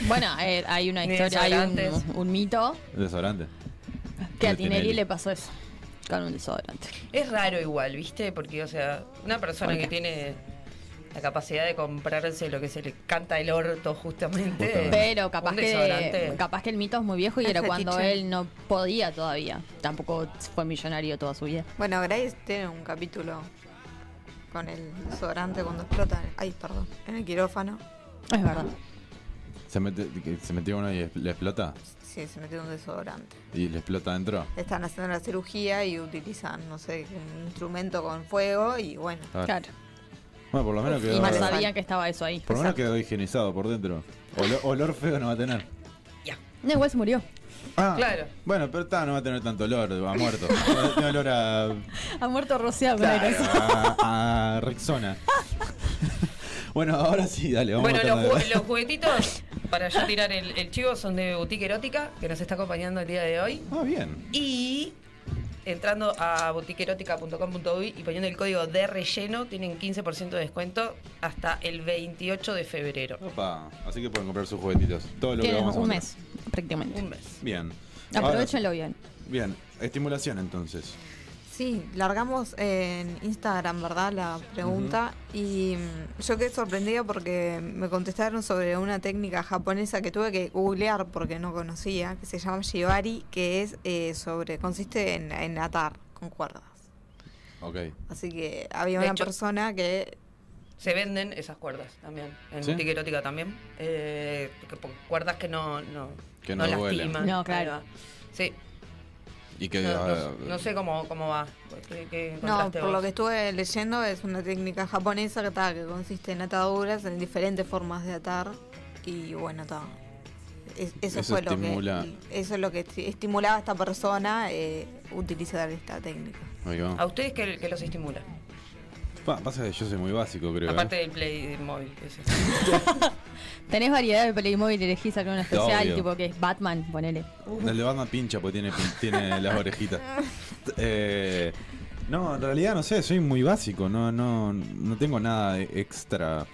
[SPEAKER 2] Bueno, eh, hay una
[SPEAKER 4] Ni
[SPEAKER 2] historia, hay un,
[SPEAKER 4] desodorantes.
[SPEAKER 2] un mito
[SPEAKER 1] Desodorante.
[SPEAKER 2] que a
[SPEAKER 1] De
[SPEAKER 2] Tinelli
[SPEAKER 1] Tinelli.
[SPEAKER 2] le pasó eso. Con un desodorante.
[SPEAKER 4] Es raro igual, ¿viste? Porque, o sea, una persona
[SPEAKER 2] ¿Por qué?
[SPEAKER 4] que tiene la capacidad de comprarse lo que se le canta el orto justamente.
[SPEAKER 2] Pero
[SPEAKER 4] Eh, un
[SPEAKER 2] capaz que
[SPEAKER 4] desodorante.
[SPEAKER 2] capaz que el mito es muy viejo y
[SPEAKER 4] Es
[SPEAKER 2] era cuando
[SPEAKER 4] fetiche.
[SPEAKER 2] él no podía todavía. Tampoco fue millonario toda su vida.
[SPEAKER 6] Bueno, Grace tiene un capítulo con el desodorante cuando explota. Ay, perdón. En el quirófano.
[SPEAKER 2] Es verdad.
[SPEAKER 1] Se, mete- que se metió uno y es- le explota.
[SPEAKER 6] Sí, se metió un desodorante.
[SPEAKER 1] Y le explota adentro.
[SPEAKER 6] Le están haciendo la cirugía y utilizan, no sé, un instrumento con fuego y bueno.
[SPEAKER 1] Claro. Bueno, por lo menos quedó.
[SPEAKER 2] Y no sabían que estaba eso ahí.
[SPEAKER 1] Por lo menos quedó higienizado por dentro. Olor, olor feo no va a tener.
[SPEAKER 2] No, igual se murió.
[SPEAKER 1] Ah,
[SPEAKER 2] Claro.
[SPEAKER 1] Bueno, pero está, no va a tener tanto olor, ha muerto. Tiene olor a,
[SPEAKER 2] Ha muerto rociado con aire.
[SPEAKER 1] a, a Rexona. bueno, ahora sí, dale, vamos
[SPEAKER 4] Bueno,
[SPEAKER 1] a
[SPEAKER 4] los,
[SPEAKER 1] tratar de-
[SPEAKER 4] ju- los juguetitos, para ya tirar el, el chivo, son de Boutique Erótica, que nos está acompañando el día de hoy.
[SPEAKER 1] Ah, bien.
[SPEAKER 4] Y entrando a boutiqueerótica.com.uy y poniendo el código de relleno, tienen 15% de descuento hasta el 28 de febrero.
[SPEAKER 1] Opa, así que pueden comprar sus juguetitos. Todo lo que
[SPEAKER 2] Tienen
[SPEAKER 1] vamos a
[SPEAKER 2] un
[SPEAKER 1] mostrar.
[SPEAKER 2] mes, prácticamente. Un
[SPEAKER 4] mes.
[SPEAKER 1] Bien. Ahora-
[SPEAKER 2] Aprovechenlo bien.
[SPEAKER 1] bien, estimulación entonces.
[SPEAKER 6] Sí, largamos en Instagram, ¿verdad? La pregunta. Y mm, yo quedé sorprendida porque me contestaron sobre una técnica japonesa que tuve que googlear porque no conocía, que se llama Shibari, que es eh, sobre, consiste en, en atar con cuerdas.
[SPEAKER 1] Ok.
[SPEAKER 6] Así que había
[SPEAKER 4] De
[SPEAKER 6] una
[SPEAKER 4] hecho-
[SPEAKER 6] persona que...
[SPEAKER 4] Se venden esas cuerdas también, en
[SPEAKER 6] ¿Sí?
[SPEAKER 4] Boutique Erótica también. Eh, que po- cuerdas que no, no,
[SPEAKER 1] Que no duelen.
[SPEAKER 4] lastiman.
[SPEAKER 1] No,
[SPEAKER 4] claro. Sí,
[SPEAKER 1] Y que.
[SPEAKER 4] no,
[SPEAKER 1] ah,
[SPEAKER 4] no- no sé cómo, cómo va. ¿Qué, qué
[SPEAKER 6] No,
[SPEAKER 4] encontraste
[SPEAKER 6] por lo
[SPEAKER 4] vos?
[SPEAKER 6] que estuve leyendo es una técnica japonesa que, ta, que consiste en ataduras, en diferentes formas de atar y bueno, ta. Es- eso,
[SPEAKER 1] Eso
[SPEAKER 6] fue lo
[SPEAKER 1] estimula.
[SPEAKER 6] que eso es lo que esti- estimulaba a esta persona eh, utilizar esta técnica.
[SPEAKER 1] ahí va.
[SPEAKER 4] A ustedes que, que los estimula.
[SPEAKER 1] Pa- pasa que yo soy muy básico, creo. ¿eh?
[SPEAKER 4] Aparte del Play móvil. ese.
[SPEAKER 2] Tenés variedad de Playmobil, elegís acá uno especial,
[SPEAKER 1] Obvio.
[SPEAKER 2] tipo que es Batman, ponele.
[SPEAKER 1] El de Batman pincha porque tiene, pin- tiene las orejitas. Eh, no, en realidad no sé, soy muy básico, no, no, no tengo nada de extra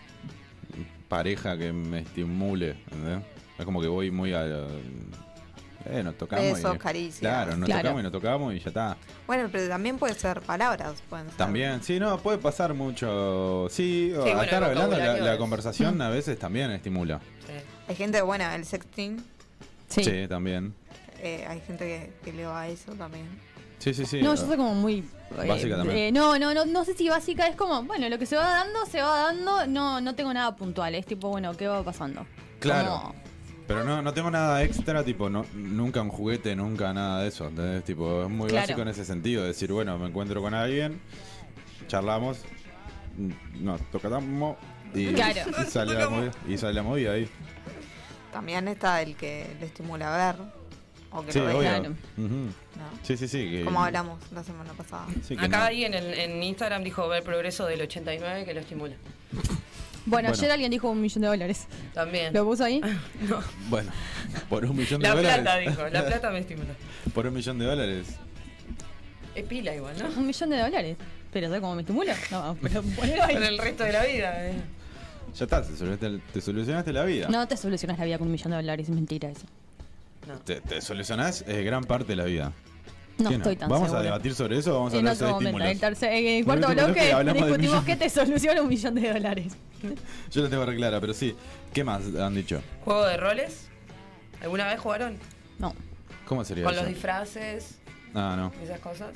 [SPEAKER 1] pareja que me estimule, ¿entendés? Es como que voy muy a... Eh, nos tocamos.
[SPEAKER 6] Besos,
[SPEAKER 1] y,
[SPEAKER 6] caricias.
[SPEAKER 1] Claro, nos
[SPEAKER 6] Claro.
[SPEAKER 1] tocamos y nos tocamos y ya está.
[SPEAKER 6] Bueno, pero también puede ser palabras, pueden ser.
[SPEAKER 1] También, sí, no, puede pasar mucho. Sí,
[SPEAKER 6] bueno, el
[SPEAKER 1] estar hablando, la,
[SPEAKER 6] vocabulario
[SPEAKER 1] la
[SPEAKER 6] es-
[SPEAKER 1] conversación a veces también estimula.
[SPEAKER 6] Hay gente buena, el sexting,
[SPEAKER 2] Sí.
[SPEAKER 1] también.
[SPEAKER 6] eh, hay gente que, que le va a eso también.
[SPEAKER 1] Sí, sí, sí.
[SPEAKER 2] no, yo soy como muy. eh,
[SPEAKER 1] Básica también.
[SPEAKER 2] eh, no, no, no, no sé si básica, es como, bueno, lo que se va dando, se va dando, no, no tengo nada puntual, es tipo, bueno, ¿qué va pasando?
[SPEAKER 1] Claro.
[SPEAKER 2] Como-
[SPEAKER 1] Pero no, no tengo nada extra, tipo, no, nunca un juguete, nunca nada de eso. ¿entendés? Tipo, es muy
[SPEAKER 2] Claro.
[SPEAKER 1] básico en ese sentido. Decir, bueno, me encuentro con alguien, charlamos, mm, nos tocamos y,
[SPEAKER 6] Claro.
[SPEAKER 1] y sale la movida, y sale la movida ahí.
[SPEAKER 6] También está el que le estimula a ver o que
[SPEAKER 1] Sí,
[SPEAKER 6] lo ve.
[SPEAKER 1] obvio. Eh, Ujú. Sí, sí, sí. que-
[SPEAKER 6] Como hablamos la semana pasada.
[SPEAKER 1] Sí, que
[SPEAKER 4] Acá
[SPEAKER 1] no.
[SPEAKER 4] alguien en, en Instagram dijo ver progreso del 89 que lo estimula.
[SPEAKER 1] Bueno.
[SPEAKER 2] Bueno, ayer alguien dijo un millón de dólares.
[SPEAKER 4] También.
[SPEAKER 2] ¿Lo puso ahí?
[SPEAKER 1] Bueno, por un millón de
[SPEAKER 4] La
[SPEAKER 1] dólares.
[SPEAKER 4] plata, dijo. La plata me estimula.
[SPEAKER 1] por un millón de dólares.
[SPEAKER 4] Es pila igual, ¿no?
[SPEAKER 2] Un millón de dólares. Pero ¿sabes cómo me estimula? No, pero ponelo ahí.
[SPEAKER 4] Para el resto de la vida. eh.
[SPEAKER 1] Ya está, te solucionaste, te solucionaste la vida.
[SPEAKER 2] No te solucionas la vida con un millón de dólares, es mentira eso.
[SPEAKER 1] Te, te solucionás eh, gran parte de la vida.
[SPEAKER 2] No
[SPEAKER 1] Sí,
[SPEAKER 2] estoy tan
[SPEAKER 1] ¿Vamos
[SPEAKER 2] segura.
[SPEAKER 1] a debatir sobre eso o vamos a
[SPEAKER 2] en
[SPEAKER 1] hablar
[SPEAKER 2] otro
[SPEAKER 1] sobre
[SPEAKER 2] momento, en el,
[SPEAKER 1] estímulos?
[SPEAKER 2] tercer, en el
[SPEAKER 1] En
[SPEAKER 2] cuarto
[SPEAKER 1] el último
[SPEAKER 2] bloque
[SPEAKER 1] bloque hablamos del millón.
[SPEAKER 2] discutimos qué te soluciona un millón de dólares.
[SPEAKER 1] Yo la tengo re clara, pero sí. ¿Qué más han dicho?
[SPEAKER 4] ¿Juego de roles? ¿Alguna vez jugaron?
[SPEAKER 1] ¿Cómo sería
[SPEAKER 4] Con
[SPEAKER 1] eso?
[SPEAKER 4] los disfraces,
[SPEAKER 1] Ah, no.
[SPEAKER 4] esas cosas.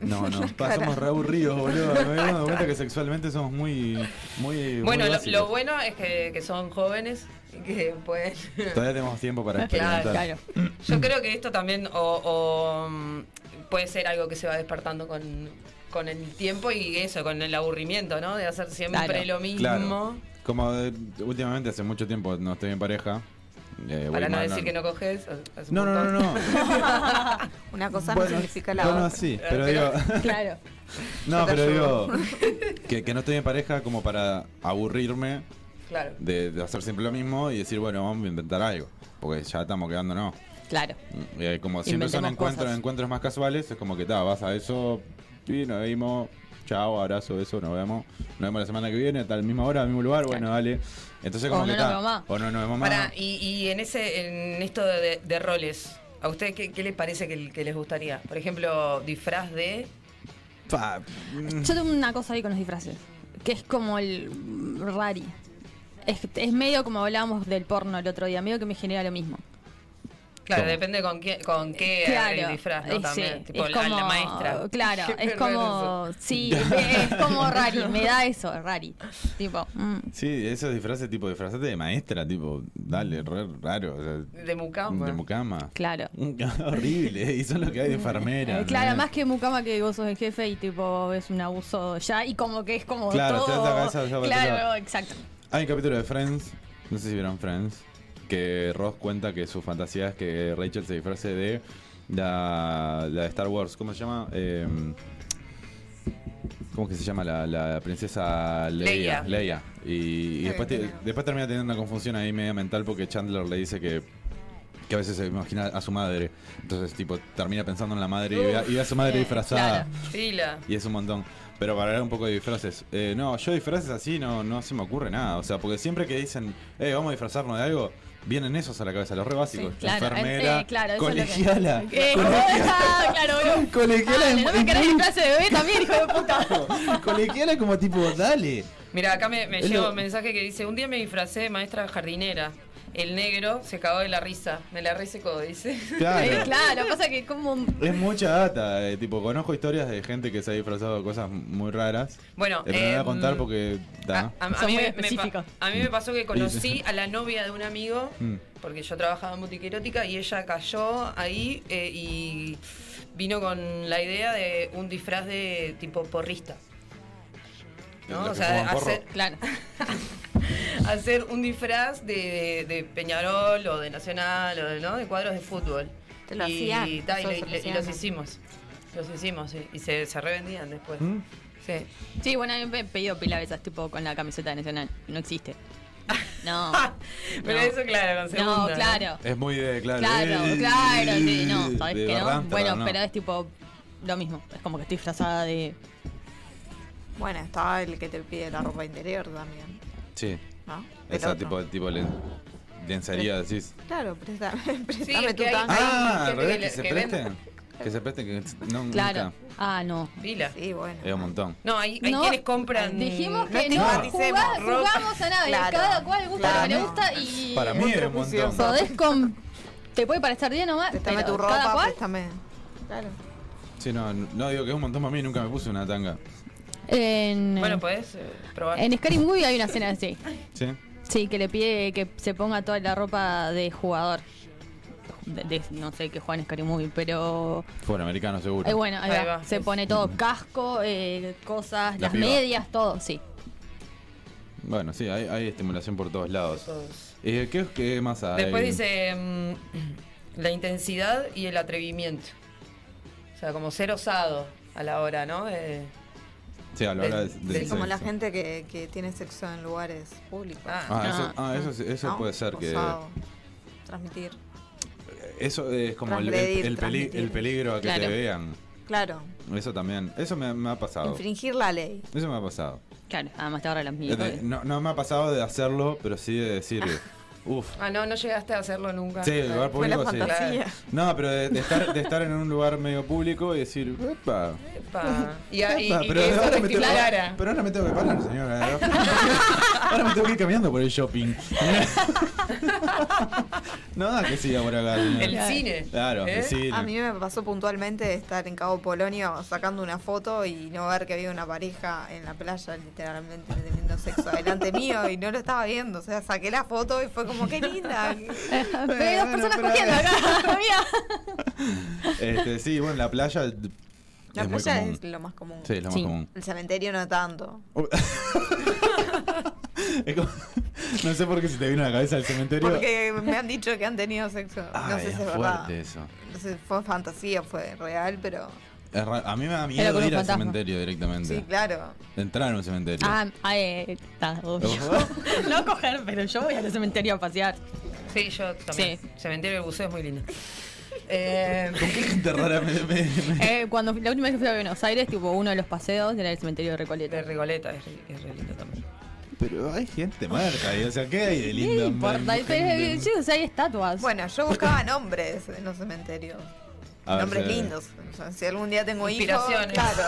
[SPEAKER 1] No, no. Pa,
[SPEAKER 4] cara.
[SPEAKER 1] somos re aburridos, boludo. Me he dado cuenta que sexualmente somos muy. muy
[SPEAKER 4] Bueno,
[SPEAKER 1] muy
[SPEAKER 4] lo,
[SPEAKER 1] básicos.
[SPEAKER 4] lo bueno es que, que son jóvenes y que pueden...
[SPEAKER 1] Todavía tenemos tiempo para experimentar.
[SPEAKER 4] Claro, claro. Yo creo que esto también o, o, mm, puede ser algo que se va despertando con, con el tiempo y eso, con el aburrimiento, ¿no? De hacer siempre
[SPEAKER 2] Claro.
[SPEAKER 4] lo mismo.
[SPEAKER 1] Claro. Como eh, últimamente hace mucho tiempo no estoy en pareja. eh, voy
[SPEAKER 4] Para no
[SPEAKER 1] mal,
[SPEAKER 4] decir que no coges. hace un
[SPEAKER 1] No, no, no, no.
[SPEAKER 4] montón.
[SPEAKER 6] Una cosa
[SPEAKER 1] Bueno,
[SPEAKER 6] no significa la
[SPEAKER 1] Bueno,
[SPEAKER 6] otra.
[SPEAKER 1] sí, pero digo.
[SPEAKER 2] Claro.
[SPEAKER 1] No,
[SPEAKER 6] Yo te
[SPEAKER 1] pero digo.
[SPEAKER 6] ayudo.
[SPEAKER 1] Que, que no estoy en pareja como para aburrirme
[SPEAKER 4] Claro.
[SPEAKER 1] de, de hacer siempre lo mismo y decir, bueno, vamos a inventar algo. Porque ya estamos quedando, no.
[SPEAKER 2] Claro.
[SPEAKER 1] Eh, como siempre son
[SPEAKER 2] Inventemos
[SPEAKER 1] encuentros,
[SPEAKER 2] cosas.
[SPEAKER 1] encuentros más casuales, es como que ta, vas a eso y nos vimos. Chao, abrazo, eso, nos vemos. Nos vemos la semana que viene, tal misma hora, mismo lugar, bueno, dale. Entonces,
[SPEAKER 4] O
[SPEAKER 1] como
[SPEAKER 4] no
[SPEAKER 1] que
[SPEAKER 4] nos
[SPEAKER 1] ta,
[SPEAKER 4] vemos más.
[SPEAKER 1] O no nos vemos más.
[SPEAKER 4] Pará, y, y en ese en esto de, de roles, ¿a ustedes qué, qué les parece que, que les gustaría? Por ejemplo, disfraz de...
[SPEAKER 1] Pa, mm.
[SPEAKER 2] Yo tengo una cosa ahí con los disfraces, que es como el mm, rari. Es, es medio como hablábamos del porno el otro día, medio que me genera lo mismo.
[SPEAKER 4] Claro,
[SPEAKER 2] ¿Cómo?
[SPEAKER 4] depende con, quién, con qué
[SPEAKER 2] Claro,
[SPEAKER 4] eh, disfraz, ¿no?
[SPEAKER 2] eh,
[SPEAKER 4] También,
[SPEAKER 2] sí,
[SPEAKER 4] tipo
[SPEAKER 2] es
[SPEAKER 4] la, la
[SPEAKER 2] como-
[SPEAKER 4] maestra.
[SPEAKER 2] Claro,
[SPEAKER 4] Qué
[SPEAKER 2] es
[SPEAKER 4] raro
[SPEAKER 2] como.
[SPEAKER 4] eso.
[SPEAKER 2] Sí, es como rari, me da eso, rari. Tipo, mm,
[SPEAKER 1] Sí, esos disfraces, tipo, disfrazate de maestra, tipo, dale, re raro. o sea,
[SPEAKER 4] De mucama.
[SPEAKER 1] De mucama.
[SPEAKER 2] claro.
[SPEAKER 1] Horrible, y son los que hay de enfermera.
[SPEAKER 2] Eh, claro,
[SPEAKER 1] ¿no?
[SPEAKER 2] más que Mukama que vos sos el jefe y tipo es un abuso ya y como que es como
[SPEAKER 1] Claro,
[SPEAKER 2] todo.
[SPEAKER 1] ya está, ya está, ya está.
[SPEAKER 2] claro, exacto.
[SPEAKER 1] Hay un capítulo de Friends, no sé si vieron Friends, que Ross cuenta que su fantasía es que Rachel se disfrace de la, la de Star Wars. ¿Cómo se llama? Eh, ¿Cómo que se llama la, la princesa Leia?
[SPEAKER 4] Leia.
[SPEAKER 1] Leia. Y, y
[SPEAKER 4] Está
[SPEAKER 1] después,
[SPEAKER 4] bien,
[SPEAKER 1] te-
[SPEAKER 4] tenemos.
[SPEAKER 1] después termina teniendo una confusión ahí media mental porque Chandler le dice que, que a veces se imagina a su madre. Entonces, tipo, termina pensando en la madre y ve a- y ve a su madre disfrazada.
[SPEAKER 4] Claro, sí, la-
[SPEAKER 1] Y es un montón. Pero para hablar un poco de disfraces. eh, no, yo disfraces así no, no se me ocurre nada. O sea, porque siempre que dicen, eh, vamos a disfrazarnos de algo, vienen esos a la cabeza, los re básicos.
[SPEAKER 2] Sí, claro,
[SPEAKER 1] Enfermera,
[SPEAKER 2] eh, claro, eso es lo que-
[SPEAKER 1] colegiala.
[SPEAKER 2] Eh, ah, claro, boludo.
[SPEAKER 1] Colegiala
[SPEAKER 2] Dale,
[SPEAKER 1] es
[SPEAKER 2] no me
[SPEAKER 1] muy-
[SPEAKER 2] querés disfraz de bebé también, hijo de puta.
[SPEAKER 1] colegiala como tipo, dale.
[SPEAKER 4] Mira, acá me, me
[SPEAKER 1] Es
[SPEAKER 4] llegó
[SPEAKER 1] lo-
[SPEAKER 4] un mensaje que dice, un día me disfracé de maestra jardinera. El negro se cagó de la risa. Me la resecó, dice.
[SPEAKER 1] Claro.
[SPEAKER 2] Eh, claro, pasa que como
[SPEAKER 1] Es mucha data. eh, tipo, conozco historias de gente que se ha disfrazado de cosas muy raras.
[SPEAKER 4] Bueno,
[SPEAKER 1] Eh, pero no voy a
[SPEAKER 4] em,
[SPEAKER 1] contar porque. Da.
[SPEAKER 4] A, a
[SPEAKER 2] Son
[SPEAKER 4] mí
[SPEAKER 2] muy
[SPEAKER 4] me- me pa-
[SPEAKER 2] específicos.
[SPEAKER 4] a mí me pasó que
[SPEAKER 1] Sí.
[SPEAKER 4] conocí a la novia de un amigo,
[SPEAKER 1] Mm.
[SPEAKER 4] porque yo trabajaba en boutique erótica, y ella cayó ahí eh, y vino con la idea de un disfraz de tipo porrista. ¿no?
[SPEAKER 1] Los
[SPEAKER 4] O
[SPEAKER 1] que
[SPEAKER 4] sea,
[SPEAKER 1] fuman porro.
[SPEAKER 4] hacer, hacer un disfraz de, de- de Peñarol o de Nacional o de, ¿no? de cuadros de fútbol.
[SPEAKER 6] Te lo
[SPEAKER 4] y,
[SPEAKER 6] hacían,
[SPEAKER 4] ta, y
[SPEAKER 6] eso
[SPEAKER 4] le-
[SPEAKER 6] se lo
[SPEAKER 4] le- y
[SPEAKER 6] hacían.
[SPEAKER 4] los hicimos. Los hicimos, sí, Y se, se revendían después.
[SPEAKER 1] Mm.
[SPEAKER 4] Sí.
[SPEAKER 2] Sí, bueno, a mí me he pedido pila de esas tipo con la camiseta de nacional, no existe. No.
[SPEAKER 4] Pero
[SPEAKER 2] No.
[SPEAKER 4] eso, claro, con segunda.
[SPEAKER 2] No, claro.
[SPEAKER 1] Es muy de. Claro,
[SPEAKER 2] Claro,
[SPEAKER 1] eh,
[SPEAKER 2] claro, sí, no,
[SPEAKER 1] de
[SPEAKER 2] sabes que no.
[SPEAKER 1] barranca,
[SPEAKER 2] Bueno,
[SPEAKER 1] no.
[SPEAKER 2] pero es tipo lo mismo, es como que estoy disfrazada de
[SPEAKER 6] Bueno, está el que te pide la ropa interior también,
[SPEAKER 1] Sí.
[SPEAKER 6] ¿no? El
[SPEAKER 1] Esa
[SPEAKER 6] otro. Eh,
[SPEAKER 1] tipo, tipo len- lencería, decís.
[SPEAKER 6] Claro, préstame, préstame
[SPEAKER 4] es
[SPEAKER 6] tu
[SPEAKER 4] que hay-
[SPEAKER 6] tanga.
[SPEAKER 1] Ah, al
[SPEAKER 4] gente que
[SPEAKER 1] revés,
[SPEAKER 4] le-
[SPEAKER 1] que se
[SPEAKER 4] que
[SPEAKER 1] presten. Que se presten, que no,
[SPEAKER 2] Claro.
[SPEAKER 1] nunca.
[SPEAKER 2] Ah, no.
[SPEAKER 4] Pila.
[SPEAKER 6] Sí, bueno.
[SPEAKER 1] Es un montón.
[SPEAKER 4] No, hay, hay
[SPEAKER 2] No,
[SPEAKER 4] quienes compran.
[SPEAKER 2] Dijimos que no,
[SPEAKER 4] estigmaticemos.
[SPEAKER 2] jugá-
[SPEAKER 4] Ropa.
[SPEAKER 2] jugamos a nadie,
[SPEAKER 6] Claro.
[SPEAKER 2] cada cual gusta lo que le gusta y
[SPEAKER 1] Para mí es un montón.
[SPEAKER 2] podés con te puede parecer bien nomás,
[SPEAKER 6] Préstame
[SPEAKER 2] pero
[SPEAKER 6] tu
[SPEAKER 2] cada
[SPEAKER 6] ropa, pues
[SPEAKER 2] cual
[SPEAKER 6] préstame. Claro.
[SPEAKER 1] Sí, no, no digo que es un montón para mí, nunca me puse una tanga.
[SPEAKER 2] en
[SPEAKER 4] Bueno, podés eh, probar.
[SPEAKER 2] en Scary Movie hay una escena así.
[SPEAKER 1] ¿Sí?
[SPEAKER 2] Sí, que le pide que se ponga toda la ropa de jugador. De- de- no sé qué juega en Scary Movie, pero.
[SPEAKER 1] Fuera americano seguro.
[SPEAKER 2] Eh, bueno, ahí
[SPEAKER 4] Ahí
[SPEAKER 2] va.
[SPEAKER 4] va.
[SPEAKER 2] Se pone todo: casco, eh, cosas,
[SPEAKER 1] La
[SPEAKER 2] las
[SPEAKER 1] piba.
[SPEAKER 2] medias, todo, sí.
[SPEAKER 1] Bueno, sí, hay, hay estimulación por todos lados.
[SPEAKER 4] Todos.
[SPEAKER 1] Eh, ¿qué, qué más hay?
[SPEAKER 4] Después dice mm, la intensidad y el atrevimiento. O sea, como ser osado a la hora, ¿no? De-
[SPEAKER 1] Sí, a la hora de-
[SPEAKER 4] de-
[SPEAKER 1] del
[SPEAKER 6] Sí, como la
[SPEAKER 1] sexo.
[SPEAKER 6] gente que, que tiene sexo en lugares públicos.
[SPEAKER 4] Ah,
[SPEAKER 1] Ah, eso, ah, eso, sí- eso
[SPEAKER 6] ¿no?
[SPEAKER 1] puede ser que.
[SPEAKER 6] Osado. Transmitir.
[SPEAKER 1] Eso es como el, el-
[SPEAKER 6] Transgredir,
[SPEAKER 1] el peli-
[SPEAKER 6] transmitir.
[SPEAKER 1] el peligro a que te
[SPEAKER 6] Claro.
[SPEAKER 1] vean.
[SPEAKER 6] Claro.
[SPEAKER 1] Eso también. Eso me, me ha pasado.
[SPEAKER 6] Infringir la ley.
[SPEAKER 1] Eso me ha pasado.
[SPEAKER 2] Claro, además te ahorra las
[SPEAKER 1] Eh,
[SPEAKER 2] mías.
[SPEAKER 1] de- no, no me ha pasado de hacerlo, pero sí de decir. Uf.
[SPEAKER 4] Ah, no, no llegaste a hacerlo nunca.
[SPEAKER 1] Sí, el lugar público, sí. No, pero de, de estar, de estar en un lugar medio público y decir, epa.
[SPEAKER 4] Epa. Y, ahí-
[SPEAKER 1] epa,
[SPEAKER 4] y
[SPEAKER 1] pero
[SPEAKER 4] que eso
[SPEAKER 1] ahora
[SPEAKER 4] te
[SPEAKER 1] me tengo-
[SPEAKER 4] estimulara.
[SPEAKER 1] pero ahora me tengo que parar, señora. Ahora me tengo que ir caminando por el shopping. No da que siga por acá. señora. Claro,
[SPEAKER 4] ¿Eh?
[SPEAKER 1] el cine.
[SPEAKER 6] ¿Eh? A mí me pasó puntualmente de estar en Cabo Polonio sacando una foto y no ver que había una pareja en la playa literalmente teniendo sexo delante mío y no lo estaba viendo. O sea, saqué la foto y fue como, qué linda.
[SPEAKER 2] Eh,
[SPEAKER 6] Pero dos personas cogiendo acá.
[SPEAKER 1] Este, sí, bueno, la playa.
[SPEAKER 6] La
[SPEAKER 1] es muy
[SPEAKER 6] playa
[SPEAKER 1] común.
[SPEAKER 6] es lo más común.
[SPEAKER 1] Sí, es lo más Sí. común.
[SPEAKER 6] El cementerio no tanto.
[SPEAKER 1] No sé por qué se te vino a la cabeza el cementerio.
[SPEAKER 6] Porque me han dicho que han tenido sexo. no
[SPEAKER 1] Ay,
[SPEAKER 6] sé si es
[SPEAKER 1] fuerte
[SPEAKER 6] verdad.
[SPEAKER 1] eso.
[SPEAKER 6] No sé, fue fantasía, fue real, pero.
[SPEAKER 1] Es ra- A mí me da
[SPEAKER 6] Era
[SPEAKER 1] miedo
[SPEAKER 6] con
[SPEAKER 1] ir
[SPEAKER 6] un
[SPEAKER 1] al
[SPEAKER 6] fantasma.
[SPEAKER 1] cementerio directamente.
[SPEAKER 6] Sí, claro.
[SPEAKER 1] De entrar en un cementerio.
[SPEAKER 2] Ah, ah, eh, está, obvio. no coger, pero yo voy al cementerio a pasear.
[SPEAKER 4] Sí, yo también. Cementerio del buceo es muy lindo. Eh,
[SPEAKER 1] Gente rara me- me-
[SPEAKER 2] Eh, cuando fui- la última vez que fui a Buenos Aires, tipo uno de los paseos era el cementerio de Recoleta.
[SPEAKER 4] De Recoleta, es, re lindo también.
[SPEAKER 1] Pero hay gente muerta ahí, o sea, ¿qué hay de lindo?
[SPEAKER 2] No
[SPEAKER 1] en-
[SPEAKER 2] importa, hay, eh,
[SPEAKER 1] en-
[SPEAKER 2] sí, o sea, hay estatuas.
[SPEAKER 6] Bueno, yo buscaba nombres en los cementerios.
[SPEAKER 1] A ver,
[SPEAKER 6] nombres
[SPEAKER 1] se-
[SPEAKER 6] lindos. O sea, si algún día tengo hijos,
[SPEAKER 4] Inspiraciones.
[SPEAKER 6] claro.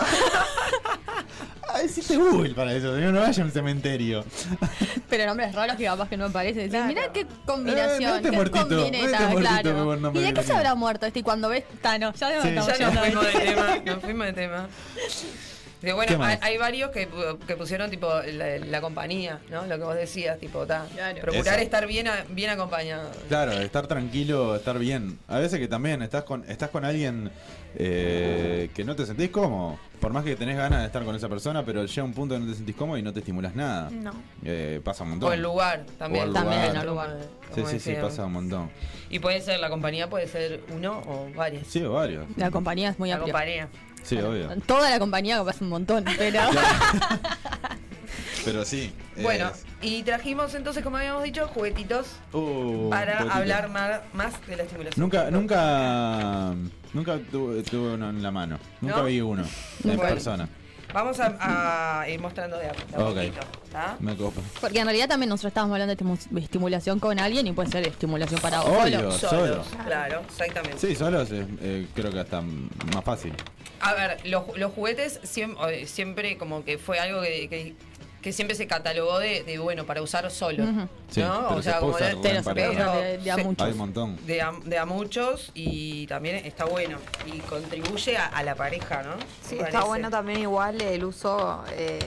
[SPEAKER 1] Ah, existe Google para eso, señor, no vaya a un cementerio.
[SPEAKER 2] Pero nombres raros que capaz que no aparecen. Decís, Mirá qué combinación,
[SPEAKER 1] Eh, este
[SPEAKER 2] qué
[SPEAKER 1] muertito,
[SPEAKER 2] combineta,
[SPEAKER 1] este muertito, qué
[SPEAKER 2] claro.
[SPEAKER 1] buen nombre
[SPEAKER 2] ¿Y de
[SPEAKER 1] que
[SPEAKER 2] qué se
[SPEAKER 1] tenía.
[SPEAKER 2] habrá muerto este? Y cuando ves, está, no, ya debo
[SPEAKER 1] Sí,
[SPEAKER 2] estamos
[SPEAKER 1] ya
[SPEAKER 4] Nos
[SPEAKER 2] yendo.
[SPEAKER 4] fuimos de tema, nos fuimos de tema. Pero
[SPEAKER 1] ¿Qué
[SPEAKER 4] bueno,
[SPEAKER 1] más?
[SPEAKER 4] hay, hay varios que, pu- que pusieron tipo la, la compañía, ¿no? Lo que vos decías, tipo, ta, procurar
[SPEAKER 1] Eso.
[SPEAKER 4] estar bien, a- bien acompañado.
[SPEAKER 1] Claro, estar tranquilo, estar bien. A veces que también estás con, estás con alguien eh, que no te sentís cómodo. Por más que tenés ganas de estar con esa persona, pero llega un punto que no te sentís cómodo y no te estimulas nada.
[SPEAKER 4] No.
[SPEAKER 1] Eh, pasa un montón.
[SPEAKER 4] O el lugar también.
[SPEAKER 1] O el
[SPEAKER 4] También,
[SPEAKER 1] lugar.
[SPEAKER 4] el lugar.
[SPEAKER 1] Sí,
[SPEAKER 4] Como
[SPEAKER 1] sí, sí,
[SPEAKER 4] decían.
[SPEAKER 1] pasa un montón.
[SPEAKER 4] Y puede ser, la compañía puede ser uno o varias.
[SPEAKER 1] Sí, o varios.
[SPEAKER 2] La compañía es muy
[SPEAKER 4] La
[SPEAKER 2] amplia.
[SPEAKER 4] compañía.
[SPEAKER 1] Sí, obvio.
[SPEAKER 2] Toda la compañía capaz un montón, pero.
[SPEAKER 1] Pero sí. eh,
[SPEAKER 4] Bueno, y trajimos entonces, como habíamos dicho, juguetitos
[SPEAKER 1] uh,
[SPEAKER 4] para
[SPEAKER 1] un poquitito.
[SPEAKER 4] hablar ma- más, de la estimulación.
[SPEAKER 1] Nunca, nunca, nunca tuve, tuve uno en la mano. Nunca
[SPEAKER 4] ¿No?
[SPEAKER 1] vi uno en
[SPEAKER 4] Bueno.
[SPEAKER 1] persona.
[SPEAKER 4] Vamos a, a ir mostrando de a de a
[SPEAKER 1] Ok.
[SPEAKER 4] poquito, ¿tá?
[SPEAKER 1] Me copa.
[SPEAKER 2] Porque en realidad también nosotros estábamos hablando de estimu- estimulación con alguien y puede ser estimulación para vos.
[SPEAKER 1] Obvio, solo.
[SPEAKER 4] Claro, exactamente.
[SPEAKER 1] Sí, solos es, eh, creo que hasta más fácil.
[SPEAKER 4] A ver, los, los juguetes siem- o, eh, siempre, como que fue algo que, que- que siempre se catalogó de, de, bueno, para usar solo.
[SPEAKER 2] Ujú.
[SPEAKER 1] Sí,
[SPEAKER 4] ¿no?
[SPEAKER 1] pero
[SPEAKER 4] o
[SPEAKER 1] se puede
[SPEAKER 4] sea, como
[SPEAKER 1] usar
[SPEAKER 4] de,
[SPEAKER 1] también para-
[SPEAKER 4] pero
[SPEAKER 2] de- de a
[SPEAKER 4] se-
[SPEAKER 2] muchos.
[SPEAKER 1] Hay un montón.
[SPEAKER 4] de a, de a muchos y también está bueno y contribuye a, a la pareja, ¿no?
[SPEAKER 6] Sí,
[SPEAKER 4] Me
[SPEAKER 6] está
[SPEAKER 4] parece.
[SPEAKER 6] bueno también igual el uso, eh,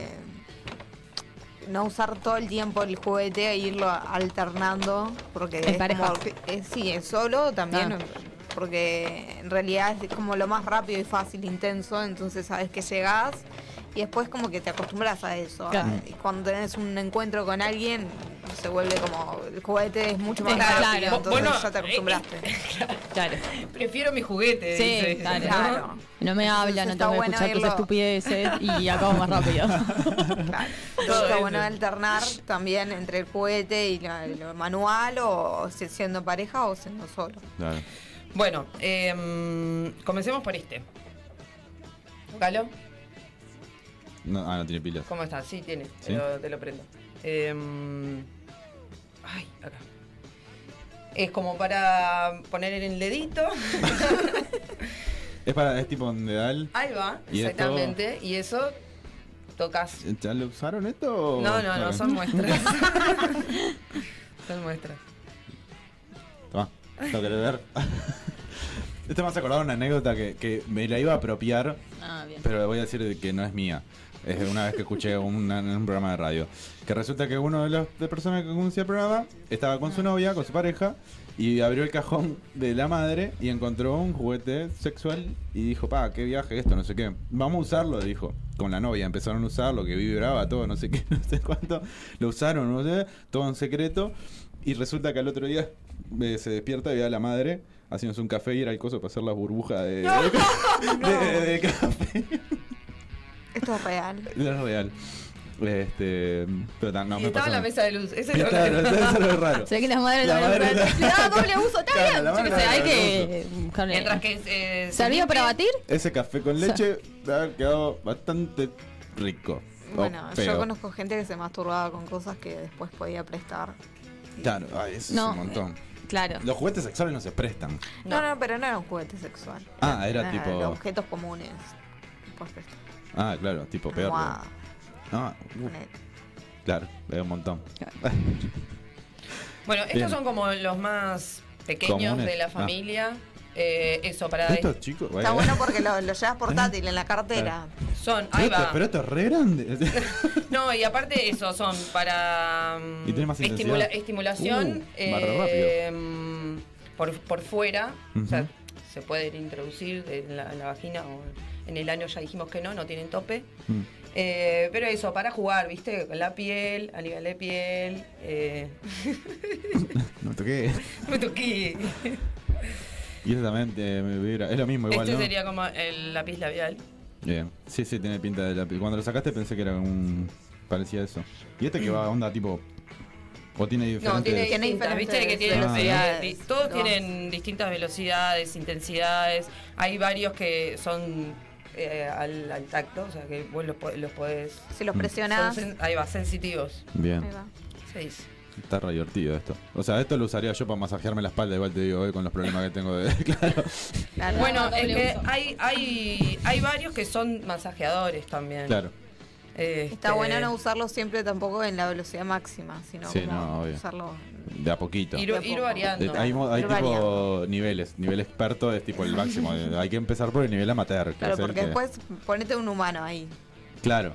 [SPEAKER 6] no usar todo el tiempo el juguete e irlo alternando, porque
[SPEAKER 2] En
[SPEAKER 6] es
[SPEAKER 2] pareja.
[SPEAKER 6] como que- eh, sí, es solo también,
[SPEAKER 2] Ah.
[SPEAKER 6] porque en realidad es como lo más rápido y fácil, intenso, entonces sabes que llegás y después como que te acostumbras a eso.
[SPEAKER 2] Claro.
[SPEAKER 1] Mm.
[SPEAKER 6] Y cuando tenés un encuentro con alguien, se vuelve como, el juguete es mucho más
[SPEAKER 2] Es claro. eh,
[SPEAKER 6] rápido,
[SPEAKER 2] Vos-
[SPEAKER 6] entonces
[SPEAKER 2] vos no-
[SPEAKER 6] ya te acostumbraste.
[SPEAKER 2] Claro.
[SPEAKER 4] Prefiero mi juguete.
[SPEAKER 2] Sí,
[SPEAKER 4] dice.
[SPEAKER 2] claro.
[SPEAKER 6] Claro.
[SPEAKER 2] No me hablan, no
[SPEAKER 6] está
[SPEAKER 2] tengo que
[SPEAKER 6] bueno
[SPEAKER 2] escuchar tus
[SPEAKER 6] irlo-
[SPEAKER 2] estupideces y acabo más rápido.
[SPEAKER 6] Entonces, Pues Está bueno alternar también entre el juguete y la- lo manual o si- siendo pareja o siendo solo.
[SPEAKER 1] Claro.
[SPEAKER 4] Bueno, em, comencemos por este. ¿Galo?
[SPEAKER 1] No, ah, no tiene pilas.
[SPEAKER 4] ¿Cómo está? Sí, tiene. Te,
[SPEAKER 1] ¿Sí?
[SPEAKER 4] lo, te lo prendo. Em, ay, acá. Es como para poner en el dedito.
[SPEAKER 1] Es para, es tipo un dedal.
[SPEAKER 4] Ahí va,
[SPEAKER 1] ¿Y esto?
[SPEAKER 4] exactamente. Y eso tocas.
[SPEAKER 1] ¿Ya lo usaron esto? o-
[SPEAKER 4] No, no, no,
[SPEAKER 1] Oh, Ok.
[SPEAKER 4] son muestras. son muestras.
[SPEAKER 1] Tomá, lo querés ver. Esto me hace acordar una anécdota que, que me la iba a apropiar,
[SPEAKER 2] Ah, bien.
[SPEAKER 1] pero voy a decir que no es mía. Es de una vez que escuché una- en un programa de radio. Que resulta que uno de las de personas que conducía el programa estaba con su novia, con su pareja, y abrió el cajón de la madre y encontró un juguete sexual y dijo, pa, qué viaje esto, no sé qué. Vamos a usarlo, dijo. Con la novia empezaron a usarlo, que vibraba todo, no sé qué, no sé cuánto. Lo usaron, no sé, todo en secreto. Y resulta que al otro día eh, se despierta y ve a la madre haciéndose un café y era el coso para hacer las burbujas de, de- de- de café.
[SPEAKER 6] Esto es real.
[SPEAKER 1] No es real. Este, pero tan- no,
[SPEAKER 4] Y
[SPEAKER 1] me pasó
[SPEAKER 4] estaba en la
[SPEAKER 1] nada.
[SPEAKER 4] mesa de luz. Eso es lo que-
[SPEAKER 1] Claro, eso es lo raro.
[SPEAKER 2] Sé que las madres
[SPEAKER 1] La
[SPEAKER 2] también
[SPEAKER 1] madre
[SPEAKER 2] le daban doble uso, está
[SPEAKER 1] Claro,
[SPEAKER 2] bien.
[SPEAKER 1] la
[SPEAKER 2] Yo qué
[SPEAKER 1] madre
[SPEAKER 2] sé, hay
[SPEAKER 1] le daba
[SPEAKER 2] que buscarle.
[SPEAKER 4] Mientras que. eh, se
[SPEAKER 2] ¿Servía para
[SPEAKER 4] limpia.
[SPEAKER 2] batir?
[SPEAKER 1] Ese café con leche ha quedado bastante rico. o
[SPEAKER 6] Bueno, yo
[SPEAKER 1] feo.
[SPEAKER 6] conozco gente que se masturbaba con cosas que después podía prestar.
[SPEAKER 1] Claro, ay, eso
[SPEAKER 6] No,
[SPEAKER 1] es un montón.
[SPEAKER 6] claro.
[SPEAKER 1] Los juguetes sexuales no se prestan.
[SPEAKER 6] No, no, pero no era un juguete sexual.
[SPEAKER 1] Ah, era tipo-
[SPEAKER 6] Objetos comunes. Por supuesto.
[SPEAKER 1] Ah, claro, tipo peor.
[SPEAKER 6] Almohada,
[SPEAKER 1] Ah, uh,
[SPEAKER 6] ponele.
[SPEAKER 1] claro, es un montón.
[SPEAKER 4] Bueno, estos
[SPEAKER 1] Bien.
[SPEAKER 4] son como los más pequeños
[SPEAKER 1] Comunes.
[SPEAKER 4] de la
[SPEAKER 1] Ah.
[SPEAKER 4] familia. Eh, eso, para...
[SPEAKER 1] Estos chicos,
[SPEAKER 6] Está bueno porque lo, lo llevas portátil en la cartera.
[SPEAKER 4] Son,
[SPEAKER 1] Pero
[SPEAKER 4] ahí
[SPEAKER 1] esto,
[SPEAKER 4] va.
[SPEAKER 1] pero esto es re grande.
[SPEAKER 4] No, y aparte eso, son para... mm,
[SPEAKER 1] Y tiene más
[SPEAKER 4] estimula-
[SPEAKER 1] intensidad.
[SPEAKER 4] Estimulación
[SPEAKER 1] Uh, barra rápido.
[SPEAKER 4] eh, mm, por, por fuera. O sea,
[SPEAKER 1] Ujú.
[SPEAKER 4] se pueden introducir en la, en la vagina o en el ano ya dijimos que no, no tienen tope.
[SPEAKER 1] Mm.
[SPEAKER 4] Eh, pero eso, para jugar, ¿viste? Con la piel, a nivel de piel. eh,
[SPEAKER 1] no toqué.
[SPEAKER 4] me toqué.
[SPEAKER 1] Y eso también te- me vibra. Es lo mismo igual,
[SPEAKER 4] este
[SPEAKER 1] ¿no?
[SPEAKER 4] sería como el lápiz labial.
[SPEAKER 1] Bien. Sí, sí, tiene pinta de lápiz. Cuando lo sacaste pensé que era un. parecía eso. ¿Y este que va onda tipo.? ¿O tiene diferentes.?
[SPEAKER 4] No, tiene, distintas, viste que tienen
[SPEAKER 1] Ah,
[SPEAKER 4] velocidades. di- Todos
[SPEAKER 6] Vamos.
[SPEAKER 4] tienen distintas velocidades, intensidades. Hay varios que son eh, al, al tacto, o sea que vos los, po- los podés.
[SPEAKER 6] Si los
[SPEAKER 1] Mm.
[SPEAKER 6] presionás.
[SPEAKER 4] Son sen- ahí va, sensitivos.
[SPEAKER 1] Bien.
[SPEAKER 4] Se dice.
[SPEAKER 1] Está re divertido esto. O sea, esto lo usaría yo para masajearme la espalda, igual te digo, eh, con los problemas que tengo de. claro.
[SPEAKER 4] Bueno,
[SPEAKER 2] no,
[SPEAKER 4] es
[SPEAKER 2] doble
[SPEAKER 4] que hay, hay, hay varios que son masajeadores también.
[SPEAKER 1] Claro.
[SPEAKER 4] Este,
[SPEAKER 6] Está bueno no usarlo siempre tampoco en la velocidad máxima, sino
[SPEAKER 1] Sí,
[SPEAKER 6] como
[SPEAKER 1] no, obvio.
[SPEAKER 6] usarlo.
[SPEAKER 1] De a poquito.
[SPEAKER 4] Ir- ir variando.
[SPEAKER 1] Eh, Hay, mo- hay
[SPEAKER 6] Ir
[SPEAKER 1] tipo
[SPEAKER 6] variando.
[SPEAKER 1] niveles. Nivel experto es tipo el máximo. Eh, hay que empezar por el nivel amateur. que
[SPEAKER 6] Claro,
[SPEAKER 1] es el
[SPEAKER 6] porque
[SPEAKER 1] que-
[SPEAKER 6] después ponete un humano ahí.
[SPEAKER 1] Claro.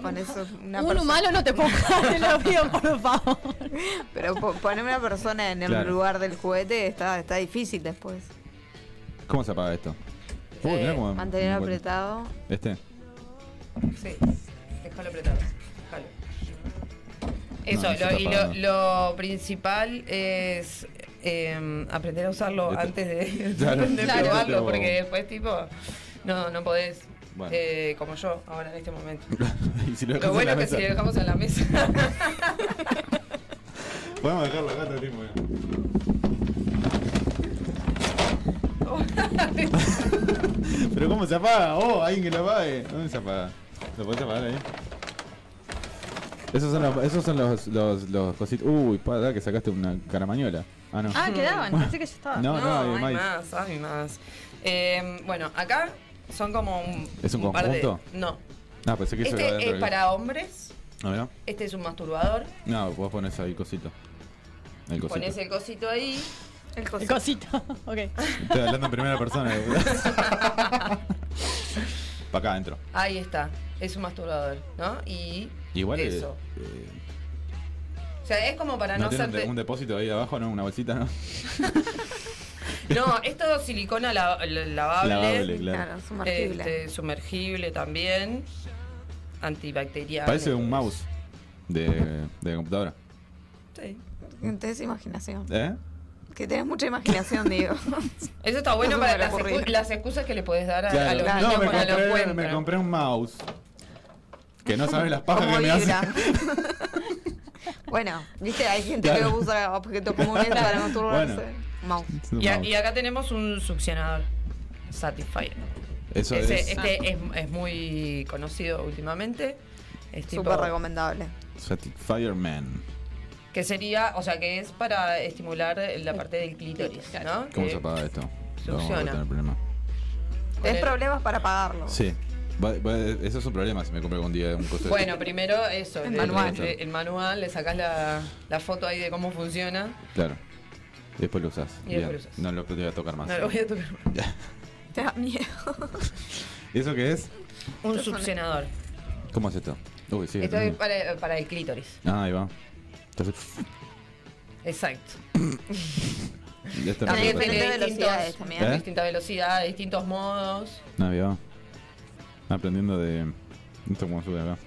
[SPEAKER 6] Pones una
[SPEAKER 2] Un
[SPEAKER 6] persona-
[SPEAKER 2] humano no te pongas, te lo pido por favor.
[SPEAKER 6] Pero po- poner una persona en el
[SPEAKER 1] Claro.
[SPEAKER 6] lugar del juguete está, está difícil después.
[SPEAKER 1] ¿Cómo se apaga esto? Uy,
[SPEAKER 4] Eh,
[SPEAKER 1] mirá cómo-
[SPEAKER 6] Mantener
[SPEAKER 1] bueno.
[SPEAKER 6] apretado.
[SPEAKER 1] Este.
[SPEAKER 4] Sí, déjalo apretado. déjalo. Eso,
[SPEAKER 1] No, no se
[SPEAKER 4] lo-
[SPEAKER 1] está
[SPEAKER 4] y lo,
[SPEAKER 1] apagando.
[SPEAKER 4] lo principal es eh, aprender a usarlo
[SPEAKER 1] Este.
[SPEAKER 4] antes de,
[SPEAKER 1] Claro.
[SPEAKER 4] de
[SPEAKER 1] Claro.
[SPEAKER 4] probarlo,
[SPEAKER 1] Pero-
[SPEAKER 4] porque después, tipo, no, no podés.
[SPEAKER 1] Bueno.
[SPEAKER 4] eh, como yo, ahora en este momento.
[SPEAKER 1] Y si lo dejas
[SPEAKER 4] Lo
[SPEAKER 1] en
[SPEAKER 4] bueno
[SPEAKER 1] la
[SPEAKER 4] es
[SPEAKER 1] mesa.
[SPEAKER 4] que si lo dejamos en la mesa.
[SPEAKER 1] Podemos dejarlo acá, está tipo, mira. Pero ¿cómo se apaga? Oh, alguien que lo apague. ¿Dónde se apaga? ¿Lo podés apagar ahí? Esos son los, esos son los, los, los cositos. Uy, para que sacaste una caramañola. Ah, no.
[SPEAKER 2] Ah, quedaban,
[SPEAKER 1] Bueno.
[SPEAKER 2] pensé que ya estaba.
[SPEAKER 1] No, no, hay
[SPEAKER 4] hay
[SPEAKER 1] más.
[SPEAKER 4] más, hay más. Eh, bueno, acá son como un.
[SPEAKER 1] ¿Es un
[SPEAKER 4] par de-
[SPEAKER 1] conjunto?
[SPEAKER 4] no.
[SPEAKER 1] Ah, pensé que eso
[SPEAKER 4] Este
[SPEAKER 1] quedaba
[SPEAKER 4] es
[SPEAKER 1] dentro del-
[SPEAKER 4] para hombres.
[SPEAKER 1] A ver, No,
[SPEAKER 4] Este es un masturbador.
[SPEAKER 1] no, vos pones ahí cosito. El cosito.
[SPEAKER 4] Pones el cosito ahí.
[SPEAKER 6] El
[SPEAKER 2] El cosito, ok.
[SPEAKER 1] Estoy hablando en primera persona. para acá adentro.
[SPEAKER 4] Ahí está. Es un masturbador, ¿no? Y.
[SPEAKER 1] Igual eh,
[SPEAKER 4] Eso.
[SPEAKER 1] eh,
[SPEAKER 4] O sea, es como para
[SPEAKER 1] no
[SPEAKER 4] no,
[SPEAKER 1] tiene un, de-
[SPEAKER 4] hacerte.
[SPEAKER 1] un depósito ahí abajo, ¿no? Una bolsita, ¿no?
[SPEAKER 4] No, es todo silicona la- la- lavable.
[SPEAKER 1] Lavable, claro. Claro,
[SPEAKER 6] sumergible.
[SPEAKER 4] Este, sumergible también. Antibacterial.
[SPEAKER 1] Parece un mouse de, de computadora.
[SPEAKER 4] Sí.
[SPEAKER 6] Entonces imaginación.
[SPEAKER 1] ¿Eh?
[SPEAKER 6] Que tenés mucha imaginación, Diego.
[SPEAKER 4] Eso está bueno
[SPEAKER 6] No se
[SPEAKER 4] para
[SPEAKER 6] me
[SPEAKER 4] las,
[SPEAKER 6] ocurrió.
[SPEAKER 4] excu- las excusas que le podés dar a, a
[SPEAKER 1] Claro.
[SPEAKER 4] los niños
[SPEAKER 1] No, me
[SPEAKER 4] cuando lo
[SPEAKER 1] compré, me
[SPEAKER 4] encuentran.
[SPEAKER 1] compré un mouse. Que no sabes las pajas
[SPEAKER 6] Como
[SPEAKER 1] que me hace.
[SPEAKER 6] vibra. bueno, viste, hay gente
[SPEAKER 1] Claro.
[SPEAKER 6] que usa objetos comunes para masturbarse. Mouse.
[SPEAKER 1] Es un
[SPEAKER 4] Y, a-
[SPEAKER 1] mouse.
[SPEAKER 4] y acá tenemos un succionador. Satisfyer.
[SPEAKER 1] Eso
[SPEAKER 4] Ese-
[SPEAKER 1] es.
[SPEAKER 4] Este es, es muy conocido últimamente. Es tipo-
[SPEAKER 6] Súper recomendable.
[SPEAKER 1] Satisfyer Man.
[SPEAKER 4] Que sería, o sea, que es para estimular la parte del clítoris, ¿no?
[SPEAKER 1] ¿Cómo
[SPEAKER 4] Que-
[SPEAKER 1] se apaga esto? No vamos a
[SPEAKER 4] Succiona.
[SPEAKER 1] tener problema.
[SPEAKER 6] Tenés problemas para pagarlo.
[SPEAKER 1] Sí. Va- va- eso es un problema si me compré algún día un coso de-
[SPEAKER 4] Bueno, primero eso,
[SPEAKER 6] El
[SPEAKER 4] el
[SPEAKER 1] manual.
[SPEAKER 4] manual, el, el manual le sacás la, la foto ahí de cómo funciona.
[SPEAKER 1] este. Claro. Y Después lo usás.
[SPEAKER 4] Y después
[SPEAKER 1] Bien.
[SPEAKER 4] lo usás.
[SPEAKER 1] No lo te voy a tocar más.
[SPEAKER 4] No lo voy a tocar.
[SPEAKER 6] Te da miedo.
[SPEAKER 1] ¿Y eso qué es?
[SPEAKER 4] Un succionador.
[SPEAKER 1] ¿Cómo es esto? Uy, sí.
[SPEAKER 4] Esto es para, para el clítoris.
[SPEAKER 1] Ah, ahí va. Entonces,
[SPEAKER 4] Exacto.
[SPEAKER 1] esto no
[SPEAKER 4] También
[SPEAKER 1] se puede
[SPEAKER 4] tiene
[SPEAKER 1] tocar.
[SPEAKER 4] distintos-
[SPEAKER 6] Diferentes velocidades también.
[SPEAKER 1] ¿Eh?
[SPEAKER 4] Distintas velocidades, distintos modos.
[SPEAKER 1] No, ahí va. Aprendiendo de. Esto como sube acá.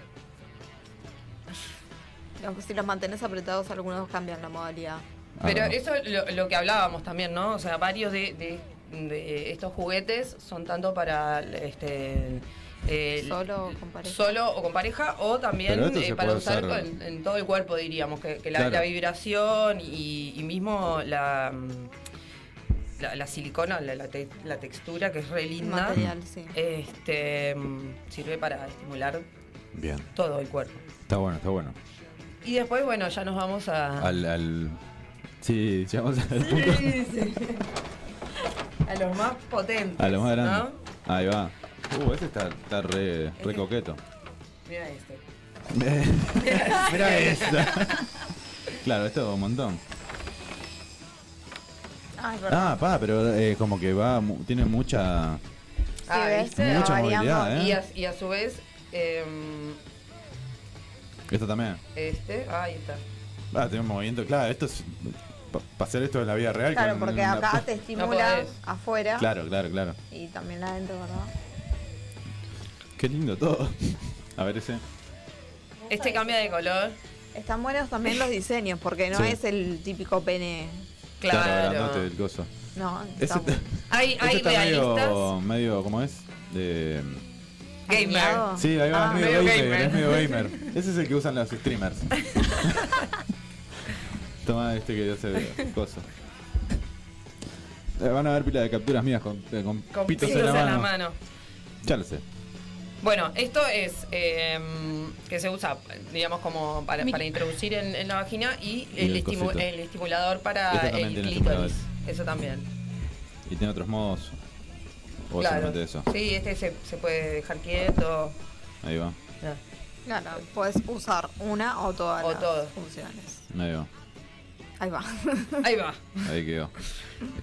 [SPEAKER 6] Los- Si los mantenés apretados, algunos cambian la modalidad.
[SPEAKER 1] Ah,
[SPEAKER 4] Pero
[SPEAKER 1] no.
[SPEAKER 4] eso lo, lo que hablábamos también, ¿no? O sea, varios de, de- de estos juguetes son tanto para este el-
[SPEAKER 6] Solo o con pareja.
[SPEAKER 4] solo o con pareja o también
[SPEAKER 1] Pero esto se
[SPEAKER 4] eh, para
[SPEAKER 1] puede
[SPEAKER 4] usar
[SPEAKER 1] usar-
[SPEAKER 4] con- en todo el cuerpo, diríamos, que, que la,
[SPEAKER 1] Claro.
[SPEAKER 4] la vibración y, y mismo la, mm, la, la silicona, la, la te- la textura que es re
[SPEAKER 6] El
[SPEAKER 4] linda,
[SPEAKER 6] material, sí.
[SPEAKER 4] este, mm, sirve para estimular
[SPEAKER 1] Bien.
[SPEAKER 4] todo el cuerpo.
[SPEAKER 1] Está bueno, está bueno.
[SPEAKER 4] Y después, bueno, ya nos vamos
[SPEAKER 6] Ah.
[SPEAKER 4] a.
[SPEAKER 1] Al, al... Sí, llegamos al punto.
[SPEAKER 4] Sí, sí. A los más potentes.
[SPEAKER 1] A lo más grande.
[SPEAKER 4] ¿no?
[SPEAKER 1] Ahí va. Uh, este está, está re, re coqueto.
[SPEAKER 4] Mira este.
[SPEAKER 1] Mira esto. claro, esto es un montón.
[SPEAKER 4] Ay,
[SPEAKER 1] Ah, pa, pero eh, como que va, mu- tiene mucha.
[SPEAKER 4] Ah,
[SPEAKER 1] ves,
[SPEAKER 4] ¿viste?
[SPEAKER 1] mucha
[SPEAKER 4] Variamos.
[SPEAKER 1] movilidad, ¿eh?
[SPEAKER 4] y, a, y a su vez, em,
[SPEAKER 1] Esto también.
[SPEAKER 4] este, ahí está.
[SPEAKER 1] Ah, tiene un movimiento. Claro, esto es. pa- Para hacer esto en la vida real.
[SPEAKER 6] Claro,
[SPEAKER 1] con
[SPEAKER 6] porque
[SPEAKER 1] una
[SPEAKER 6] acá
[SPEAKER 1] pu-
[SPEAKER 6] te estimula afuera
[SPEAKER 1] Mm, Claro, claro, claro.
[SPEAKER 6] y también la adentro, ¿verdad?
[SPEAKER 1] Qué lindo todo. A ver ese.
[SPEAKER 4] Este cambia de color.
[SPEAKER 6] Están buenos también los diseños, porque no
[SPEAKER 1] Sí.
[SPEAKER 6] es el típico pene.
[SPEAKER 1] grandote del coso.
[SPEAKER 6] No,
[SPEAKER 1] Ese,
[SPEAKER 6] está bueno.
[SPEAKER 4] Hay,
[SPEAKER 1] ese este está medio, medio. ¿Cómo es? De.
[SPEAKER 4] Gamer.
[SPEAKER 1] Sí, ahí va,
[SPEAKER 4] Ah,
[SPEAKER 1] es medio,
[SPEAKER 4] medio
[SPEAKER 1] gamer,
[SPEAKER 4] gamer.
[SPEAKER 1] es medio gamer. Ese es el que usan los streamers. Toma este que yo hace cosas. Eh, Van a ver pila de capturas mías con, eh, con
[SPEAKER 4] Con
[SPEAKER 1] pitos en la mano.
[SPEAKER 4] mano.
[SPEAKER 1] Ya lo sé.
[SPEAKER 4] Bueno, esto es em, que se usa, digamos, como para,
[SPEAKER 2] Mi-
[SPEAKER 4] para introducir en, en la vagina y
[SPEAKER 1] Y
[SPEAKER 4] el,
[SPEAKER 1] el
[SPEAKER 4] estimu-
[SPEAKER 1] cosito.
[SPEAKER 4] el estimulador para
[SPEAKER 1] Esto también
[SPEAKER 4] el
[SPEAKER 1] tiene
[SPEAKER 4] clítoris.
[SPEAKER 1] estimulador.
[SPEAKER 4] Eso también.
[SPEAKER 1] Y tiene otros modos. O
[SPEAKER 4] claro.
[SPEAKER 1] solamente eso.
[SPEAKER 4] Sí, este se, se puede dejar quieto.
[SPEAKER 1] Ahí va,
[SPEAKER 6] Claro, puedes usar una o todas
[SPEAKER 4] O
[SPEAKER 6] las
[SPEAKER 4] todo.
[SPEAKER 6] funciones.
[SPEAKER 1] ahí va.
[SPEAKER 6] Ahí va.
[SPEAKER 4] Ahí va.
[SPEAKER 1] Ahí quedó.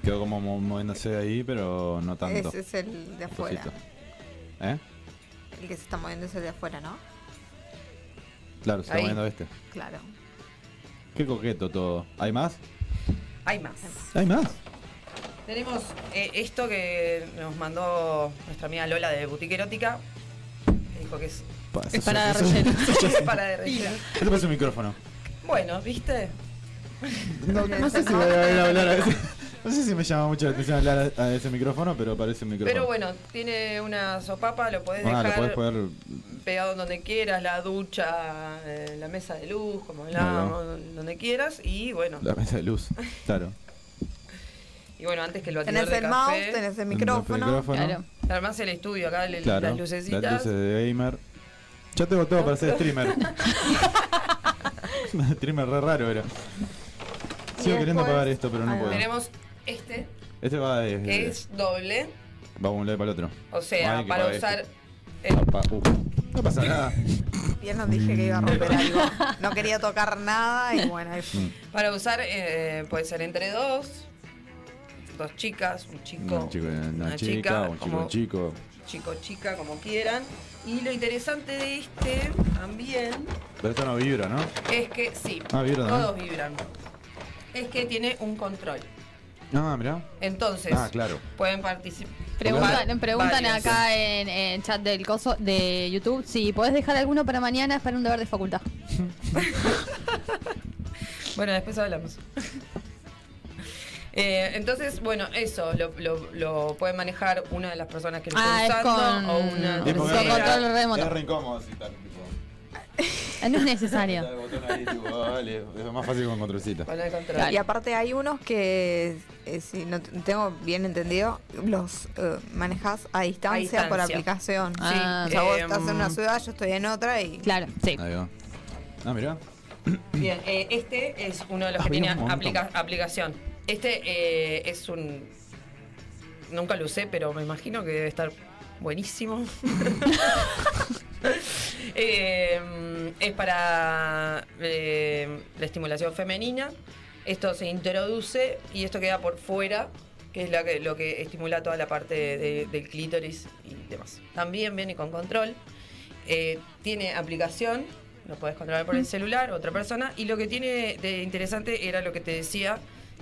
[SPEAKER 1] Quedó como mo- moviéndose ahí, pero no tanto.
[SPEAKER 6] Ese es el de afuera.
[SPEAKER 1] Cosito. ¿Eh?
[SPEAKER 6] El que se está moviendo es el de afuera, ¿no?
[SPEAKER 1] Claro, se está
[SPEAKER 6] Ahí.
[SPEAKER 1] moviendo este.
[SPEAKER 6] Claro.
[SPEAKER 1] Qué coqueto todo. ¿Hay más?
[SPEAKER 4] Hay más.
[SPEAKER 1] ¿Hay más?
[SPEAKER 4] Tenemos eh, esto que nos mandó nuestra amiga Lola de Boutique Erótica. que Dijo que es
[SPEAKER 1] Pa,
[SPEAKER 4] Es
[SPEAKER 1] eso-
[SPEAKER 4] para
[SPEAKER 1] eso-
[SPEAKER 4] relleno.
[SPEAKER 1] eso- eso-
[SPEAKER 4] Para de relleno.
[SPEAKER 1] Esto parece un micrófono.
[SPEAKER 4] Bueno, ¿viste?
[SPEAKER 1] No, no sé si voy a ir a hablar a ese. No sé si me llama mucho la atención hablar a, a ese micrófono, pero parece un micrófono.
[SPEAKER 4] Pero bueno, tiene una sopapa, lo podés
[SPEAKER 1] Ah, lo
[SPEAKER 4] dejar
[SPEAKER 1] podés poner.
[SPEAKER 4] pegado donde quieras, la ducha, eh, la mesa de luz, como hablábamos, donde quieras. Y bueno,
[SPEAKER 1] La mesa de luz, claro.
[SPEAKER 4] y bueno antes que lo
[SPEAKER 6] Tenés
[SPEAKER 4] atendés
[SPEAKER 6] el mouse, tenés el micrófono.
[SPEAKER 1] micrófono. Claro.
[SPEAKER 4] Además el estudio acá, le-
[SPEAKER 1] claro.
[SPEAKER 4] las lucecitas.
[SPEAKER 1] Las luces de gamer. Ya tengo todo para ser streamer. streamer re raro era. Sigo
[SPEAKER 4] Y
[SPEAKER 1] queriendo
[SPEAKER 4] después-
[SPEAKER 1] pagar esto, pero no
[SPEAKER 4] Ahí va.
[SPEAKER 1] puedo.
[SPEAKER 4] Tenemos este,
[SPEAKER 1] Este va de.
[SPEAKER 4] que es doble,
[SPEAKER 1] Va de un lado para el otro.
[SPEAKER 4] o sea,
[SPEAKER 1] Ay, que
[SPEAKER 4] para
[SPEAKER 1] pague
[SPEAKER 4] usar...
[SPEAKER 1] este.
[SPEAKER 4] el-
[SPEAKER 1] Pa- uh, no pasa nada.
[SPEAKER 6] Bien nos dije que iba a romper algo. No quería tocar nada y bueno, ahí
[SPEAKER 1] Mm.
[SPEAKER 6] fue.
[SPEAKER 4] Para usar eh, puede ser entre dos, dos chicas, un chico,
[SPEAKER 1] Un chico, una,
[SPEAKER 4] una
[SPEAKER 1] chica,
[SPEAKER 4] chica,
[SPEAKER 1] un chico,
[SPEAKER 4] como-
[SPEAKER 1] un chico.
[SPEAKER 4] chico, chica, como quieran. Y lo interesante de este también
[SPEAKER 1] Pero esto no vibra, ¿no?
[SPEAKER 4] es que sí,
[SPEAKER 1] Ah, vibra también.
[SPEAKER 4] todos vibran. Es que tiene un control.
[SPEAKER 1] Ah, mirá.
[SPEAKER 4] Entonces,
[SPEAKER 1] Ah, claro.
[SPEAKER 4] pueden participar.
[SPEAKER 2] Preguntan, preguntan
[SPEAKER 4] Varios.
[SPEAKER 2] acá en, en chat del coso de YouTube si podés dejar alguno para mañana es para un deber de facultad.
[SPEAKER 4] Bueno, después hablamos. Eh, entonces, bueno, eso lo, lo- lo puede manejar una de las personas que lo
[SPEAKER 2] Ah, es
[SPEAKER 4] está
[SPEAKER 2] con-
[SPEAKER 4] usando o una
[SPEAKER 1] Y porque
[SPEAKER 2] Con
[SPEAKER 1] es re-
[SPEAKER 2] control remoto.
[SPEAKER 1] Es re incómodo si está tipo.
[SPEAKER 2] Eh, No es
[SPEAKER 1] está
[SPEAKER 2] necesario.
[SPEAKER 1] el botón ahí, tipo, dale, es más fácil con controlcita.
[SPEAKER 4] Con el control.
[SPEAKER 6] Y aparte hay unos que, eh, si no t- tengo bien entendido, los eh, manejas a distancia, por
[SPEAKER 2] distancia.
[SPEAKER 6] aplicación.
[SPEAKER 4] Ah.
[SPEAKER 2] Sí,
[SPEAKER 6] Ah, o sea, vos
[SPEAKER 2] em,
[SPEAKER 6] estás en una ciudad, yo estoy en otra y...
[SPEAKER 2] Claro, sí.
[SPEAKER 1] Ahí va. Ah, mirá.
[SPEAKER 4] Bien, eh, este es uno de los
[SPEAKER 1] Ah,
[SPEAKER 4] que
[SPEAKER 1] bien,
[SPEAKER 4] tiene
[SPEAKER 1] un montón.
[SPEAKER 4] aplica- aplicación. Este eh, es un. Nunca lo usé, pero me imagino que debe estar buenísimo. Eh, es para eh, la estimulación femenina. Esto se introduce y esto queda por fuera, que es la que- lo que estimula toda la parte de- del clítoris y demás. También viene con control. Eh, tiene aplicación, lo puedes controlar por el celular, otra persona. Y lo que tiene de interesante era lo que te decía,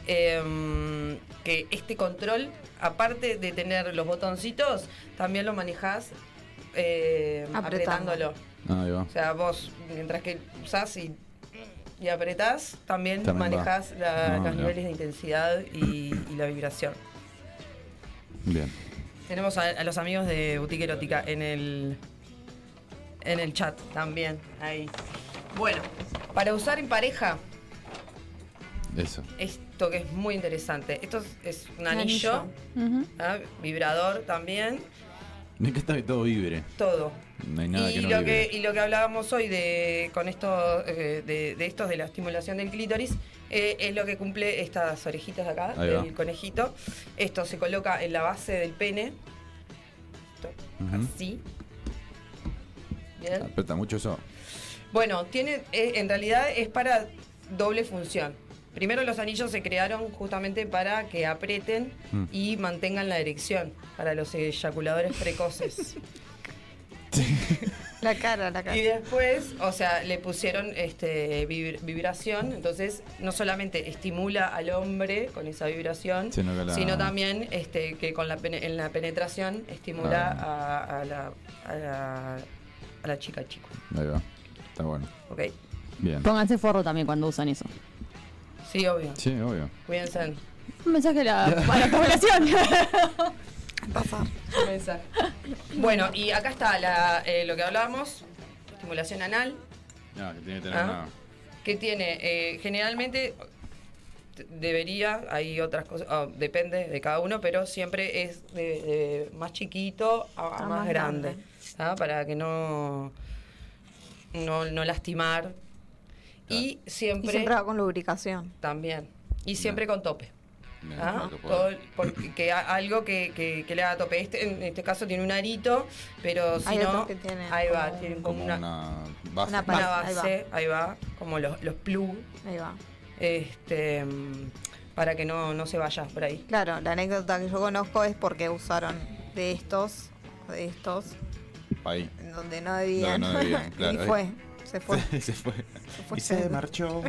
[SPEAKER 4] em, que este control, aparte de tener los botoncitos, también lo manejás em,
[SPEAKER 6] Apretando.
[SPEAKER 4] apretándolo.
[SPEAKER 1] Ah, Ahí va.
[SPEAKER 4] O sea, vos, mientras que usás y, y apretás, también,
[SPEAKER 1] También va.
[SPEAKER 4] manejás la-
[SPEAKER 1] Ah,
[SPEAKER 4] los
[SPEAKER 1] mirá.
[SPEAKER 4] niveles de intensidad y, y la vibración.
[SPEAKER 1] Bien.
[SPEAKER 4] Tenemos a, a los amigos de Boutique Erótica en el, en el chat también. Ahí. Bueno, para usar en pareja,
[SPEAKER 1] Eso.
[SPEAKER 4] esto que es muy interesante. Esto es, es un anillo, ah, vibrador también.
[SPEAKER 5] ¿De qué está que todo vibre?
[SPEAKER 4] todo.
[SPEAKER 5] No hay nada
[SPEAKER 4] y,
[SPEAKER 5] que no
[SPEAKER 4] lo
[SPEAKER 5] vibre.
[SPEAKER 4] que, y lo que hablábamos hoy de con esto, eh, de, de estos de la estimulación del clítoris eh, es lo que cumple estas orejitas de acá,
[SPEAKER 5] Ahí va.
[SPEAKER 4] del conejito. Esto se coloca en la base del pene. Esto,
[SPEAKER 5] Ujú.
[SPEAKER 4] Así. Bien.
[SPEAKER 5] Aprieta mucho eso.
[SPEAKER 4] Bueno, tiene, eh, en realidad es para doble función. Primero los anillos se crearon justamente para que aprieten
[SPEAKER 5] Mm.
[SPEAKER 4] y mantengan la erección para los eyaculadores precoces.
[SPEAKER 6] La cara, la cara.
[SPEAKER 4] Y después, o sea, le pusieron este vibr- vibración, entonces no solamente estimula al hombre con esa vibración,
[SPEAKER 5] Sino que la-
[SPEAKER 4] también este, que con la pene- en la penetración estimula a, a la, a la- a la chica chico.
[SPEAKER 5] Ahí va. Está bueno.
[SPEAKER 4] ¿ok?
[SPEAKER 5] Bien.
[SPEAKER 2] Pónganse forro también cuando usan eso.
[SPEAKER 4] Sí, obvio.
[SPEAKER 5] Sí, obvio.
[SPEAKER 4] Cuídense.
[SPEAKER 2] Un mensaje a la, a la población.
[SPEAKER 4] Mensaje. Bueno, y acá está la, eh, lo que hablábamos, estimulación anal.
[SPEAKER 5] No, que tiene que tener
[SPEAKER 4] Ah.
[SPEAKER 5] una-
[SPEAKER 4] que tiene eh, generalmente t- debería hay otras cosas ah, depende de cada uno pero siempre es de, de más chiquito a, a más,
[SPEAKER 6] A más
[SPEAKER 4] grande,
[SPEAKER 6] grande.
[SPEAKER 4] ¿tá? para que no no, no lastimar y
[SPEAKER 6] Y
[SPEAKER 4] siempre,
[SPEAKER 6] siempre va con lubricación.
[SPEAKER 4] también y siempre con tope
[SPEAKER 6] Bien,
[SPEAKER 4] ¿tá?
[SPEAKER 6] lo que pueda.
[SPEAKER 4] Ah, Todo el- porque que a- algo que, que- que le haga tope este en este caso tiene un arito pero si
[SPEAKER 6] Hay
[SPEAKER 4] no
[SPEAKER 6] otros que tienen
[SPEAKER 4] ahí va
[SPEAKER 6] como-
[SPEAKER 4] tienen
[SPEAKER 5] como
[SPEAKER 4] como una,
[SPEAKER 5] una
[SPEAKER 4] base,
[SPEAKER 5] base.
[SPEAKER 4] una
[SPEAKER 6] base,
[SPEAKER 4] base, ahí va, como los, los plug,
[SPEAKER 6] Ahí va.
[SPEAKER 4] este, mm, para que no, no se vaya por ahí.
[SPEAKER 6] Claro, la anécdota que yo conozco es porque usaron de estos, de estos,
[SPEAKER 5] Ahí.
[SPEAKER 6] en donde no debían.
[SPEAKER 5] No, no debían, claro,
[SPEAKER 6] y
[SPEAKER 5] ahí.
[SPEAKER 6] fue, se fue.
[SPEAKER 5] se fue.
[SPEAKER 6] fue
[SPEAKER 5] Y se
[SPEAKER 6] todo.
[SPEAKER 5] marchó.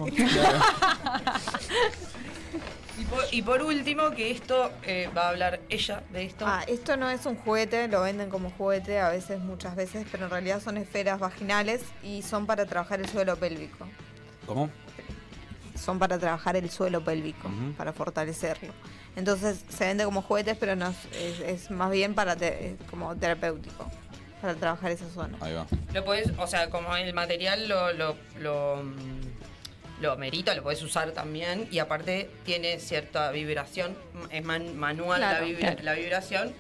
[SPEAKER 4] Y por, y por último, que esto eh, va a hablar ella de esto.
[SPEAKER 6] Ah, esto no es un juguete, lo venden como juguete a veces, muchas veces, pero en realidad son esferas vaginales y son para trabajar el suelo pélvico.
[SPEAKER 5] ¿Cómo?
[SPEAKER 6] Son para trabajar el suelo pélvico,
[SPEAKER 5] Ujú.
[SPEAKER 6] para fortalecerlo. Entonces se vende como juguetes, pero no es, es- es más bien para te- es como terapéutico, para trabajar esa zona.
[SPEAKER 5] Ahí va.
[SPEAKER 4] Lo podés, o sea, como el material lo, lo, lo, mm, lo merita, lo podés usar también. Y aparte tiene cierta vibración, m- es man- manual
[SPEAKER 6] Claro,
[SPEAKER 4] la, vibra-
[SPEAKER 6] claro.
[SPEAKER 4] la vibración.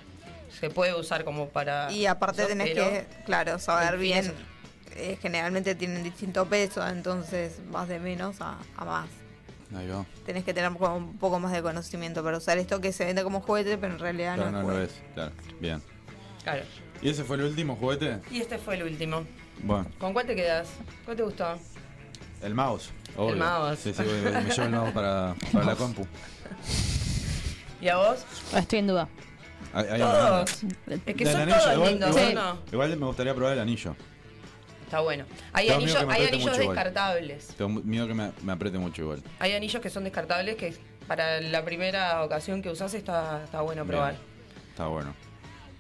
[SPEAKER 4] Se puede usar como
[SPEAKER 5] Ah,
[SPEAKER 4] para...
[SPEAKER 6] Y aparte
[SPEAKER 4] eso,
[SPEAKER 6] tenés
[SPEAKER 4] pero-
[SPEAKER 6] que, claro, saber
[SPEAKER 4] el fin es-
[SPEAKER 6] bien. eh, generalmente tienen distinto peso, entonces vas de menos a- a más.
[SPEAKER 5] Ahí va.
[SPEAKER 6] tenés que tener como un poco más de conocimiento para usar esto que se vende como juguete, pero en realidad
[SPEAKER 5] Claro,
[SPEAKER 6] no
[SPEAKER 5] no
[SPEAKER 6] es
[SPEAKER 5] lo
[SPEAKER 6] juguete.
[SPEAKER 5] ves. Claro. Bien.
[SPEAKER 4] Claro.
[SPEAKER 5] ¿Y ese fue el último juguete?
[SPEAKER 4] Y este fue el último.
[SPEAKER 5] Bueno,
[SPEAKER 4] ¿Con cuál te quedas? ¿Cuál te gustó?
[SPEAKER 5] el mouse. obvio.
[SPEAKER 4] El mouse.
[SPEAKER 5] Sí, sí, voy- me llevo el mouse para, para la compu.
[SPEAKER 4] ¿Y a vos?
[SPEAKER 2] Estoy en duda.
[SPEAKER 5] Ahí- ahí
[SPEAKER 4] Todos.
[SPEAKER 5] va.
[SPEAKER 4] Es que
[SPEAKER 5] Del
[SPEAKER 4] son
[SPEAKER 5] anillo,
[SPEAKER 4] todos
[SPEAKER 5] igual-
[SPEAKER 4] lindos,
[SPEAKER 5] igual-
[SPEAKER 4] ¿no?
[SPEAKER 5] igual me gustaría probar el anillo.
[SPEAKER 4] Está bueno. Hay
[SPEAKER 5] Tengo miedo
[SPEAKER 4] anillos,
[SPEAKER 5] que me
[SPEAKER 4] hay
[SPEAKER 5] apriete
[SPEAKER 4] anillos
[SPEAKER 5] mucho igual.
[SPEAKER 4] descartables.
[SPEAKER 5] Tengo mu- miedo que me, me apriete mucho igual.
[SPEAKER 4] Hay anillos que son descartables que para la primera ocasión que usás está, está bueno probar.
[SPEAKER 5] Está bueno.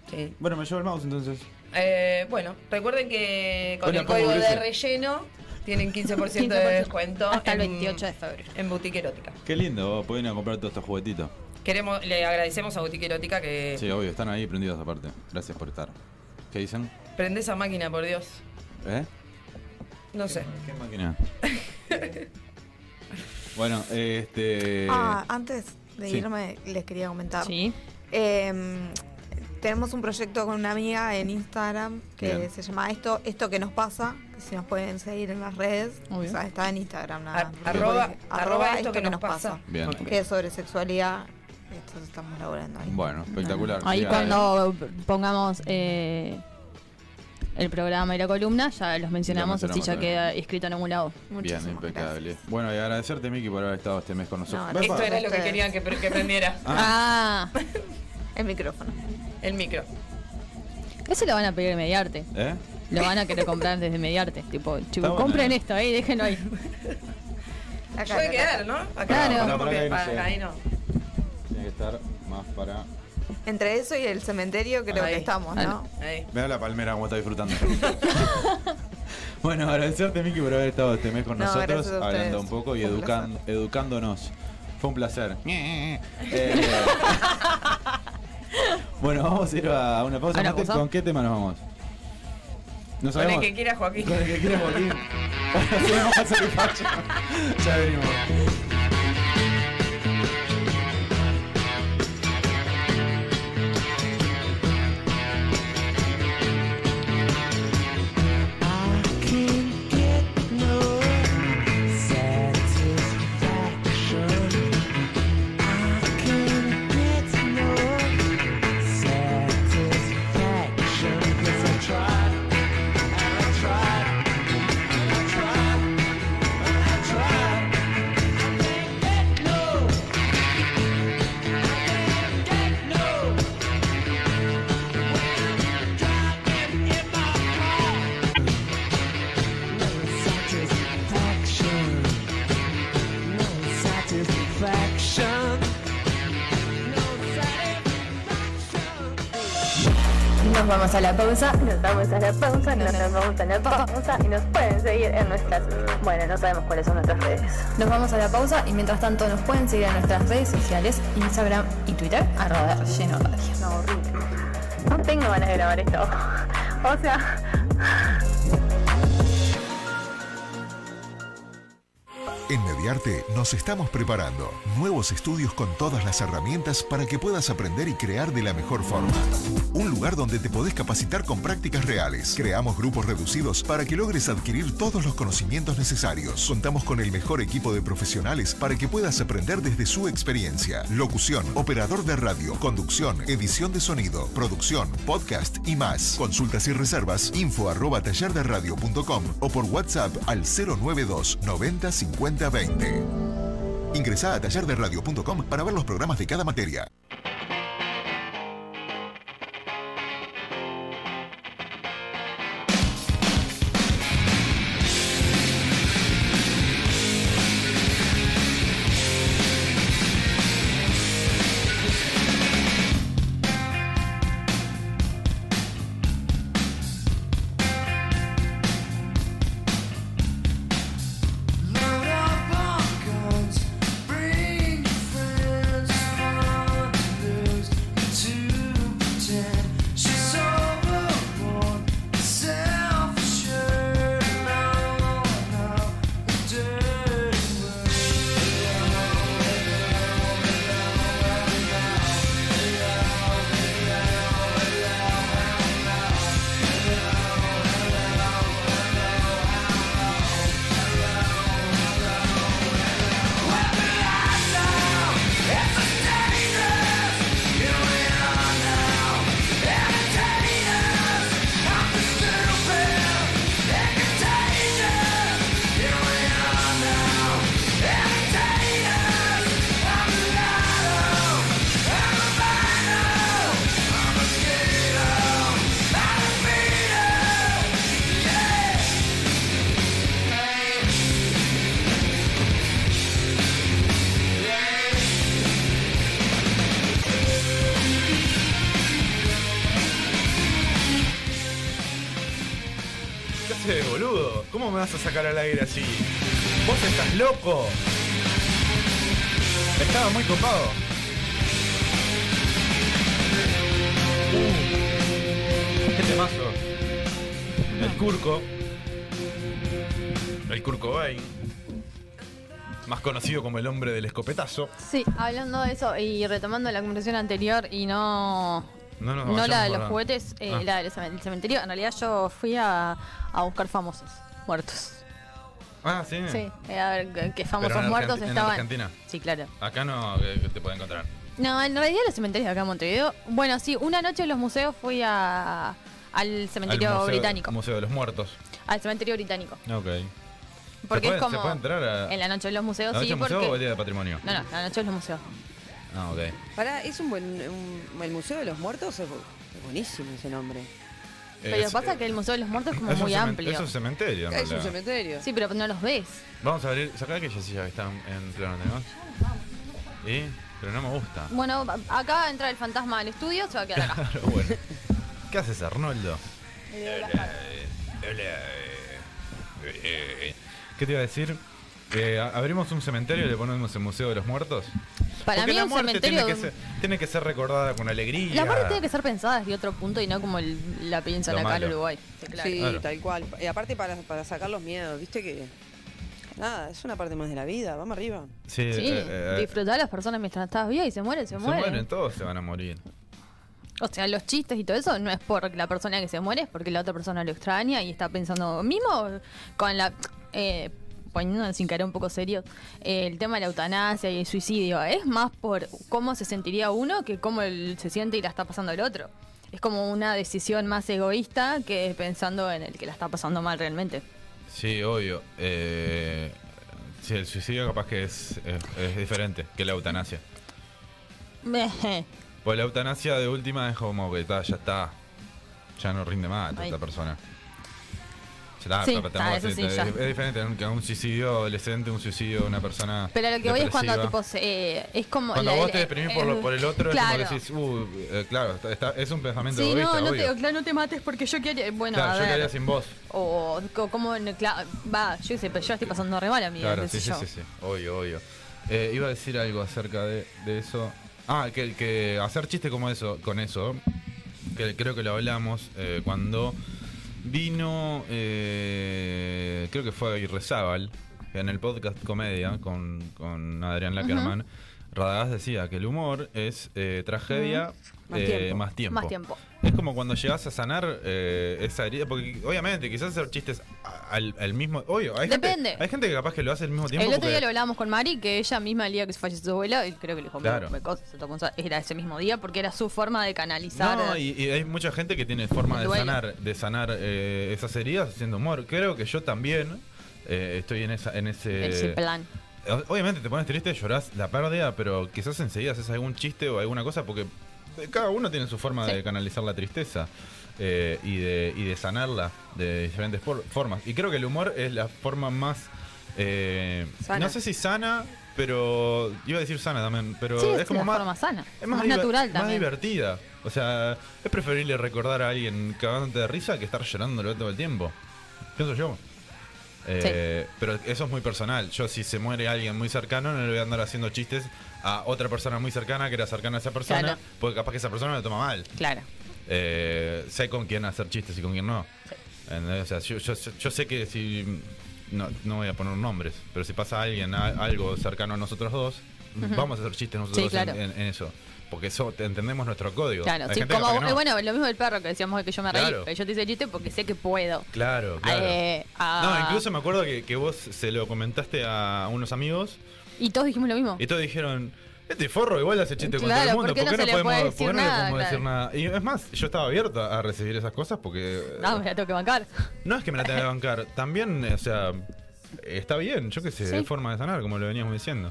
[SPEAKER 4] Sí.
[SPEAKER 5] Bueno, me llevo el mouse entonces.
[SPEAKER 4] Eh, bueno, recuerden que con
[SPEAKER 5] Hola,
[SPEAKER 4] el
[SPEAKER 5] ¿cómo,
[SPEAKER 4] código de
[SPEAKER 5] Grecia?
[SPEAKER 4] relleno tienen 15%, de
[SPEAKER 2] 15%,
[SPEAKER 4] descuento
[SPEAKER 2] hasta el
[SPEAKER 4] en-
[SPEAKER 2] 28 de febrero.
[SPEAKER 4] en Boutique Erótica.
[SPEAKER 5] Qué lindo, pueden ir a comprar todos estos juguetitos.
[SPEAKER 4] Queremos, le agradecemos a Boutique Erótica que
[SPEAKER 5] Sí, obvio, están ahí prendidos aparte. Gracias por estar. ¿Qué dicen?
[SPEAKER 4] prende esa máquina, por Dios.
[SPEAKER 5] ¿Eh?
[SPEAKER 4] No sé.
[SPEAKER 5] ¿Qué máquina? bueno, este.
[SPEAKER 6] Ah, antes de
[SPEAKER 5] sí.
[SPEAKER 6] irme les quería comentar. Eh, tenemos un proyecto con una amiga en Instagram que
[SPEAKER 5] Bien.
[SPEAKER 6] se llama Esto, Esto que nos pasa, que si nos pueden seguir en las redes,
[SPEAKER 2] Obvio.
[SPEAKER 6] o sea, está en Instagram nada.
[SPEAKER 4] Ar-
[SPEAKER 6] más, porque
[SPEAKER 4] arroba-
[SPEAKER 6] dije,
[SPEAKER 4] arroba Esto que nos pasa.
[SPEAKER 5] Bien.
[SPEAKER 6] Que es sobre sexualidad, entonces estamos laburando ahí.
[SPEAKER 5] Bueno, espectacular.
[SPEAKER 2] Ahí
[SPEAKER 5] Sigan,
[SPEAKER 2] cuando pongamos eh, el programa y la columna, ya los mencionamos,
[SPEAKER 5] Lo mencionamos
[SPEAKER 2] así ya
[SPEAKER 5] también.
[SPEAKER 2] queda escrito en algún lado.
[SPEAKER 5] Bien, impecable. Bueno, y agradecerte, Miki, por haber estado este mes con nosotros.
[SPEAKER 2] No,
[SPEAKER 5] Epa.
[SPEAKER 4] Esto era lo que
[SPEAKER 6] Ustedes.
[SPEAKER 4] querían que, que prendiera.
[SPEAKER 2] Ah,
[SPEAKER 6] El micrófono.
[SPEAKER 4] El micro.
[SPEAKER 2] ese lo van a pedir en Mediarte.
[SPEAKER 5] ¿Eh?
[SPEAKER 2] Lo van a querer comprar desde Mediarte. Tipo, tipo,
[SPEAKER 5] bueno,
[SPEAKER 2] compren
[SPEAKER 5] eh.
[SPEAKER 2] esto, eh, déjenlo ahí.
[SPEAKER 4] Se Puede quedar, ¿no? Acá,
[SPEAKER 2] Claro.
[SPEAKER 5] Pará, pará,
[SPEAKER 4] Como que
[SPEAKER 5] pará,
[SPEAKER 4] para-
[SPEAKER 5] que no sé.
[SPEAKER 4] ahí no.
[SPEAKER 5] Tiene que estar más para.
[SPEAKER 6] Entre eso y el cementerio creo
[SPEAKER 4] Ahí.
[SPEAKER 6] que estamos, ¿no?
[SPEAKER 4] Ahí.
[SPEAKER 5] Vea la palmera como está disfrutando. bueno, agradecerte, Miki, por haber estado este mes con
[SPEAKER 6] No,
[SPEAKER 5] nosotros,
[SPEAKER 6] gracias a ustedes.
[SPEAKER 5] hablando un poco y
[SPEAKER 6] Fue un
[SPEAKER 5] educan- educándonos. Fue un placer. Eh, bueno, vamos a ir a una pausa.
[SPEAKER 4] ¿A la
[SPEAKER 5] Mate,
[SPEAKER 4] pausa?
[SPEAKER 5] ¿Con qué tema nos vamos? No
[SPEAKER 4] Con el
[SPEAKER 5] sabemos.
[SPEAKER 4] que quiera Joaquín.
[SPEAKER 5] Con el que quiera Joaquín. Sí, vamos a hacer el facho. ya venimos.
[SPEAKER 10] Quiero
[SPEAKER 9] Nos vamos a la pausa, nos vamos a la pausa, nos, nos vamos a la pausa y nos pueden seguir en nuestras. Bueno, no sabemos cuáles son nuestras redes.
[SPEAKER 13] Nos vamos a la pausa y mientras tanto nos pueden seguir en nuestras redes sociales, Instagram y Twitter, arroba lleno radio.
[SPEAKER 9] No, horrible. No tengo ganas de grabar esto. O sea.
[SPEAKER 7] En Mediarte nos estamos preparando nuevos estudios con todas las herramientas para que puedas aprender y crear de la mejor forma. Un lugar donde te podés capacitar con prácticas reales. Creamos grupos reducidos para que logres adquirir todos los conocimientos necesarios. Contamos con el mejor equipo de profesionales para que puedas aprender desde su experiencia. Locución, operador de radio, conducción, edición de sonido, producción, podcast y más. Consultas y reservas, info arroba tallerderradio.com o por WhatsApp al 092 90 50 20. Ingresá a tallerderradio.com para ver los programas de cada materia.
[SPEAKER 1] ¿Qué haces, boludo? ¿Cómo me vas a sacar al aire así? ¡Vos estás loco! Estaba muy copado. Uh, ¿Qué temazo? El Curco. El Curco Bay. Más conocido como el hombre del escopetazo.
[SPEAKER 2] Sí, hablando de eso y retomando la conversación anterior y no.
[SPEAKER 1] No, nos
[SPEAKER 2] No
[SPEAKER 1] vayamos
[SPEAKER 2] la de
[SPEAKER 1] por
[SPEAKER 2] los juguetes, eh,
[SPEAKER 1] Ah.
[SPEAKER 2] la del cemen- el cementerio. En realidad yo fui a, a buscar famosos muertos.
[SPEAKER 1] Ah, sí.
[SPEAKER 2] Sí, eh, a ver qué- qué famosos
[SPEAKER 1] Pero en
[SPEAKER 2] muertos
[SPEAKER 1] Argenti- en
[SPEAKER 2] estaban.
[SPEAKER 1] Argentina.
[SPEAKER 2] Sí, claro.
[SPEAKER 1] Acá no eh, que te pueden encontrar.
[SPEAKER 2] No, en realidad los cementerios de acá en Montevideo. Bueno, sí, una noche en los museos fui a, al cementerio
[SPEAKER 1] Al museo-
[SPEAKER 2] británico.
[SPEAKER 1] Museo de los Muertos.
[SPEAKER 2] Al cementerio británico.
[SPEAKER 1] Ok.
[SPEAKER 2] Porque
[SPEAKER 1] ¿Se puede,
[SPEAKER 2] es como.
[SPEAKER 1] ¿Se puede entrar a,
[SPEAKER 2] En la noche de los museos,
[SPEAKER 1] ¿La noche
[SPEAKER 2] sí,
[SPEAKER 1] del museo
[SPEAKER 2] porque.
[SPEAKER 1] o el día de patrimonio?
[SPEAKER 2] No, no, la noche de los museos.
[SPEAKER 1] Ah, ok.
[SPEAKER 3] Pará, es un buen. un- el Museo de los Muertos es, bu- es buenísimo ese nombre.
[SPEAKER 2] Pero
[SPEAKER 1] Es-
[SPEAKER 2] lo que pasa es que el Museo de los Muertos es como
[SPEAKER 1] eh, es un
[SPEAKER 2] muy
[SPEAKER 1] cemen-
[SPEAKER 2] amplio.
[SPEAKER 1] Es un cementerio. en realidad.
[SPEAKER 3] cementerio.
[SPEAKER 2] Sí, pero no los ves.
[SPEAKER 1] Vamos a abrir. Sacá que Jessica que está en plano ¿no? ¿Y? Pero no me gusta.
[SPEAKER 2] Bueno, a- acá entra el fantasma al estudio, se va a quedar acá.
[SPEAKER 1] Claro, bueno. ¿Qué haces, Arnoldo? ¿Qué te iba a decir? Eh, a- abrimos un cementerio y le ponemos el Museo de los Muertos.
[SPEAKER 2] Para
[SPEAKER 1] Porque
[SPEAKER 2] mí
[SPEAKER 1] la
[SPEAKER 2] un
[SPEAKER 1] muerte
[SPEAKER 2] cementerio-
[SPEAKER 1] Tiene que, ser, tiene que ser recordada con alegría.
[SPEAKER 2] La parte tiene que ser pensada desde otro punto y no como el- la piensan
[SPEAKER 1] Lo
[SPEAKER 2] acá en
[SPEAKER 1] malo.
[SPEAKER 2] Uruguay.
[SPEAKER 3] Sí,
[SPEAKER 1] claro. Claro.
[SPEAKER 3] tal cual. Y aparte para, para sacar los miedos, viste que. Nada, es una parte más de la vida, vamos arriba.
[SPEAKER 1] Sí,
[SPEAKER 2] Sí,
[SPEAKER 1] eh, eh,
[SPEAKER 2] disfrutar a las personas mientras estás viva y se mueren, se,
[SPEAKER 1] se
[SPEAKER 2] mueren.
[SPEAKER 1] mueren, todos se van a morir.
[SPEAKER 2] O sea, los chistes y todo eso no es por la persona que se muere, es porque la otra persona lo extraña y está pensando mismo con la... Eh, poniéndonos sin caer un poco serio, eh, el tema de la eutanasia y el suicidio es más por cómo se sentiría uno que cómo él se siente y la está pasando el otro. Es como una decisión más egoísta que pensando en el que la está pasando mal realmente.
[SPEAKER 1] Sí, obvio. Eh, sí, el suicidio capaz que es, es- es diferente que la eutanasia. Pues la eutanasia de última es como que ta, ya está. Ya no rinde más
[SPEAKER 2] Ay.
[SPEAKER 1] esta persona. está,
[SPEAKER 2] Sí,
[SPEAKER 1] está, está
[SPEAKER 2] está,
[SPEAKER 1] muerta,
[SPEAKER 2] eso sí,
[SPEAKER 1] está-
[SPEAKER 2] ya.
[SPEAKER 1] es, es diferente que un suicidio adolescente, un suicidio de una persona.
[SPEAKER 2] Pero lo que voy es cuando
[SPEAKER 1] depresiva.
[SPEAKER 2] tipo se- eh, es como
[SPEAKER 1] Cuando
[SPEAKER 2] la-
[SPEAKER 1] vos te deprimís por, lo- por el otro,
[SPEAKER 2] claro.
[SPEAKER 1] es como decís, uh, eh, claro, está- está- es un pensamiento
[SPEAKER 2] Sí,
[SPEAKER 1] egoísta,
[SPEAKER 2] no, no
[SPEAKER 1] obvio.
[SPEAKER 2] te, claro, no te mates porque yo quería, bueno,
[SPEAKER 1] Claro,
[SPEAKER 2] a
[SPEAKER 1] yo
[SPEAKER 2] ver.
[SPEAKER 1] quedaría sin vos.
[SPEAKER 2] O co- como, en- cla- va, yo qué sé, pero yo estoy pasando re mal, amiga.
[SPEAKER 1] Claro,
[SPEAKER 2] qué sé
[SPEAKER 1] sí, sí,
[SPEAKER 2] yo.
[SPEAKER 1] sí, sí. Obvio, obvio. Eh, iba a decir algo acerca de, de eso. Ah, que, que hacer chiste como eso, con eso, que creo que lo hablamos eh, cuando vino, eh, creo que fue Irrezábal, en el podcast Comedia con, con Adrián Lackerman. Radagás decía que el humor es eh, tragedia
[SPEAKER 2] Más
[SPEAKER 1] eh,
[SPEAKER 2] tiempo.
[SPEAKER 1] más tiempo.
[SPEAKER 2] Más tiempo.
[SPEAKER 1] Es como cuando llegas a sanar eh, esa herida, porque obviamente quizás hacer chistes a- al, al mismo... Obvio, hay
[SPEAKER 2] Depende.
[SPEAKER 1] Gente, hay gente que capaz que lo hace al mismo tiempo.
[SPEAKER 2] El otro
[SPEAKER 1] porque-
[SPEAKER 2] día lo hablábamos con Mari, que ella misma el día que se falleció su abuela, y creo que le dijo,
[SPEAKER 1] Claro.
[SPEAKER 2] "Me- me cosa", se tomó un sa- era ese mismo día, porque era su forma de canalizar.
[SPEAKER 1] No, y, y hay mucha gente que tiene forma
[SPEAKER 2] El
[SPEAKER 1] de
[SPEAKER 2] duelo.
[SPEAKER 1] sanar, de sanar eh, esas heridas haciendo humor. Creo que yo también eh, estoy en, esa, en ese...
[SPEAKER 2] Ese plan.
[SPEAKER 1] O- Obviamente te pones triste, llorás la pérdida, pero quizás enseguida haces algún chiste o alguna cosa porque eh, cada uno tiene su forma de canalizar la tristeza eh, y, de, y de sanarla de diferentes por- formas. Y creo que el humor es la forma más... eh,
[SPEAKER 2] Sana.
[SPEAKER 1] no sé si sana, pero... Iba a decir sana también, pero
[SPEAKER 2] Sí,
[SPEAKER 1] es como
[SPEAKER 2] la
[SPEAKER 1] más...
[SPEAKER 2] forma sana.
[SPEAKER 1] Es
[SPEAKER 2] más,
[SPEAKER 1] diver-
[SPEAKER 2] natural
[SPEAKER 1] Más
[SPEAKER 2] también.
[SPEAKER 1] divertida. O sea, es preferible recordar a alguien cagándote de risa que estar llorándolo todo el tiempo. Pienso yo. Eh, Pero eso es muy personal. Yo, si se muere alguien muy cercano, no le voy a andar haciendo chistes a otra persona muy cercana que era cercana a esa persona,
[SPEAKER 2] Claro.
[SPEAKER 1] porque capaz que esa persona lo toma mal.
[SPEAKER 2] Claro.
[SPEAKER 1] Eh, sé con quién hacer chistes y con quién no. ¿Entendés? O sea, yo, yo- yo- yo sé que si. No, no voy a poner nombres, pero si pasa alguien, a- algo cercano a nosotros dos,
[SPEAKER 2] Ujú.
[SPEAKER 1] vamos a hacer chistes nosotros
[SPEAKER 2] Sí,
[SPEAKER 1] dos en-
[SPEAKER 2] claro.
[SPEAKER 1] en, en eso. Porque eso te- entendemos nuestro código.
[SPEAKER 2] Claro,
[SPEAKER 1] Hay
[SPEAKER 2] sí,
[SPEAKER 1] gente
[SPEAKER 2] como
[SPEAKER 1] capaz
[SPEAKER 2] vos-
[SPEAKER 1] que no.
[SPEAKER 2] eh, bueno, lo mismo del perro que decíamos que yo me reí,
[SPEAKER 1] Claro.
[SPEAKER 2] pero yo te hice chiste porque sé que puedo.
[SPEAKER 1] Claro, claro.
[SPEAKER 2] Eh,
[SPEAKER 1] No,
[SPEAKER 2] ah,
[SPEAKER 1] incluso me acuerdo que, que vos se lo comentaste a unos amigos
[SPEAKER 2] Y todos dijimos lo mismo.
[SPEAKER 1] y todos dijeron, este forro igual hace chiste contra
[SPEAKER 2] Claro,
[SPEAKER 1] el mundo,
[SPEAKER 2] ¿por qué no se le puede
[SPEAKER 1] podemos, por
[SPEAKER 2] decir
[SPEAKER 1] qué no le
[SPEAKER 2] nada?
[SPEAKER 1] podemos decir
[SPEAKER 2] Claro.
[SPEAKER 1] nada? Y es más, yo estaba abierto a recibir esas cosas porque eh,
[SPEAKER 2] No, me la tengo que bancar.
[SPEAKER 1] no es que me la tenga que bancar, también, eh, o sea, está bien, yo qué sé,
[SPEAKER 2] Sí.
[SPEAKER 1] es forma de sanar, como lo veníamos diciendo.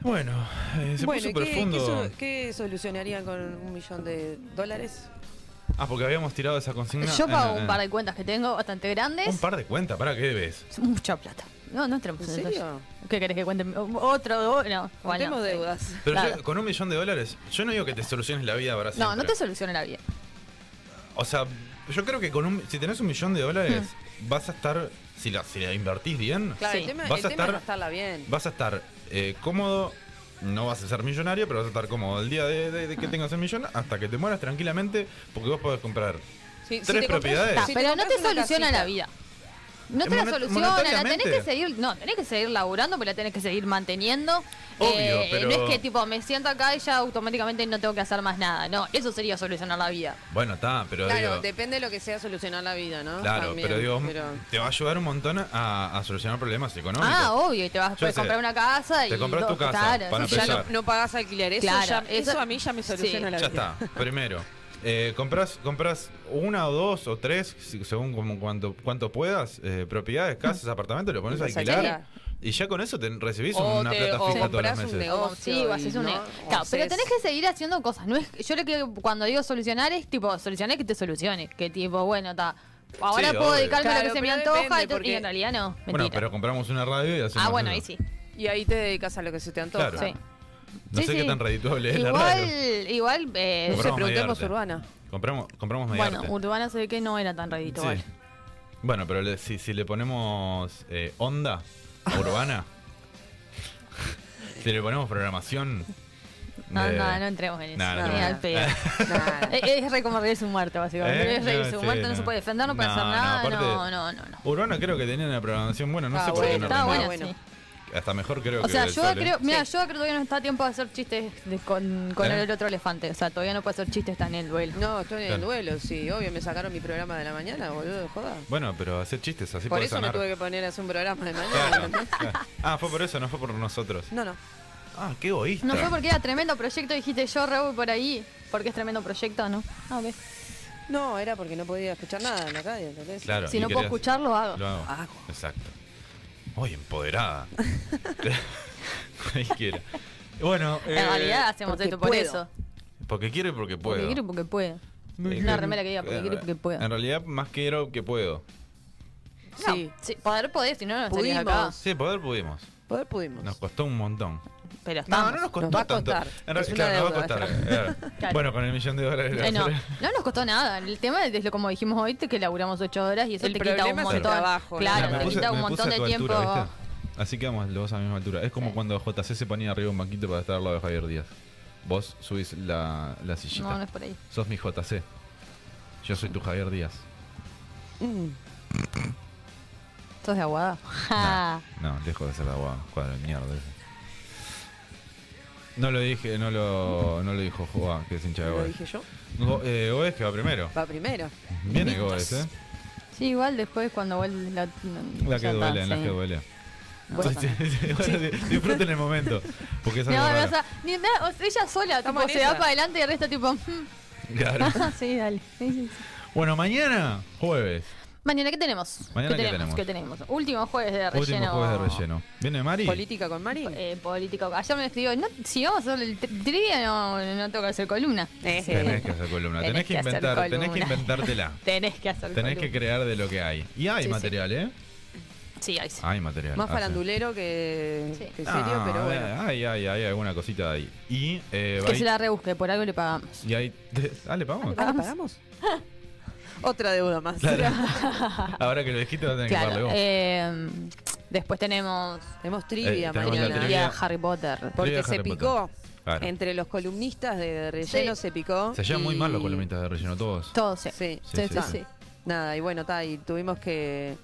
[SPEAKER 1] Bueno, eh, se
[SPEAKER 4] bueno,
[SPEAKER 1] puso
[SPEAKER 4] ¿y qué, qué,
[SPEAKER 1] profundo.
[SPEAKER 4] so- qué solucionarían con un millón de dólares?
[SPEAKER 1] Ah, porque habíamos tirado esa consigna.
[SPEAKER 2] yo
[SPEAKER 1] en-
[SPEAKER 2] pago un
[SPEAKER 1] en-
[SPEAKER 2] par de cuentas que tengo bastante grandes.
[SPEAKER 1] eh, Un par de cuentas, ¿para qué debes?
[SPEAKER 2] Es Mucha plata. No, no entremos
[SPEAKER 4] ¿En
[SPEAKER 2] en detalle.
[SPEAKER 4] serio?
[SPEAKER 2] ¿Qué querés que cuente? Otro, do- no. Bueno, eh,
[SPEAKER 4] Contemos deudas.
[SPEAKER 1] Pero
[SPEAKER 2] Claro.
[SPEAKER 1] yo, con un millón de dólares, yo no digo que te soluciones la vida para
[SPEAKER 2] No,
[SPEAKER 1] siempre.
[SPEAKER 2] no te soluciona la vida.
[SPEAKER 1] O sea, yo creo que con un, si tenés un millón de dólares, vas a estar, si la, si la invertís bien,
[SPEAKER 4] Claro, el tema, el
[SPEAKER 1] vas, a
[SPEAKER 4] tema es
[SPEAKER 1] estar,
[SPEAKER 4] gastarla bien.
[SPEAKER 1] vas a estar eh, cómodo. No vas a ser millonario, pero vas a estar cómodo el día de, de- de que tengas el millón hasta que te mueras tranquilamente, porque vos podés comprar
[SPEAKER 4] Si- si
[SPEAKER 1] tres
[SPEAKER 4] te compras-
[SPEAKER 1] propiedades.
[SPEAKER 4] Ta,
[SPEAKER 2] Ah, pero no te
[SPEAKER 4] compras una
[SPEAKER 2] soluciona
[SPEAKER 4] casita.
[SPEAKER 2] la vida. No
[SPEAKER 1] Eh,
[SPEAKER 2] te la
[SPEAKER 1] monet-
[SPEAKER 2] soluciona, la tenés que
[SPEAKER 1] monetariamente.
[SPEAKER 2] seguir, no, tenés que seguir laburando, pero la tenés que seguir manteniendo. Eh,
[SPEAKER 1] Obvio, pero-
[SPEAKER 2] No es que tipo me siento acá y ya automáticamente no tengo que hacer más nada. No, eso sería solucionar la vida.
[SPEAKER 1] Bueno, está, pero
[SPEAKER 4] Claro,
[SPEAKER 1] digo,
[SPEAKER 4] depende de lo que sea solucionar la vida, ¿no?
[SPEAKER 1] claro,
[SPEAKER 4] También,
[SPEAKER 1] pero digo,
[SPEAKER 4] pero-
[SPEAKER 1] te va a ayudar un montón a, a solucionar problemas económicos.
[SPEAKER 2] Ah, obio, y te vas a
[SPEAKER 1] Yo
[SPEAKER 2] poder
[SPEAKER 1] sé.
[SPEAKER 2] comprar una casa y
[SPEAKER 1] Te compras tu
[SPEAKER 2] dos-
[SPEAKER 1] casa,
[SPEAKER 2] claro,
[SPEAKER 1] para
[SPEAKER 2] sí, ya no-
[SPEAKER 1] empezar.
[SPEAKER 4] No pagás alquiler, eso,
[SPEAKER 2] Claro,
[SPEAKER 4] ya,
[SPEAKER 2] eso-
[SPEAKER 4] eso, a mí ya me soluciona la
[SPEAKER 1] Ya
[SPEAKER 4] vida.
[SPEAKER 1] está, primero. Eh, comprás, comprás una o dos o tres, si- según como cuanto, cuanto puedas, eh, propiedades, casas, apartamentos, lo pones a
[SPEAKER 4] Los
[SPEAKER 1] alquilar.
[SPEAKER 4] alquilar.
[SPEAKER 1] Y ya con eso te recibís
[SPEAKER 4] O
[SPEAKER 1] una
[SPEAKER 4] te-
[SPEAKER 1] plata
[SPEAKER 4] o
[SPEAKER 1] fija todos los
[SPEAKER 4] comprás un
[SPEAKER 1] meses.
[SPEAKER 4] negocio.
[SPEAKER 2] Sí, o haces
[SPEAKER 4] y
[SPEAKER 2] un- e-
[SPEAKER 4] no,
[SPEAKER 2] Claro, pero
[SPEAKER 4] haces-
[SPEAKER 2] tenés que seguir haciendo cosas. No es, yo lo que cuando digo solucionar es tipo, solucionar que te solucione. Que tipo, bueno, está. Ahora
[SPEAKER 1] Sí,
[SPEAKER 2] puedo
[SPEAKER 1] obvio.
[SPEAKER 2] dedicarme a lo
[SPEAKER 4] Claro,
[SPEAKER 2] que se me
[SPEAKER 4] pero
[SPEAKER 2] antoja
[SPEAKER 4] depende,
[SPEAKER 2] y to- y,
[SPEAKER 4] porque-
[SPEAKER 2] en realidad no. Mentira.
[SPEAKER 1] Bueno, pero compramos una radio y hacemos.
[SPEAKER 2] ah, bueno, ahí
[SPEAKER 1] eso.
[SPEAKER 2] sí.
[SPEAKER 4] Y ahí te dedicas a lo que se te antoja.
[SPEAKER 1] Claro.
[SPEAKER 2] Sí.
[SPEAKER 1] No
[SPEAKER 2] Sí,
[SPEAKER 1] sé qué
[SPEAKER 2] sí.
[SPEAKER 1] tan redituable es la
[SPEAKER 2] Igual,
[SPEAKER 1] radio.
[SPEAKER 2] igual. eh,
[SPEAKER 1] No sé, Compramos preguntemos Mediarte.
[SPEAKER 4] Urbana.
[SPEAKER 1] Compramos, compramos
[SPEAKER 2] Bueno,
[SPEAKER 1] mediarte.
[SPEAKER 2] Urbana se ve que no era tan redituable.
[SPEAKER 1] Sí. Bueno, pero le- si, si le ponemos eh, onda a urbana, si le ponemos programación. eh,
[SPEAKER 2] No,
[SPEAKER 1] de-
[SPEAKER 2] no, no entremos en eso.
[SPEAKER 1] Nah, no
[SPEAKER 2] ni
[SPEAKER 1] entremos.
[SPEAKER 2] al pedo. Eh, es, es re como reírse un muerto, básicamente.
[SPEAKER 1] ¿Eh?
[SPEAKER 2] Es reírse un
[SPEAKER 1] sí,
[SPEAKER 2] muerto, no. se puede defender, no puede hacer nada.
[SPEAKER 1] aparte-
[SPEAKER 2] No, no, no. Ah, no.
[SPEAKER 1] Urbano creo que tenía una programación buena, no
[SPEAKER 2] Estaba
[SPEAKER 1] sé por qué
[SPEAKER 2] buena,
[SPEAKER 1] no
[SPEAKER 2] estaba
[SPEAKER 1] rindió.
[SPEAKER 2] buena,
[SPEAKER 1] Hasta mejor creo
[SPEAKER 2] O
[SPEAKER 1] que
[SPEAKER 2] sea,
[SPEAKER 1] el
[SPEAKER 2] yo
[SPEAKER 1] Sole.
[SPEAKER 2] creo, mira, yo creo que todavía no está a tiempo de hacer chistes de- con, con
[SPEAKER 1] ¿Eh?
[SPEAKER 2] el otro elefante. O sea, todavía no puede hacer chistes, está en el duelo.
[SPEAKER 4] No, estoy en el
[SPEAKER 1] Claro.
[SPEAKER 4] duelo, sí, obvio, me sacaron mi programa de la mañana, boludo, joda.
[SPEAKER 1] Bueno, pero hacer chistes así
[SPEAKER 4] por
[SPEAKER 1] puede
[SPEAKER 4] eso
[SPEAKER 1] sanar.
[SPEAKER 4] me tuve que poner a hacer un programa de mañana.
[SPEAKER 1] Claro.
[SPEAKER 4] ¿entendés?
[SPEAKER 1] Ah, fue por eso, no fue por nosotros.
[SPEAKER 4] No, no.
[SPEAKER 1] Ah, qué egoísta.
[SPEAKER 2] No fue porque era tremendo proyecto, dijiste yo re voy por ahí, porque es tremendo proyecto, ¿no? Ah, A ver.
[SPEAKER 4] No, era porque no podía escuchar nada en la radio, ¿entendés?
[SPEAKER 1] Claro,
[SPEAKER 2] si
[SPEAKER 1] y
[SPEAKER 2] no puedo
[SPEAKER 1] querías-
[SPEAKER 2] escucharlo, hago.
[SPEAKER 1] Lo hago.
[SPEAKER 4] Hago.
[SPEAKER 1] Exacto. Hoy empoderada. Cualquiera. Bueno,
[SPEAKER 2] En
[SPEAKER 1] eh,
[SPEAKER 2] realidad hacemos
[SPEAKER 4] porque
[SPEAKER 2] esto por
[SPEAKER 4] puedo.
[SPEAKER 2] eso.
[SPEAKER 1] porque quiero y porque puedo.
[SPEAKER 2] Porque quiero y porque puedo.
[SPEAKER 1] Eh,
[SPEAKER 2] Una remera que diga porque
[SPEAKER 1] en-
[SPEAKER 2] quiero y porque puedo.
[SPEAKER 1] En realidad, más quiero que puedo.
[SPEAKER 2] No, sí, poder podés, si no, no estarías acá. Eh,
[SPEAKER 1] Sí, poder pudimos.
[SPEAKER 3] Poder pudimos.
[SPEAKER 1] Nos costó un montón.
[SPEAKER 2] Pero
[SPEAKER 1] No,
[SPEAKER 2] estamos.
[SPEAKER 1] no nos costó
[SPEAKER 2] va a
[SPEAKER 1] tanto.
[SPEAKER 2] costar.
[SPEAKER 1] En realidad,
[SPEAKER 2] Es una
[SPEAKER 1] claro, nos va a
[SPEAKER 2] deuda,
[SPEAKER 1] costar.
[SPEAKER 2] claro.
[SPEAKER 1] eh,
[SPEAKER 2] Claro.
[SPEAKER 1] Bueno, con el millón de dólares.
[SPEAKER 2] Eh, no,
[SPEAKER 1] hacer-
[SPEAKER 2] no nos costó nada. El tema es, lo- como dijimos hoy, te- que laburamos ocho horas y eso
[SPEAKER 3] El
[SPEAKER 2] te quita un
[SPEAKER 3] problema es el
[SPEAKER 2] montón.
[SPEAKER 3] trabajo,
[SPEAKER 2] claro,
[SPEAKER 1] Mira,
[SPEAKER 2] te quita un
[SPEAKER 1] me
[SPEAKER 2] montón
[SPEAKER 1] a
[SPEAKER 2] de
[SPEAKER 1] tu
[SPEAKER 2] tiempo.
[SPEAKER 1] altura, ¿viste? Así quedamos los dos a la misma altura. Es como cuando JC se ponía arriba de un banquito para estar al lado de Javier Díaz. Vos subís la, la sillita.
[SPEAKER 2] No, no es por ahí.
[SPEAKER 1] Sos mi JC. Yo soy tu Javier Díaz.
[SPEAKER 2] Mm. Sos de aguada. Ah.
[SPEAKER 1] No, lejos de ser de agua, cuadro de mierda. ese. No lo dije, no lo, no lo dijo Joa, que es hincha de
[SPEAKER 3] ¿Lo
[SPEAKER 1] Goes.
[SPEAKER 3] dije yo?
[SPEAKER 1] Go- eh, Goes que va primero.
[SPEAKER 3] Va primero.
[SPEAKER 1] Viene Goes, ¿eh?
[SPEAKER 2] Sí, igual después cuando vuelve la... no,
[SPEAKER 1] La que
[SPEAKER 2] ya está,
[SPEAKER 1] duele, en la
[SPEAKER 2] sí.
[SPEAKER 1] que duele.
[SPEAKER 2] Bueno,
[SPEAKER 1] Sí, sí, bueno, di- Disfruten el momento. Porque es
[SPEAKER 2] No,
[SPEAKER 1] algo
[SPEAKER 2] no,
[SPEAKER 1] raro.
[SPEAKER 2] o sea, ni nada, o sea, ella sola, tipo,
[SPEAKER 3] Estamos en
[SPEAKER 2] se da
[SPEAKER 3] esa.
[SPEAKER 2] para adelante y el resto tipo... mm.
[SPEAKER 1] Claro.
[SPEAKER 2] sí, dale. Sí, sí, sí.
[SPEAKER 1] Bueno, mañana, jueves.
[SPEAKER 2] Mañana, ¿qué tenemos?
[SPEAKER 1] Mañana, ¿qué tenemos?
[SPEAKER 2] ¿Qué tenemos? Último jueves de relleno.
[SPEAKER 1] Último jueves de relleno. ¿Viene Mari?
[SPEAKER 3] ¿Política con Mari?
[SPEAKER 2] Eh, político. Ayer me escribió, no, si vamos a hacer el tri- trivia, no, no tengo que hacer columna.
[SPEAKER 1] Eh, Tenés que hacer columna. Tenés,
[SPEAKER 2] Tenés
[SPEAKER 1] que,
[SPEAKER 2] que hacer
[SPEAKER 1] inventar, tenés que
[SPEAKER 2] columna.
[SPEAKER 1] inventártela.
[SPEAKER 2] Tenés que hacer
[SPEAKER 1] tenés que
[SPEAKER 2] columna.
[SPEAKER 1] crear de lo que hay. Y hay
[SPEAKER 2] Sí, sí.
[SPEAKER 1] material, ¿eh?
[SPEAKER 2] Sí, ahí sí.
[SPEAKER 1] Hay material.
[SPEAKER 3] Más
[SPEAKER 1] hace.
[SPEAKER 3] farandulero que, que serio,
[SPEAKER 1] Ah,
[SPEAKER 3] pero bueno.
[SPEAKER 1] Hay, hay, hay alguna cosita ahí. Y, eh,
[SPEAKER 2] Que
[SPEAKER 1] ahí-
[SPEAKER 2] se la rebusque, por algo le pagamos.
[SPEAKER 1] y ahí. Ah, le pagamos.
[SPEAKER 3] Ah, ¿la pagamos? Otra deuda más.
[SPEAKER 1] Ahora que lo dijiste, va a tener que
[SPEAKER 2] claro.
[SPEAKER 1] pagarle vos.
[SPEAKER 2] eh, después tenemos...
[SPEAKER 3] Tenemos
[SPEAKER 1] trivia Eh, tenemos la mañana. trivia.
[SPEAKER 2] Harry Potter.
[SPEAKER 1] Trivia
[SPEAKER 3] Porque
[SPEAKER 1] de
[SPEAKER 3] se
[SPEAKER 1] Harry
[SPEAKER 3] picó.
[SPEAKER 1] Potter. Claro.
[SPEAKER 3] Entre los columnistas de relleno se picó.
[SPEAKER 1] Se llevan muy
[SPEAKER 3] y-
[SPEAKER 1] mal los columnistas de relleno, todos.
[SPEAKER 2] Todos, sí.
[SPEAKER 3] Sí,
[SPEAKER 1] Sí, sí, sí, sí. sí.
[SPEAKER 3] Nada, y bueno, ta, y tuvimos que,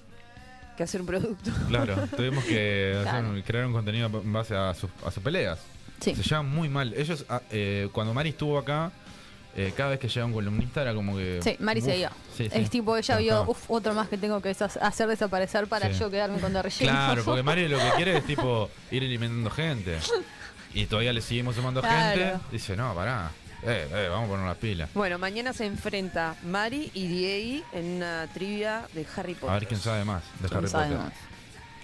[SPEAKER 3] que hacer un producto.
[SPEAKER 1] Claro, tuvimos que hacer
[SPEAKER 3] Claro.
[SPEAKER 1] un- crear un contenido en base a sus, a sus peleas. Se llevan muy mal. Ellos, ah, eh, cuando Mari estuvo acá, eh, cada vez que llegaba un columnista era como que.
[SPEAKER 2] Sí, Mari se
[SPEAKER 1] uf,
[SPEAKER 2] iba.
[SPEAKER 1] sí, sí.
[SPEAKER 2] Es tipo, ella
[SPEAKER 1] Ya
[SPEAKER 2] vio,
[SPEAKER 1] estaba.
[SPEAKER 2] uff, otro más que tengo que desha- hacer desaparecer para
[SPEAKER 1] Sí.
[SPEAKER 2] yo quedarme con de relleno.
[SPEAKER 1] Claro, porque Mari lo que quiere es tipo ir eliminando gente. Y todavía le seguimos sumando gente.
[SPEAKER 3] Claro.
[SPEAKER 1] Dice, no, pará. Eh, eh, vamos a poner las pilas.
[SPEAKER 3] Bueno, mañana se enfrenta Mari y Diego en una trivia de Harry Potter.
[SPEAKER 1] A ver quién sabe más de Harry
[SPEAKER 3] sabe
[SPEAKER 1] Potter.
[SPEAKER 3] más?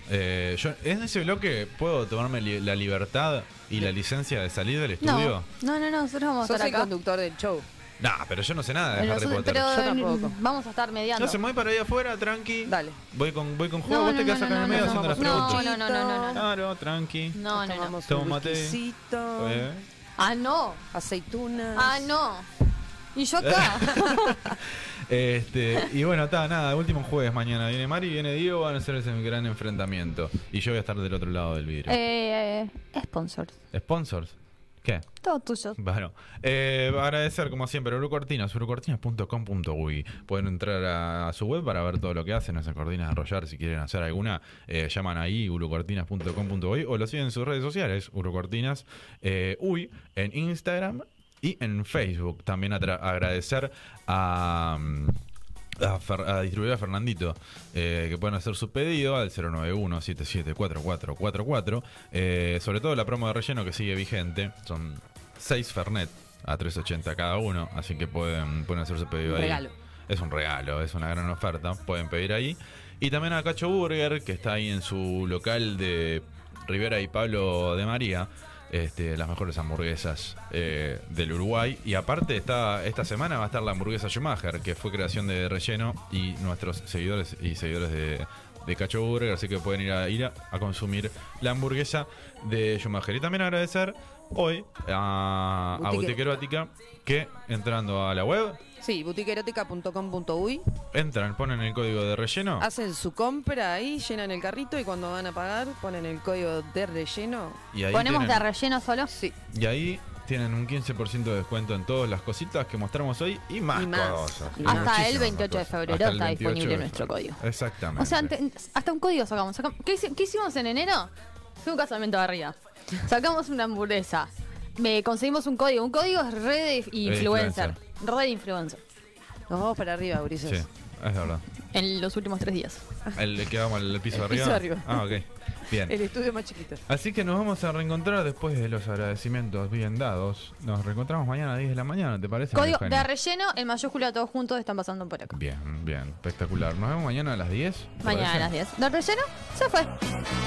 [SPEAKER 1] Eh, yo, en ese bloque puedo tomarme li- la libertad y la licencia de salir del estudio.
[SPEAKER 2] No, no, no, no, nosotros vamos a
[SPEAKER 3] Sos
[SPEAKER 2] estar
[SPEAKER 3] el
[SPEAKER 2] acá.
[SPEAKER 3] conductor del show.
[SPEAKER 1] No, pero yo no sé nada de Harry
[SPEAKER 2] Nosotros-
[SPEAKER 1] Potter.
[SPEAKER 2] pero
[SPEAKER 1] Yo
[SPEAKER 2] eh,
[SPEAKER 1] tampoco.
[SPEAKER 2] vamos a estar mediando.
[SPEAKER 1] No se mueve para allá afuera, tranqui.
[SPEAKER 3] Dale.
[SPEAKER 1] Voy con, voy con Juan,
[SPEAKER 2] No,
[SPEAKER 1] vos
[SPEAKER 2] no,
[SPEAKER 1] te quedas
[SPEAKER 2] no,
[SPEAKER 1] acá en el
[SPEAKER 2] no,
[SPEAKER 1] medio
[SPEAKER 2] no,
[SPEAKER 1] haciendo
[SPEAKER 2] no,
[SPEAKER 1] las
[SPEAKER 2] no,
[SPEAKER 1] preguntas.
[SPEAKER 2] no, no, no, no.
[SPEAKER 1] Claro, tranqui.
[SPEAKER 2] No, no, no.
[SPEAKER 1] Tomate. Eh.
[SPEAKER 2] Ah, no.
[SPEAKER 3] Aceitunas.
[SPEAKER 2] Ah, no. Y yo acá.
[SPEAKER 1] Este, y bueno, está, nada, último jueves mañana viene Mari, viene Diego, van a hacer ese gran enfrentamiento. Y yo voy a estar del otro lado del vidrio.
[SPEAKER 2] eh, sponsors.
[SPEAKER 1] ¿Sponsors? ¿Qué?
[SPEAKER 2] Todo tuyo.
[SPEAKER 1] Bueno, eh, agradecer como siempre a Urucortinas, urucortinas.com.uy. Pueden entrar a, a su web para ver todo lo que hacen, hacen cortinas de arrollar si quieren hacer alguna. eh, llaman ahí urucortinas.com.uy o lo siguen en sus redes sociales, urucortinas, eh, uy, en Instagram y en Facebook. También atra- agradecer a... mm, a, Fer- a distribuir a Fernandito, eh, que pueden hacer su pedido al 091-774444. Eh, sobre todo la promo de relleno que sigue vigente. Son 6 Fernet a 380 cada uno, así que pueden, pueden hacer su pedido
[SPEAKER 3] Un
[SPEAKER 1] ahí.
[SPEAKER 3] regalo.
[SPEAKER 1] Es un regalo, es una gran oferta. Pueden pedir ahí. Y también a Cacho Burger, que está ahí en su local de Rivera y Pablo de María. Este, las mejores hamburguesas eh, del Uruguay. Y aparte, está, esta semana va a estar la hamburguesa Schumacher, que fue creación de relleno y nuestros seguidores y seguidores de, de Cacho Burger. Así que pueden ir a, ir a, a consumir la hamburguesa de Schumacher. Y también agradecer hoy a, a
[SPEAKER 3] Boutique
[SPEAKER 1] Boutique Erótica, que entrando a la web
[SPEAKER 3] Sí, boutiqueerótica.com.uy.
[SPEAKER 1] Entran, ponen el código de relleno.
[SPEAKER 3] Hacen su compra ahí, llenan el carrito y cuando van a pagar ponen el código de relleno.
[SPEAKER 1] Y ahí
[SPEAKER 2] ¿Ponemos de
[SPEAKER 1] tienen,
[SPEAKER 2] relleno solo? Sí.
[SPEAKER 1] y ahí tienen un 15% de descuento en todas las cositas que mostramos hoy y más,
[SPEAKER 2] Y más.
[SPEAKER 1] cosas.
[SPEAKER 2] Y Hasta
[SPEAKER 1] Muchísimas
[SPEAKER 2] el 28 de
[SPEAKER 1] cosas.
[SPEAKER 2] febrero
[SPEAKER 1] Hasta el
[SPEAKER 2] está
[SPEAKER 1] 28
[SPEAKER 2] disponible
[SPEAKER 1] de
[SPEAKER 2] nuestro
[SPEAKER 1] febrero. Exactamente.
[SPEAKER 2] O sea, ante- hasta un código sacamos. Sacam- ¿Qué, hici- qué hicimos en enero? Fue un casamiento de arriba. Sacamos una hamburguesa. Me conseguimos un código. Un código es red de influencer. Red de influencer.
[SPEAKER 3] Nos vamos para arriba,
[SPEAKER 1] sí,
[SPEAKER 3] Ulises.
[SPEAKER 1] es verdad.
[SPEAKER 2] En los últimos tres días.
[SPEAKER 1] El que vamos al piso
[SPEAKER 3] El
[SPEAKER 1] arriba.
[SPEAKER 3] piso arriba.
[SPEAKER 1] Ah, ok. Bien.
[SPEAKER 3] El estudio más chiquito.
[SPEAKER 1] Así que nos vamos a reencontrar después de los agradecimientos bien dados. Nos reencontramos mañana a 10 de la mañana, ¿te parece?
[SPEAKER 2] Código
[SPEAKER 1] Eugenia?
[SPEAKER 2] de relleno en mayúscula todos juntos están pasando por acá.
[SPEAKER 1] Bien, bien, espectacular. Nos vemos mañana a las 10. ¿te
[SPEAKER 2] Mañana a
[SPEAKER 1] parece?
[SPEAKER 2] las 10. ¿De relleno? Se fue.